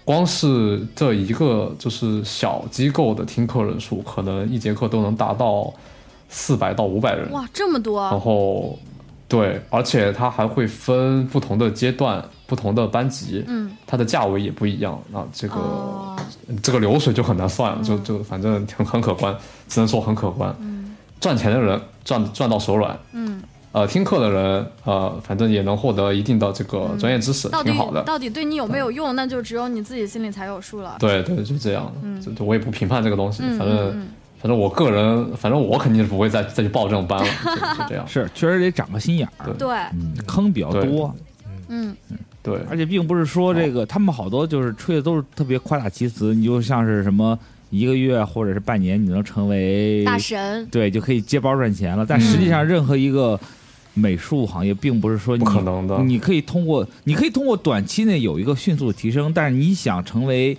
Speaker 6: 光是这一个就是小机构的听课人数，可能一节课都能达到四百到五百人，
Speaker 4: 哇，这么
Speaker 6: 然
Speaker 4: 多，
Speaker 6: 后对，而且它还会分不同的阶段、不同的班级，
Speaker 4: 嗯，
Speaker 6: 它的价位也不一样，那这个、
Speaker 4: 哦，
Speaker 6: 这个流水就很难算
Speaker 4: 嗯
Speaker 6: 了，就就反正很很可观，只能说很可观。赚钱的人赚赚到手软，
Speaker 4: 嗯，
Speaker 6: 呃，听课的人呃，反正也能获得一定的这个专业知识，
Speaker 4: 嗯到底
Speaker 6: 挺好的。
Speaker 4: 到底对你有没有用，那就只有你自己心里才有数了。
Speaker 6: 对对，就这样。就就我也不评判这个东西，
Speaker 4: 嗯
Speaker 6: 反正、
Speaker 4: 嗯
Speaker 6: 反正我个人，反正我肯定是不会再再去报这种班了，就就
Speaker 4: 嗯
Speaker 6: 这样
Speaker 5: 是确实得长个心眼儿，
Speaker 6: 对
Speaker 4: 对，
Speaker 5: 嗯坑比较多，
Speaker 4: 嗯
Speaker 6: 对，哦
Speaker 5: 而且并不是说这个他们好多就是吹的都是特别夸大其词，你就像是什么一个月或者是半年，你能成为
Speaker 4: 大神，
Speaker 5: 对，就可以接包赚钱
Speaker 6: 嗯
Speaker 5: 了。但实际上，任何一个美术行业，并不是 (laughs) 说你
Speaker 6: 不可能的
Speaker 5: 你可以通过你可以通过短期内有一个迅速的提升，但是你想成为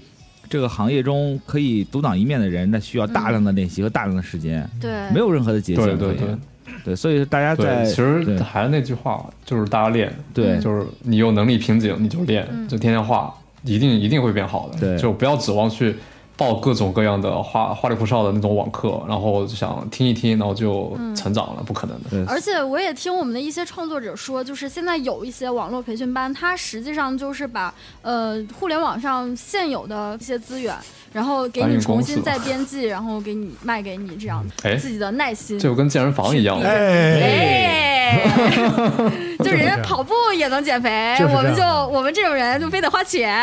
Speaker 5: 这个行业中可以独当一面的人，那需要大量的练习和大量的时间，
Speaker 4: 对，
Speaker 5: 没有任何的捷径可
Speaker 6: 对
Speaker 5: 言。
Speaker 6: 对对。
Speaker 5: 对所以大家在
Speaker 6: 对，其实
Speaker 5: 对
Speaker 6: 还是那句话，就是大家练，
Speaker 5: 对
Speaker 6: 就是你有能力瓶颈你就练，
Speaker 4: 嗯
Speaker 6: 就天天画，一定一定会变好的。
Speaker 5: 对
Speaker 6: 就不要指望去报各种各样的花花里胡哨的那种网课，然后就想听一听，然后就
Speaker 4: 嗯
Speaker 6: 成长了，不可能的。
Speaker 5: 对
Speaker 4: 而且我也听我们的一些创作者说，就是现在有一些网络培训班，它实际上就是把呃互联网上现有的一些资源，然后给
Speaker 6: 搬
Speaker 4: 你
Speaker 6: 运
Speaker 4: 重
Speaker 6: 公
Speaker 4: 新
Speaker 6: 司
Speaker 4: 再编辑，然后给你卖给你这样
Speaker 6: 哎
Speaker 4: 自己的耐心。
Speaker 6: 这就跟健身房一样，
Speaker 4: 是哎，就人家跑步也能减肥，
Speaker 3: 就是这样
Speaker 4: 我们就我们这种人就非得花钱。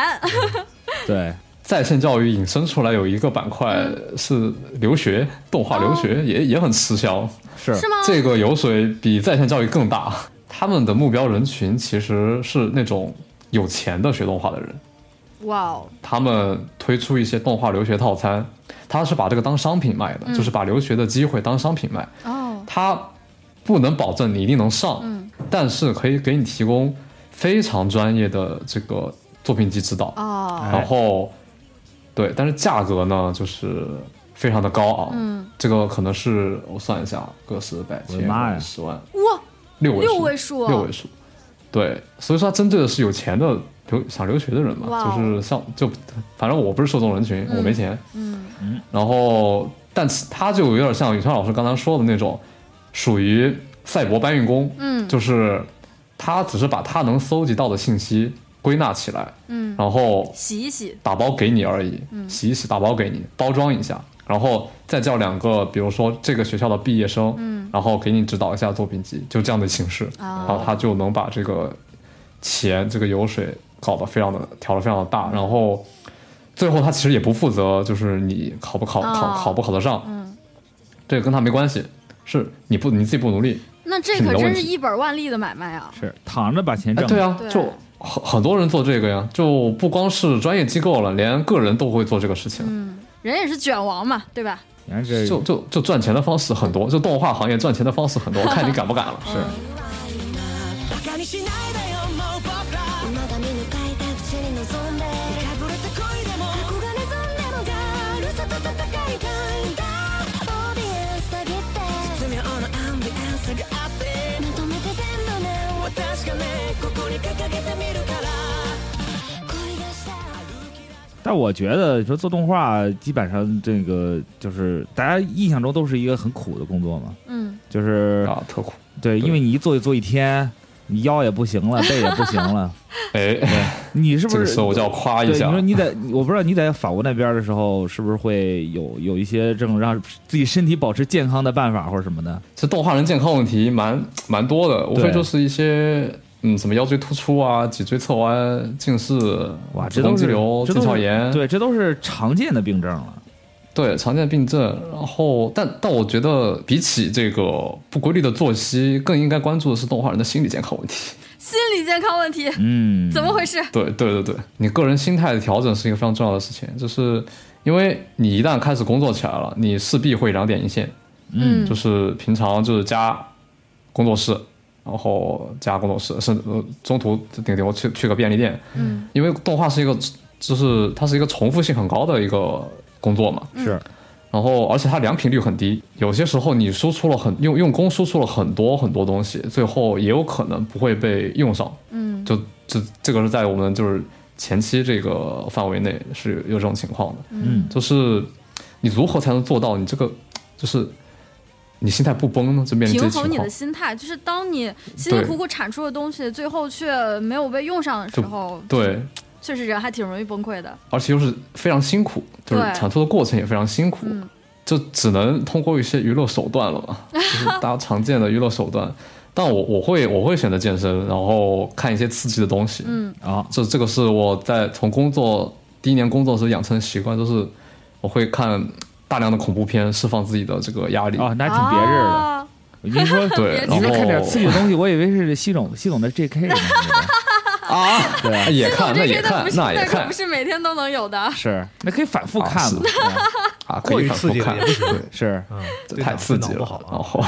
Speaker 5: 对
Speaker 6: 在线教育引申出来有一个板块
Speaker 4: 嗯
Speaker 6: 是留学，动画
Speaker 4: 哦
Speaker 6: 留学、也也很吃香。
Speaker 5: 是
Speaker 4: 是吗？
Speaker 6: 这个油水比在线教育更大。 (laughs) 他们的目标人群其实是那种有钱的学动画的人，
Speaker 4: 哇哦，
Speaker 6: 他们推出一些动画留学套餐，他是把这个当商品卖的，
Speaker 4: 嗯
Speaker 6: 就是把留学的机会当商品卖。
Speaker 4: 哦，
Speaker 6: 他不能保证你一定能上，
Speaker 4: 嗯
Speaker 6: 但是可以给你提供非常专业的这个作品集指导。
Speaker 4: 哦，
Speaker 6: 然后，对，但是价格呢，就是非常的高昂。
Speaker 4: 嗯，
Speaker 6: 这个可能是我算一下，个十百
Speaker 5: 我的妈呀
Speaker 6: 千十万
Speaker 4: 哇，
Speaker 6: 六位
Speaker 4: 六
Speaker 6: 数
Speaker 4: 位数
Speaker 6: 六位数，对，所以说它针对的是有钱的留想留学的人
Speaker 4: 哇哦
Speaker 6: 嘛，就是像就反正我不是受众人群，我没钱，
Speaker 4: 嗯
Speaker 6: 然后但其他就有点像宇川老师刚才说的那种，属于赛博搬运工，
Speaker 4: 嗯
Speaker 6: 就是他只是把他能搜集到的信息归纳起来，
Speaker 4: 嗯，
Speaker 6: 然后
Speaker 4: 洗一洗，
Speaker 6: 打包给你而已，洗一洗打包给你，包装一下，然后再叫两个，比如说这个学校的毕业生，嗯，然后给你指导一下作品集，就这样的形式，然后他就能把这个钱这个油水搞得非常的调得非常的大，然后最后他其实也不负责，就是你考不考考
Speaker 4: 哦
Speaker 6: 考不考得上，嗯，这个跟他没关系，是你不你自己不努力，
Speaker 4: 那这可真是一本万利的买卖啊！
Speaker 5: 是躺着把钱
Speaker 6: 哎，
Speaker 5: 挣。
Speaker 6: 对啊
Speaker 4: 对，
Speaker 6: 就很很多人做这个呀，就不光是专业机构了，连个人都会做这个事情。
Speaker 4: 人也是卷王嘛，对吧？
Speaker 5: 你看这
Speaker 6: 就就就赚钱的方式很多，就动画行业赚钱的方式很多，看你敢不敢
Speaker 5: (laughs)
Speaker 6: 了。是，
Speaker 7: バカにしないでよもう僕らまだ見抜かれた口に望んで見かぶれた恋でも憧れ存んでもがるさと戦いたいんだオーディエンス下げて絶妙なアンビエンスがあってまとめて全部ね私がねここに掲げてみるから恋がした歩き
Speaker 5: 但我觉得说做动画，基本上这个就是大家印象中都是一个很苦的工作嘛，
Speaker 4: 嗯，
Speaker 5: 就是
Speaker 6: 啊，特酷。
Speaker 5: 对，因为你一坐就坐一天，你腰也不行了，背也不行
Speaker 6: (laughs)
Speaker 5: 了，
Speaker 6: 哎，
Speaker 5: 你是不
Speaker 6: 这个
Speaker 5: 是
Speaker 6: 时？候我就要夸
Speaker 5: 对，
Speaker 6: 一
Speaker 5: 你
Speaker 6: 下
Speaker 5: 说，你在，我不知道你在法国那边的时候，是不是会有有一些这种让自己身体保持健康的办法或者什么的？
Speaker 6: 这动画人健康问题蛮蛮多的，无非就是一些嗯，什么腰椎突出啊、脊椎侧弯、近视、
Speaker 5: 哇，
Speaker 6: 子
Speaker 5: 这
Speaker 6: 宫
Speaker 5: 都
Speaker 6: 肌
Speaker 5: 是
Speaker 6: 瘤、
Speaker 5: 这
Speaker 6: 腱
Speaker 5: 都
Speaker 6: 鞘
Speaker 5: 是
Speaker 6: 炎，
Speaker 5: 对，这都是常见的病症了。
Speaker 6: 对常见病症。然后，但但我觉得比起这个不规律的作息，更应该关注的是动画人的心理健康问题。
Speaker 4: 心理健康问题
Speaker 5: 嗯，
Speaker 4: 怎么回事？
Speaker 6: 对对对对，你个人心态的调整是一个非常重要的事情，就是因为你一旦开始工作起来了，你势必会两点一线，
Speaker 4: 嗯
Speaker 6: 就是平常就是加工作室，然后加工作室，甚至呃中途顶多去去个便利店，
Speaker 4: 嗯，
Speaker 6: 因为动画是一个就是它是一个重复性很高的一个工作嘛，
Speaker 5: 是
Speaker 6: 然后而且它良品率很低，有些时候你输出了很用用功输出了很多很多东西，最后也有可能不会被用上。嗯，就这这个是在我们就是前期这个范围内是有这种情况的。
Speaker 5: 嗯
Speaker 6: 就是你如何才能做到你这个就是你心态不崩呢？这面临这
Speaker 4: 平
Speaker 6: 些
Speaker 4: 衡
Speaker 6: 情
Speaker 4: 你的
Speaker 6: 况。
Speaker 4: 心态，就是当你辛辛苦苦产出的东西，最后却没有被用上的时候，
Speaker 6: 对，
Speaker 4: 确实人还挺容易崩溃的。
Speaker 6: 而且又是非常辛苦，就是
Speaker 4: 对
Speaker 6: 产出的过程也非常辛苦，就只能通过一些娱乐手段了嘛，就是大家常见的娱乐手段。但我我会我会选择健身，然后看一些刺激的东西。嗯，
Speaker 5: 啊，
Speaker 6: 这这个是我在从工作第一年工作时养成的习惯，就是我会看大量的恐怖片，释放自己的这个压力。
Speaker 5: 哦，那还挺别致的。
Speaker 4: 啊
Speaker 5: 您说
Speaker 6: 对，
Speaker 5: 你
Speaker 6: 然
Speaker 5: 说
Speaker 6: 后
Speaker 5: 看点刺激的东西，我以为是系统系统的 JK
Speaker 6: (laughs)
Speaker 5: 呢。
Speaker 6: 啊，
Speaker 5: 对
Speaker 6: 也
Speaker 4: 这
Speaker 6: 看
Speaker 4: 种
Speaker 6: 那也
Speaker 4: 这个
Speaker 6: 看
Speaker 4: 不是
Speaker 6: 那也
Speaker 4: 可
Speaker 6: 看
Speaker 4: 不是每天都能有的。
Speaker 5: 是，那可以反复
Speaker 6: 啊
Speaker 5: 看
Speaker 6: 是
Speaker 5: 嘛。
Speaker 6: 啊，可
Speaker 3: 过
Speaker 6: 以
Speaker 3: 于
Speaker 6: 反
Speaker 3: 刺
Speaker 6: 复
Speaker 3: 激了
Speaker 6: 看
Speaker 3: 也，不行，
Speaker 5: 对是
Speaker 3: 嗯，
Speaker 6: 这
Speaker 3: 对
Speaker 6: 太
Speaker 3: 脑
Speaker 6: 刺激
Speaker 3: 对
Speaker 6: 了。哦
Speaker 3: 脑不好啊
Speaker 6: 然。后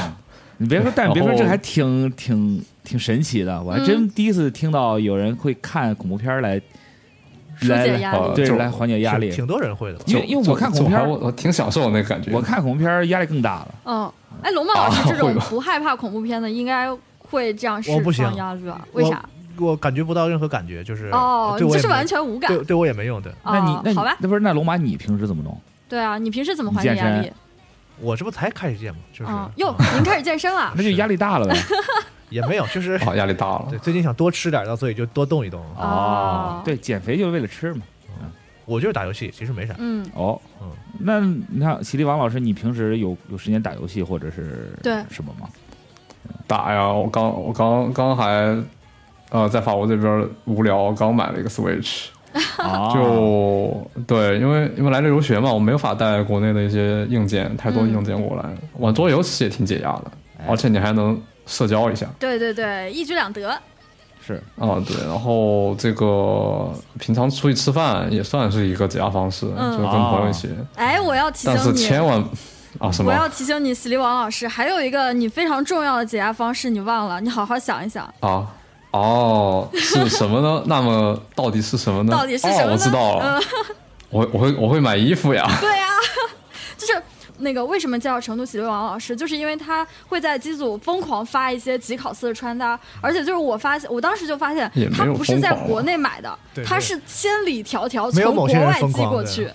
Speaker 5: 你别说，但是别说，
Speaker 6: 然后
Speaker 5: 这还挺挺挺神奇的。我还
Speaker 4: 嗯
Speaker 5: 真第一次听到有人会看恐怖片儿来
Speaker 4: 疏
Speaker 5: 来
Speaker 4: 解压力
Speaker 6: 呃
Speaker 5: 对
Speaker 6: 这种
Speaker 5: 来缓解压
Speaker 3: 是
Speaker 5: 力。
Speaker 3: 挺多人会的吧。
Speaker 5: 因为因为我看
Speaker 6: 这
Speaker 5: 恐怖
Speaker 6: 种
Speaker 5: 片
Speaker 6: 还
Speaker 5: 儿，
Speaker 6: 我我挺享受那个感觉。
Speaker 5: 我看恐怖片儿压力更大了。
Speaker 4: 嗯，哎，龙马老师这
Speaker 6: 啊会
Speaker 4: 种
Speaker 6: 吗
Speaker 4: 不害怕恐怖片的，应该会这样释
Speaker 3: 我不行
Speaker 4: 放压力吧？为啥？
Speaker 3: 我？我感觉不到任何感觉，就是
Speaker 4: 哦，
Speaker 3: 对
Speaker 4: 你就
Speaker 3: 我也
Speaker 4: 是
Speaker 3: 没
Speaker 4: 完全
Speaker 6: 啊
Speaker 4: 无感。
Speaker 3: 对对我也没用的。
Speaker 5: 那你
Speaker 4: 哦
Speaker 5: 那你
Speaker 4: 好吧，
Speaker 5: 那不是那龙马，你平时怎么弄？
Speaker 4: 对啊，你平时怎么
Speaker 5: 你
Speaker 4: 缓解
Speaker 5: 健
Speaker 4: 压
Speaker 5: 身
Speaker 4: 力？
Speaker 3: 我这不才开始见吗？就是
Speaker 6: 哦
Speaker 4: 啊，哟，您开始健身了？
Speaker 5: 那就压力大
Speaker 4: (laughs)
Speaker 5: 了呗。
Speaker 3: 也没有，
Speaker 6: (laughs)
Speaker 3: 就是
Speaker 6: 啊，压力大了
Speaker 3: 对。最近想多吃点儿，到所以就多动一动。啊
Speaker 4: 哦
Speaker 5: 对，减肥就是为了吃嘛。
Speaker 3: 我就是打游戏，其实没啥。
Speaker 4: 嗯，
Speaker 5: 哦
Speaker 3: 嗯，
Speaker 5: 那你看，喜力王老师，你平时有有时间打游戏或者是
Speaker 4: 对
Speaker 5: 什么 (laughs) 吗？
Speaker 6: 打呀！我刚我刚刚还呃在法国这边无聊，刚买了一个 Switch，
Speaker 5: 啊，
Speaker 6: 就对，因为因为来这留学嘛，我没有法带国内的一些硬件，太多硬
Speaker 4: 嗯
Speaker 6: 件过来，玩桌游其实也挺解压的，
Speaker 5: 哎
Speaker 6: 而且你还能社交一下
Speaker 4: 对对对，一举两得。
Speaker 5: 是
Speaker 6: 啊、对，然后这个平常出去吃饭也算是一个解压方式，
Speaker 4: 嗯
Speaker 6: 就是跟朋友一起，
Speaker 4: 哎，我要提
Speaker 6: 但是
Speaker 4: 醒你，
Speaker 6: 千万啊
Speaker 4: 我
Speaker 6: 什么
Speaker 4: 要提醒你，喜力王老师，还有一个你非常重要的解压方式，你忘了，你好好想一想。
Speaker 6: 啊。哦，是什么呢？ (laughs) 那么到底是什么呢？
Speaker 4: 到底是什么呢嗯
Speaker 6: 哦，我知道了， (laughs) 我我会我会买衣服
Speaker 4: (laughs)
Speaker 6: 呀。
Speaker 4: 对呀、就是那个为什么介绍成都喜力王老师，就是因为他会在机组疯狂发一些吉考斯的穿搭，而且就是我发现，我当时就发现
Speaker 6: 也没
Speaker 4: 他
Speaker 6: 有
Speaker 4: 不是在
Speaker 6: 疯狂啊
Speaker 4: 国内买的
Speaker 3: 对，
Speaker 4: 他是千里迢�迢
Speaker 3: 没有
Speaker 4: 从国
Speaker 3: 某些人
Speaker 4: 外
Speaker 3: 疯
Speaker 4: 寄
Speaker 3: 狂
Speaker 4: 过
Speaker 3: 的
Speaker 4: 去。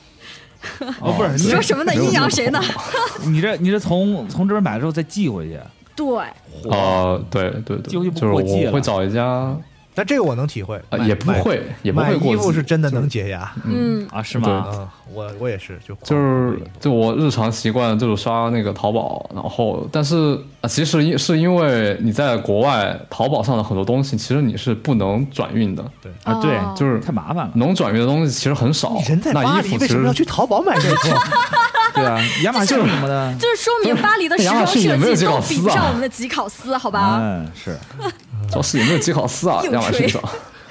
Speaker 5: 哦，不是
Speaker 4: 你
Speaker 5: 你
Speaker 4: 说
Speaker 5: 这
Speaker 4: 什么呢？阴阳谁呢？
Speaker 6: (laughs)
Speaker 5: 你这你这从从这边买了之后再寄回去，
Speaker 4: 对，
Speaker 6: 啊、对对
Speaker 5: 几乎就
Speaker 6: 对，就
Speaker 5: 不
Speaker 6: 是
Speaker 5: 过季了
Speaker 6: 我会找一家
Speaker 3: 但这个我能体会，
Speaker 6: 呃也不
Speaker 3: 买
Speaker 6: 会，也不
Speaker 3: 买
Speaker 6: 会过
Speaker 3: 衣
Speaker 6: 激
Speaker 3: 服是真的能解压。
Speaker 4: 嗯，
Speaker 5: 啊，是吗？
Speaker 3: 啊，我我也是，就狂
Speaker 6: 就是
Speaker 3: 买衣服
Speaker 6: 就我日常习惯就是刷那个淘宝，然后但是啊，其实因是因为你在国外淘宝上的很多东西，其实你是不能转运的，
Speaker 5: 啊，对，
Speaker 4: 哦
Speaker 6: 就是
Speaker 5: 太麻烦了。
Speaker 6: 能转运的东西其实很少
Speaker 3: 你人。在
Speaker 6: 那
Speaker 3: 巴
Speaker 6: 衣
Speaker 3: 黎
Speaker 6: 服
Speaker 3: 为
Speaker 6: 其
Speaker 3: 什么
Speaker 6: 实
Speaker 3: 要去淘宝买
Speaker 6: (laughs)
Speaker 3: 这服？
Speaker 5: 对 (laughs) 啊，亚马逊什么的，
Speaker 4: 这说明巴黎的时装设计
Speaker 6: 亚马逊也没有吉
Speaker 4: 都
Speaker 6: 考斯
Speaker 4: 比
Speaker 6: 啊
Speaker 4: 不上我们的吉考斯，好
Speaker 3: 啊
Speaker 4: 吧？
Speaker 5: 嗯，是
Speaker 6: 主要是有没有吉考
Speaker 4: (laughs)
Speaker 6: 斯啊，
Speaker 4: 硬
Speaker 6: 亚马
Speaker 4: 吹
Speaker 6: 逊上。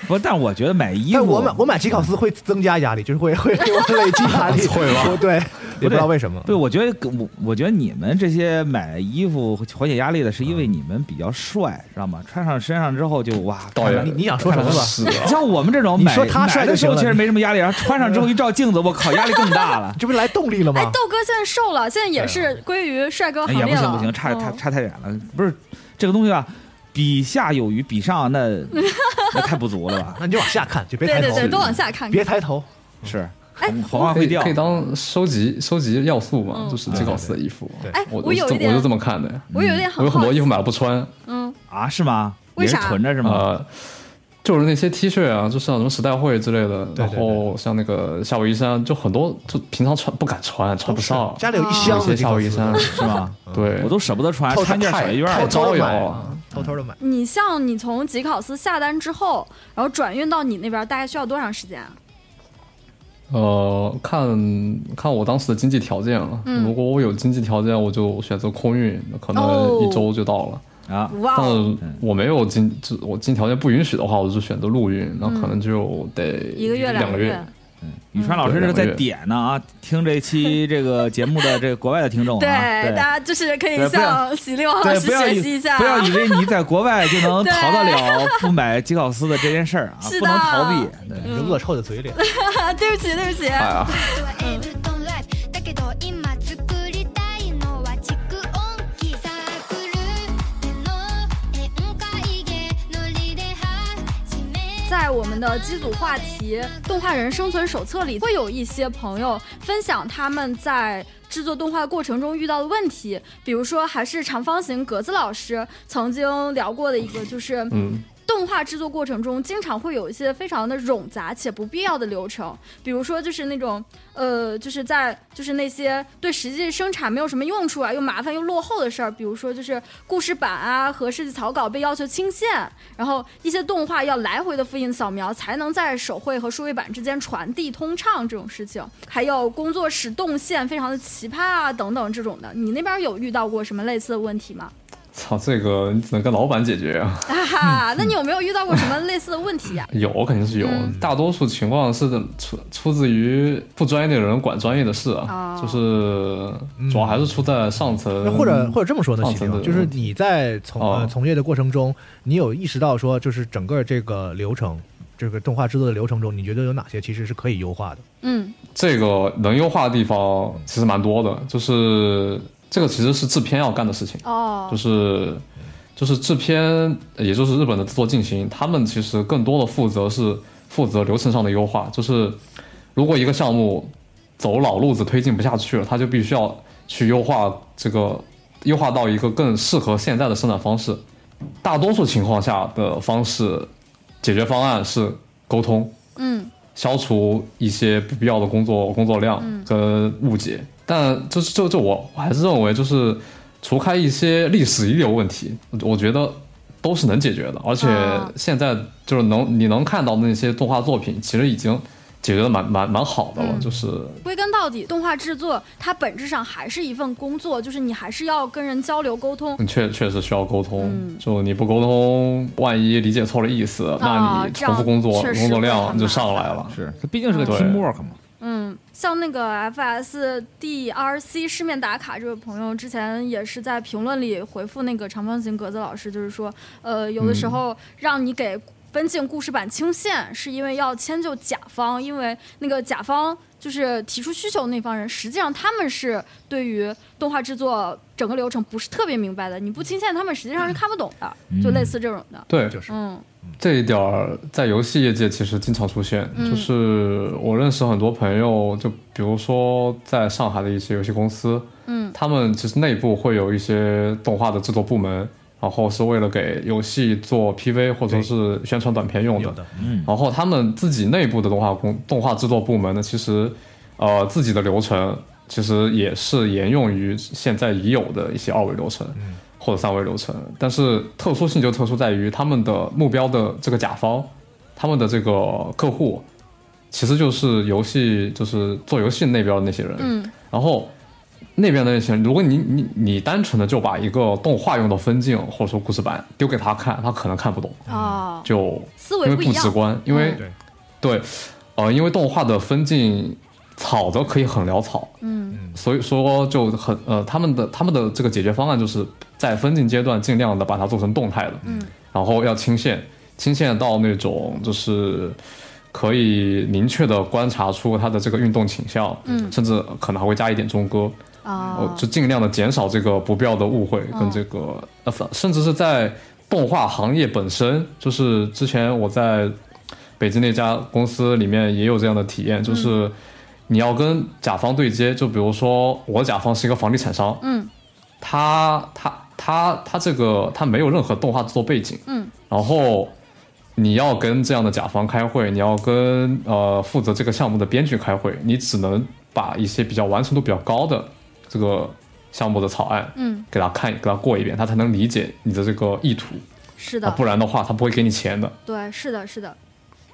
Speaker 5: 不？但我觉得买衣服，
Speaker 3: 但我买我买吉考斯会增加压力，就是会会给我累积压力，
Speaker 6: 会吧
Speaker 3: 我对，也不知道为什么。
Speaker 5: 对，我觉得跟我我觉得你们这些买衣服缓解压力的，是因为你们比较帅，知道吗？穿上身上之后就哇，
Speaker 6: 导演
Speaker 3: 你你想说什么吧？
Speaker 6: 是啊
Speaker 5: 你像我们这种
Speaker 3: 你
Speaker 5: 买
Speaker 3: 说他帅
Speaker 5: 买
Speaker 3: 就
Speaker 5: 的时候
Speaker 3: 行了
Speaker 5: 其实没什么压力，然后穿上之后一
Speaker 3: (laughs)
Speaker 5: 照镜子，我靠，压力更大了
Speaker 3: 你。这不是来动力了
Speaker 4: 哎，
Speaker 3: 吗？
Speaker 4: 豆哥现在瘦了，现在也是归于帅哥
Speaker 5: 哎
Speaker 4: 行
Speaker 5: 呀，
Speaker 4: 列
Speaker 5: 不
Speaker 4: 了。
Speaker 5: 行不行，差差
Speaker 4: 嗯
Speaker 5: 差太远了。不是这个东西啊，比下有余，比上
Speaker 3: (laughs)
Speaker 5: 那那太不足了吧？
Speaker 3: (laughs) 那你就往下看，就别
Speaker 4: 对
Speaker 3: 抬
Speaker 4: 对对，都
Speaker 3: 头，
Speaker 4: 往下看看。
Speaker 3: 别抬头。
Speaker 5: 是，
Speaker 4: 哎
Speaker 5: 红红花
Speaker 6: 可
Speaker 5: 会
Speaker 6: 以
Speaker 5: 掉
Speaker 6: 可。以当收集收集要素嘛，
Speaker 4: 嗯
Speaker 6: 就是吉考斯的衣服。
Speaker 3: 对
Speaker 4: 哎，
Speaker 6: 我
Speaker 4: 我有
Speaker 6: 就
Speaker 4: 一点
Speaker 6: 我就这么看的，
Speaker 4: 我有一点很
Speaker 6: 我有很多衣
Speaker 4: 好
Speaker 6: 服
Speaker 4: 奇
Speaker 6: 买了不穿，
Speaker 4: 嗯，
Speaker 5: 啊？是吗？
Speaker 4: 为
Speaker 5: 也是
Speaker 4: 啥
Speaker 5: 囤着是吗？
Speaker 6: 呃，就是那些 T 恤啊，就像什么时代汇之类的，
Speaker 3: 对对
Speaker 6: 然
Speaker 3: 对
Speaker 6: 后像那个夏威夷衫，就很多就平常穿不敢穿，穿不上，啊
Speaker 3: 家里有一箱
Speaker 6: 有一
Speaker 3: 子
Speaker 6: 些
Speaker 3: 吉
Speaker 6: 夏
Speaker 3: 考
Speaker 6: 威夷
Speaker 3: 斯，
Speaker 6: 衫，
Speaker 5: 是吗？
Speaker 6: (laughs) 对
Speaker 5: 我，都舍不得穿，
Speaker 3: 透
Speaker 5: 穿件哎
Speaker 6: 太
Speaker 5: 小一件
Speaker 6: 太
Speaker 5: 儿
Speaker 3: 偷偷
Speaker 5: 吧。
Speaker 3: 的
Speaker 6: 招
Speaker 3: 买
Speaker 6: 摇啊，
Speaker 3: 偷偷的买。
Speaker 4: 你像你从吉考斯下单之后，然后转运到你那边，大概需要多长时间啊？
Speaker 6: 呃，看看我当时的经济条件了。
Speaker 4: 嗯
Speaker 6: 如果我有经济条件，我就选择空运，那可
Speaker 4: 哦
Speaker 6: 能一周就到了。
Speaker 5: 啊，
Speaker 4: 哇
Speaker 6: 但
Speaker 4: 哦，
Speaker 3: 嗯
Speaker 6: 我没有经，就我经济条件不允许的话，我就选择陆运，那可能就得
Speaker 4: 嗯一个月
Speaker 6: 两
Speaker 4: 个
Speaker 6: 个
Speaker 4: 月
Speaker 6: 月。。
Speaker 5: 宇川老师是
Speaker 6: 对两个
Speaker 5: 在
Speaker 6: 月
Speaker 5: 点呢啊，听这期这个节目的这个国外的听众啊，
Speaker 4: 对，
Speaker 5: 对
Speaker 4: 大家就是可以
Speaker 5: 对不要
Speaker 4: 向喜力王老
Speaker 5: 对，
Speaker 4: 师
Speaker 5: 不要
Speaker 4: 学
Speaker 5: 以
Speaker 4: 习一下啊，
Speaker 5: 不要以为你在国外就能
Speaker 4: (laughs) 对
Speaker 5: 逃得了不买吉考斯的这件事儿啊，
Speaker 4: (laughs) 是的
Speaker 5: 不能逃避。对
Speaker 4: 嗯
Speaker 3: 你这恶臭的嘴脸，
Speaker 4: 啊 (laughs) 对不起，对不起。
Speaker 6: 哎呀，
Speaker 7: 「だけど今作りたいのは蓄音機」「サークルでの宴会芸ノリで始め」
Speaker 4: 在我们的机组话题《动画人生存手册》里，会有一些朋友分享他们在制作动画过程中遇到的问题，比如说还是长方形格子老师曾经聊过的一个，就是
Speaker 6: 嗯，
Speaker 4: 动画制作过程中经常会有一些非常的冗杂且不必要的流程，比如说就是那种呃，就是在就是那些对实际生产没有什么用处啊，又麻烦又落后的事儿，比如说就是故事版啊和设计草稿被要求清线，然后一些动画要来回的复印扫描才能在手绘和数位板之间传递通畅这种事情，还有工作室动线非常的奇葩啊等等这种的，你那边有遇到过什么类似的问题吗？
Speaker 6: 操，这个你只能跟老板解决啊。 (laughs)
Speaker 4: 哈哈，那你有没有遇到过什么类似的问题呀、
Speaker 6: 有肯定是有，
Speaker 4: 嗯
Speaker 6: 大多数情况是出出自于不专业的人管专业的事啊，
Speaker 4: 哦
Speaker 6: 就是主要还是出在上层，
Speaker 3: 嗯或者或者这么说呢，
Speaker 6: 上
Speaker 3: 喜力
Speaker 6: 层
Speaker 3: 王
Speaker 6: 的
Speaker 3: 就是你在从呃
Speaker 6: 哦
Speaker 3: 从业的过程中，你有意识到说，就是整个这个流程，这个动画制作的流程中，你觉得有哪些其实是可以优化的？
Speaker 4: 嗯
Speaker 6: 这个能优化的地方其实蛮多的，就是这个其实是制片要干的事情，
Speaker 4: 哦，
Speaker 6: 就是就是制片，呃也就是日本的制作进行，他们其实更多的负责是负责流程上的优化，就是如果一个项目走老路子推进不下去了，他就必须要去优化这个，优化到一个更适合现在的生产方式。大多数情况下的方式解决方案是沟通，
Speaker 4: 嗯
Speaker 6: 消除一些不必要的工作工作量
Speaker 4: 嗯
Speaker 6: 跟误解。但就是就就我我还是认为，就是除开一些历史遗留问题，我我觉得都是能解决的。而且
Speaker 4: 啊
Speaker 6: 现在就是能你能看到的那些动画作品，其实已经解决的蛮蛮蛮好的了，
Speaker 4: 嗯
Speaker 6: 就是。
Speaker 4: 归根到底，动画制作它本质上还是一份工作，就是你还是要跟人交流沟通。
Speaker 6: 嗯确确实需要沟通，
Speaker 4: 嗯
Speaker 6: 就你不沟通，万一理解错了意思，那你
Speaker 4: 这样
Speaker 6: 重复工作
Speaker 4: 确实
Speaker 6: 工作
Speaker 4: 会很
Speaker 6: 量就
Speaker 4: 麻
Speaker 6: 上
Speaker 4: 烦
Speaker 6: 来了。
Speaker 5: 是，它毕竟是个
Speaker 6: 对
Speaker 5: teamwork 嘛。
Speaker 4: 嗯，像那个 FS DRC 市面打卡这位朋友，之前也是在评论里回复那个长方形格子老师，就是说，呃，有的
Speaker 6: 嗯
Speaker 4: 时候让你给分镜故事版清线，是因为要迁就甲方，因为那个甲方就是提出需求的那方人，实际上他们是对于动画制作整个流程不是特别明白的，你不清线，他们实际上是看不懂的，
Speaker 6: 嗯
Speaker 4: 就类似这种的。
Speaker 6: 对，
Speaker 3: 就是
Speaker 4: 嗯
Speaker 6: 这一点儿在游戏业界其实经常出现，就是我认识很多朋友，就比如说在上海的一些游戏公司，
Speaker 4: 嗯
Speaker 6: 他们其实内部会有一些动画的制作部门，然后是为了给游戏做 PV 或者是宣传短片用
Speaker 3: 有
Speaker 6: 的。
Speaker 3: 的，
Speaker 6: 然后他们自己内部的动画工动画制作部门呢，其实呃自己的流程其实也是沿用于现在已有的一些二维流程。或者三维流程，但是特殊性就特殊在于他们的目标的这个甲方，他们的这个客户，其实就是游戏，就是做游戏那边的那些人。
Speaker 4: 嗯，
Speaker 6: 然后那边的那些人，如果你你你单纯的就把一个动画用的分镜或者说故事板丢给他看，他可能看不懂，
Speaker 4: 哦，
Speaker 6: 嗯就
Speaker 4: 思
Speaker 6: 因
Speaker 4: 维
Speaker 6: 为
Speaker 4: 不一
Speaker 6: 不直
Speaker 4: 样，
Speaker 6: 观，因为、
Speaker 3: 对
Speaker 6: 对，呃，因为动画的分镜草的可以很潦草，
Speaker 4: 嗯
Speaker 6: 所以说就很呃，他们的他们的这个解决方案就是在分镜阶段尽量的把它做成动态的，
Speaker 4: 嗯，
Speaker 6: 然后要清线，清线到那种就是可以明确的观察出它的这个运动倾向，
Speaker 4: 嗯
Speaker 6: 甚至可能还会加一点中歌，
Speaker 4: 哦
Speaker 6: 呃，，就尽量的减少这个不必要的误会跟这个，呃，反甚至是在动画行业本身，就是之前我在北京那家公司里面也有这样的体验，就是你要跟甲方对接，就比如说我甲方是一个房地产商，
Speaker 4: 嗯，
Speaker 6: 他他他他这个他没有任何动画制作背景，
Speaker 4: 嗯，
Speaker 6: 然后。你要跟这样的甲方开会，你要跟呃负责这个项目的编剧开会，你只能把一些比较完成度比较高的这个项目的草案，
Speaker 4: 嗯，
Speaker 6: 给他看，给他过一遍，他才能理解你的这个意图，
Speaker 4: 是
Speaker 6: 啊
Speaker 4: 的，，
Speaker 6: 不然的话他不会给你钱的。
Speaker 4: 对，是的，是的，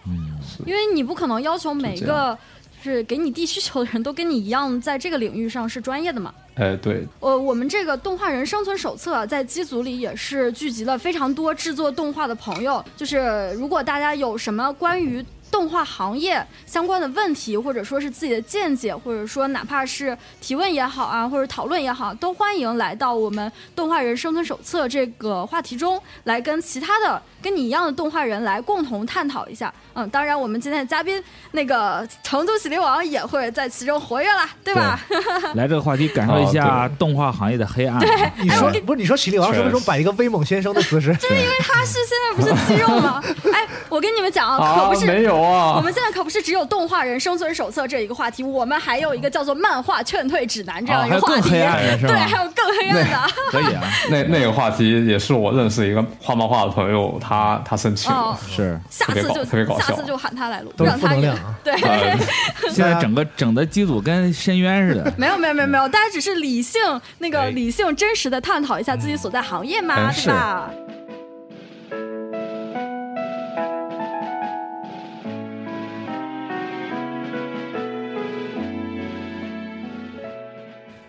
Speaker 4: 嗯，因为你不可能要求每一
Speaker 6: 这
Speaker 4: 个就是给你递需求的人都跟你一样，在这个领域上是专业的嘛。
Speaker 6: 哎，对，
Speaker 4: 呃，我们这个动画人生存手册啊在机组里也是聚集了非常多制作动画的朋友。就是如果大家有什么关于动画行业相关的问题，或者说是自己的见解，或者说哪怕是提问也好啊，或者讨论也好，都欢迎来到我们《动画人生存手册》这个话题中来跟其他的跟你一样的动画人来共同探讨一下。嗯，当然我们今天的嘉宾那个成都喜力王也会在其中活跃啦，对吧？ (laughs)
Speaker 5: 来这个话题感受一下
Speaker 6: 啊
Speaker 5: 动画行业的黑暗。啊
Speaker 3: 你
Speaker 4: 哎
Speaker 3: 说不是你说喜力王什么时候摆一个威猛先生的姿势？
Speaker 4: 他是现在不是肌肉吗？哎，我跟你们讲啊，可不是。
Speaker 6: 没有
Speaker 4: 我
Speaker 6: 啊，
Speaker 4: 们现在可不是只有动画人生存手册这一个话题，我们还有一个叫做漫画劝退指南这样一
Speaker 5: 还
Speaker 4: 个
Speaker 5: 有
Speaker 4: 话
Speaker 5: 更
Speaker 4: 题，
Speaker 5: 黑暗的是
Speaker 4: (laughs)
Speaker 5: 吗
Speaker 4: 对，还有更黑暗的啊。
Speaker 5: 可以啊，
Speaker 6: 那那个话题也是我认识一个画漫画的朋友，他他生
Speaker 4: (laughs)
Speaker 6: 气
Speaker 4: 哦
Speaker 6: 了，，
Speaker 5: (laughs) 是
Speaker 4: 下
Speaker 6: 特别
Speaker 4: 次
Speaker 6: 搞
Speaker 4: 就
Speaker 6: 特别搞
Speaker 4: 下
Speaker 6: 笑
Speaker 4: 次就喊他来录，
Speaker 3: 都是
Speaker 4: 让
Speaker 3: 负
Speaker 4: 他
Speaker 3: 能
Speaker 4: 也
Speaker 3: 量啊
Speaker 4: 对。
Speaker 6: 呃
Speaker 5: 现在整个整的机组跟深渊似 (laughs) 的。
Speaker 4: 没有没有没有没有，大家只是理性那个
Speaker 3: 哎
Speaker 4: 理性真实的探讨一下自己所在行业嘛，
Speaker 6: 哎
Speaker 4: 对吧？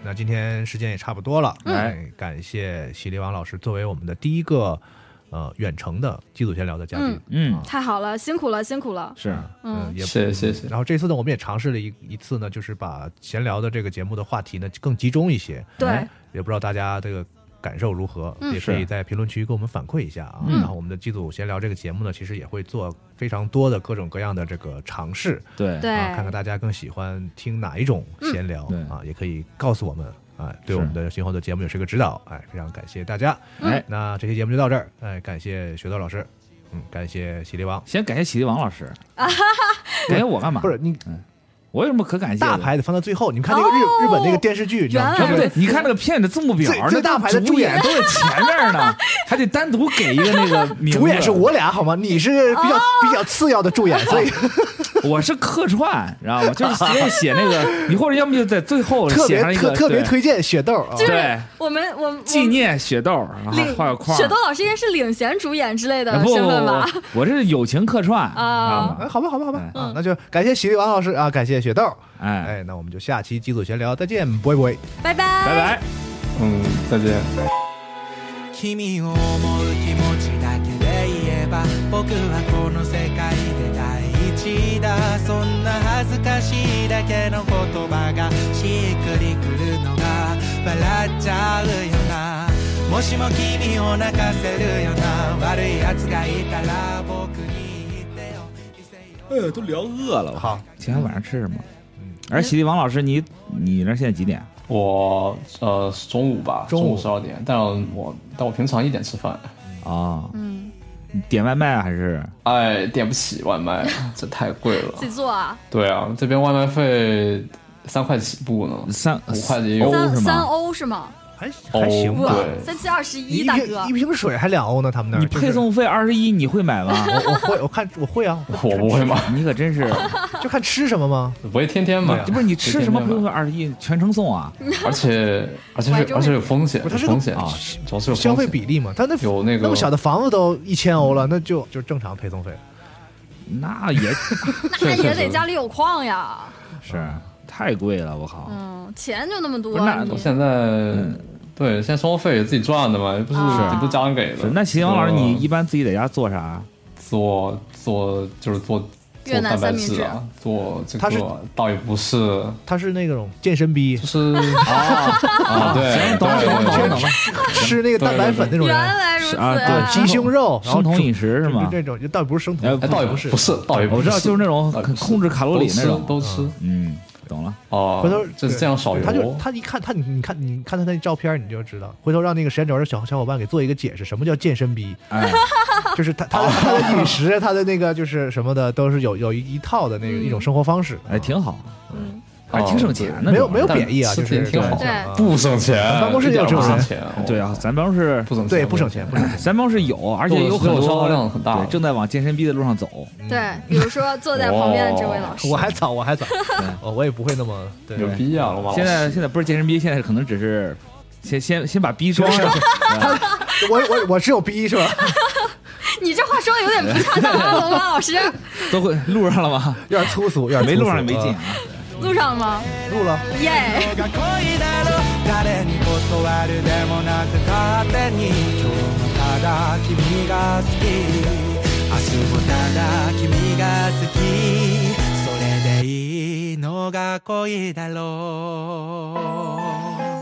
Speaker 3: 那今天时间也差不多了，
Speaker 5: 嗯
Speaker 3: 哎，感谢喜力王老师作为我们的第一个呃远程的机组闲聊的嘉宾，呃
Speaker 5: 嗯，
Speaker 4: 太好了，辛苦了辛苦了，
Speaker 5: 是
Speaker 4: 嗯，
Speaker 3: 也
Speaker 6: 谢谢谢谢，
Speaker 3: 然后这次呢，我们也尝试了一一次呢，就是把闲聊的这个节目的话题呢更集中一些，
Speaker 4: 对
Speaker 5: 哎，
Speaker 3: 也不知道大家这个感受如何，
Speaker 4: 嗯
Speaker 3: 也可以
Speaker 5: 是
Speaker 3: 在评论区给我们反馈一下啊。
Speaker 5: 嗯
Speaker 3: 然后我们的机组闲聊这个节目呢，其实也会做非常多的各种各样的这个尝试，
Speaker 5: 对
Speaker 4: 对
Speaker 3: 啊，看看大家更喜欢听哪一种闲聊、
Speaker 5: 嗯对
Speaker 3: 啊，也可以告诉我们。啊，对
Speaker 5: 是
Speaker 3: 我们的今后的节目也是个指导，哎，非常感谢大家。
Speaker 5: 哎，
Speaker 3: 那这期节目就到这儿，哎，感谢学豆老师，嗯，感谢喜力王，
Speaker 5: 先感谢喜力王
Speaker 4: (laughs)
Speaker 5: 老师，感谢我干嘛？
Speaker 3: 不是你
Speaker 5: 我有什么可感谢的？
Speaker 3: 大牌得放到最后，你们看那个日、日本那个电视剧，你知道吗？
Speaker 4: 哦原
Speaker 5: 对
Speaker 4: 来
Speaker 5: 不对？你看那个片子字幕表
Speaker 3: 最，
Speaker 5: 那
Speaker 3: 最大牌的
Speaker 5: 主
Speaker 3: 主演
Speaker 5: 演都在前面呢，
Speaker 4: (laughs)
Speaker 5: 还得单独给一个那个名字
Speaker 3: 主演是我俩好吗？你是比较、
Speaker 4: 哦
Speaker 3: (laughs) 比较次要的助演，所以
Speaker 5: (laughs) 哦我是客串，知道吗？就是随便写那个，你或者要么就在最后
Speaker 3: 特
Speaker 5: 写
Speaker 3: 别
Speaker 5: 上一
Speaker 3: 特
Speaker 5: 个
Speaker 3: 特别
Speaker 5: 对
Speaker 3: 推荐雪豆啊。
Speaker 4: 就是
Speaker 5: 对
Speaker 4: 我们我们
Speaker 5: 纪念雪豆，然后
Speaker 4: 领
Speaker 5: 啊画个框。
Speaker 4: 雪豆老师应该是领衔主演之类的
Speaker 5: 哎不
Speaker 4: 身
Speaker 5: 不
Speaker 4: 份吧？哦
Speaker 5: 不不，我这是友情客串，知道
Speaker 3: 哎，
Speaker 5: 吗？
Speaker 3: 好吧，好吧，好吧，啊，那就感谢喜力王老师啊，感谢雪豆，
Speaker 5: 哎，
Speaker 3: 哎，那我们就下期机组闲聊再见，拜
Speaker 4: (laughs) 拜
Speaker 3: 拜。
Speaker 5: 拜
Speaker 4: 拜。
Speaker 5: 拜。
Speaker 6: (laughs) 嗯，再见。
Speaker 8: 君を思う気持ちだけで言えば僕はこの世界で第一だそんな恥ずかしいだけの言葉がしっくりくるのが笑っちゃうよなもしも君を泣かせるよな悪い奴がいたら僕に言ってよ異性よ
Speaker 5: 哎呀，都聊饿了。
Speaker 3: 好，
Speaker 5: 今天晚上吃什么？
Speaker 3: 嗯
Speaker 5: 而喜力王老师，你你那儿现在几点？
Speaker 6: 我呃中午吧，
Speaker 3: 中
Speaker 6: 中
Speaker 3: 午
Speaker 6: 十二点，但我但我平常一点吃饭，
Speaker 5: 啊，
Speaker 4: 嗯，
Speaker 5: 你点外卖啊还是？
Speaker 6: 哎，点不起外卖，这太贵了
Speaker 4: 自。己做啊，
Speaker 6: 对啊，这边外卖费三块起步呢，
Speaker 5: 三
Speaker 6: 五块也有
Speaker 5: 欧
Speaker 4: 三
Speaker 5: 是
Speaker 4: 三
Speaker 5: 吗？
Speaker 4: 欧是吗？
Speaker 5: 哦
Speaker 3: 还还行吧。
Speaker 6: 对
Speaker 4: 哇，三七二十
Speaker 3: 一
Speaker 4: 一，大
Speaker 3: 瓶
Speaker 4: 哥
Speaker 3: 一，瓶水还两欧呢，他们那儿
Speaker 5: 你
Speaker 3: 就是
Speaker 5: 配送费二十一，你会
Speaker 6: (laughs)
Speaker 5: 买吗？
Speaker 3: 我我会，我看我会啊，
Speaker 6: 我不会买，
Speaker 5: 你可真是，
Speaker 3: 就看吃什么吗？
Speaker 6: 不会天啊天买，
Speaker 5: 不是你吃什么配
Speaker 6: 不
Speaker 5: 送费二十一，全程送啊？ (laughs)
Speaker 6: 而且而且
Speaker 4: 怀
Speaker 6: 是
Speaker 4: 中
Speaker 6: 而且
Speaker 4: 人
Speaker 6: 有风险，
Speaker 3: 不是
Speaker 6: 有
Speaker 3: 它是个
Speaker 6: 风险啊，主要是有
Speaker 3: 消费
Speaker 6: 风险
Speaker 3: 比例嘛，他那
Speaker 6: 有那个
Speaker 3: 那么小的房子都一千欧了，那就就正常配送费。
Speaker 5: 那也
Speaker 4: 那
Speaker 6: 确
Speaker 4: 也
Speaker 6: 实
Speaker 4: 得家里有矿呀。
Speaker 5: 是太贵了，我靠！
Speaker 4: 嗯，钱就那么多
Speaker 5: 不是那，
Speaker 4: 你
Speaker 6: 现在、对现在生活费也自己赚的嘛，也不是
Speaker 4: 啊
Speaker 6: 也不是家人给的
Speaker 5: 是。那秦阳老师，
Speaker 6: 对吧
Speaker 5: 你一般自己在家做啥？
Speaker 6: 做做就是做
Speaker 4: 越
Speaker 6: 做
Speaker 4: 南
Speaker 6: 蛋
Speaker 4: 三
Speaker 6: 白
Speaker 4: 明
Speaker 6: 质啊，做这
Speaker 3: 它是
Speaker 6: 个倒也不是，
Speaker 3: 他是那种健身逼
Speaker 6: 就，是啊 (laughs) 啊对，
Speaker 5: 等会儿等
Speaker 6: 对
Speaker 5: 会儿等会儿等
Speaker 6: 对
Speaker 5: 会儿
Speaker 3: 吃那个蛋白粉那种
Speaker 4: 原
Speaker 3: 人，
Speaker 4: 来如此
Speaker 5: 啊对
Speaker 4: 啊，
Speaker 3: 鸡胸肉，然后
Speaker 5: 生酮饮食是
Speaker 3: 就
Speaker 5: 吗
Speaker 3: 就？这种，就倒不是生
Speaker 5: 哎
Speaker 3: 酮，
Speaker 6: 哎，倒也不是，不是，倒也不
Speaker 5: 我知道，就是那种
Speaker 6: 倒也不是
Speaker 5: 控制卡路里那种。
Speaker 6: 啊都吃都吃
Speaker 5: 嗯，懂了。
Speaker 6: 哦
Speaker 3: 回头，
Speaker 6: 就是这样少油。
Speaker 3: 他就他一看他你你看你看他那照片你就知道，回头让那个时间轴的小小伙伴给做一个解释，什么叫健身逼，
Speaker 5: 哎，
Speaker 3: 就是他他的他的饮食，他的那个就是什么的，都是有有一一套的那个一种生活方式，
Speaker 5: 哎，挺好，
Speaker 4: 嗯
Speaker 5: 还挺省钱的。
Speaker 3: 没有没有
Speaker 6: 但
Speaker 3: 贬义啊，
Speaker 6: 吃
Speaker 3: 就是
Speaker 6: 挺好
Speaker 4: 对
Speaker 3: 啊
Speaker 6: 不省钱，
Speaker 3: 办公室
Speaker 6: 一点
Speaker 3: 也有这
Speaker 6: 不
Speaker 3: 种
Speaker 6: 省
Speaker 3: 人
Speaker 6: 钱，
Speaker 5: 主要对啊，咱办公室
Speaker 6: 不省钱，
Speaker 3: 对不省钱不省钱。
Speaker 5: 咱办公室有，而且有很
Speaker 6: 肉
Speaker 5: 多
Speaker 6: 肉量很大
Speaker 5: 对正在往健身逼的路上走。
Speaker 4: 对，比如说坐在旁边的这位老师
Speaker 3: 我，还早，我
Speaker 6: (laughs)
Speaker 3: 还早，哦，我也不会那么对
Speaker 6: 牛逼啊，罗马老师
Speaker 5: 现在现在不是健身逼，现在可能只是先先先把逼装上。
Speaker 3: 我我我是有逼是吧？
Speaker 4: (laughs) 你这话说的有点不恰当啊，龙马老师，
Speaker 5: 都会录上了吗？
Speaker 3: 有点粗俗，有点粗俗
Speaker 5: 没录上也没劲
Speaker 3: 啊
Speaker 5: 啊。
Speaker 4: 路上吗？
Speaker 3: 录了。
Speaker 4: 耶。
Speaker 8: が恋だろ誰に断るでもなく勝手に今日もただ君が好き明日もただ君が好きそれでいいのが恋だろう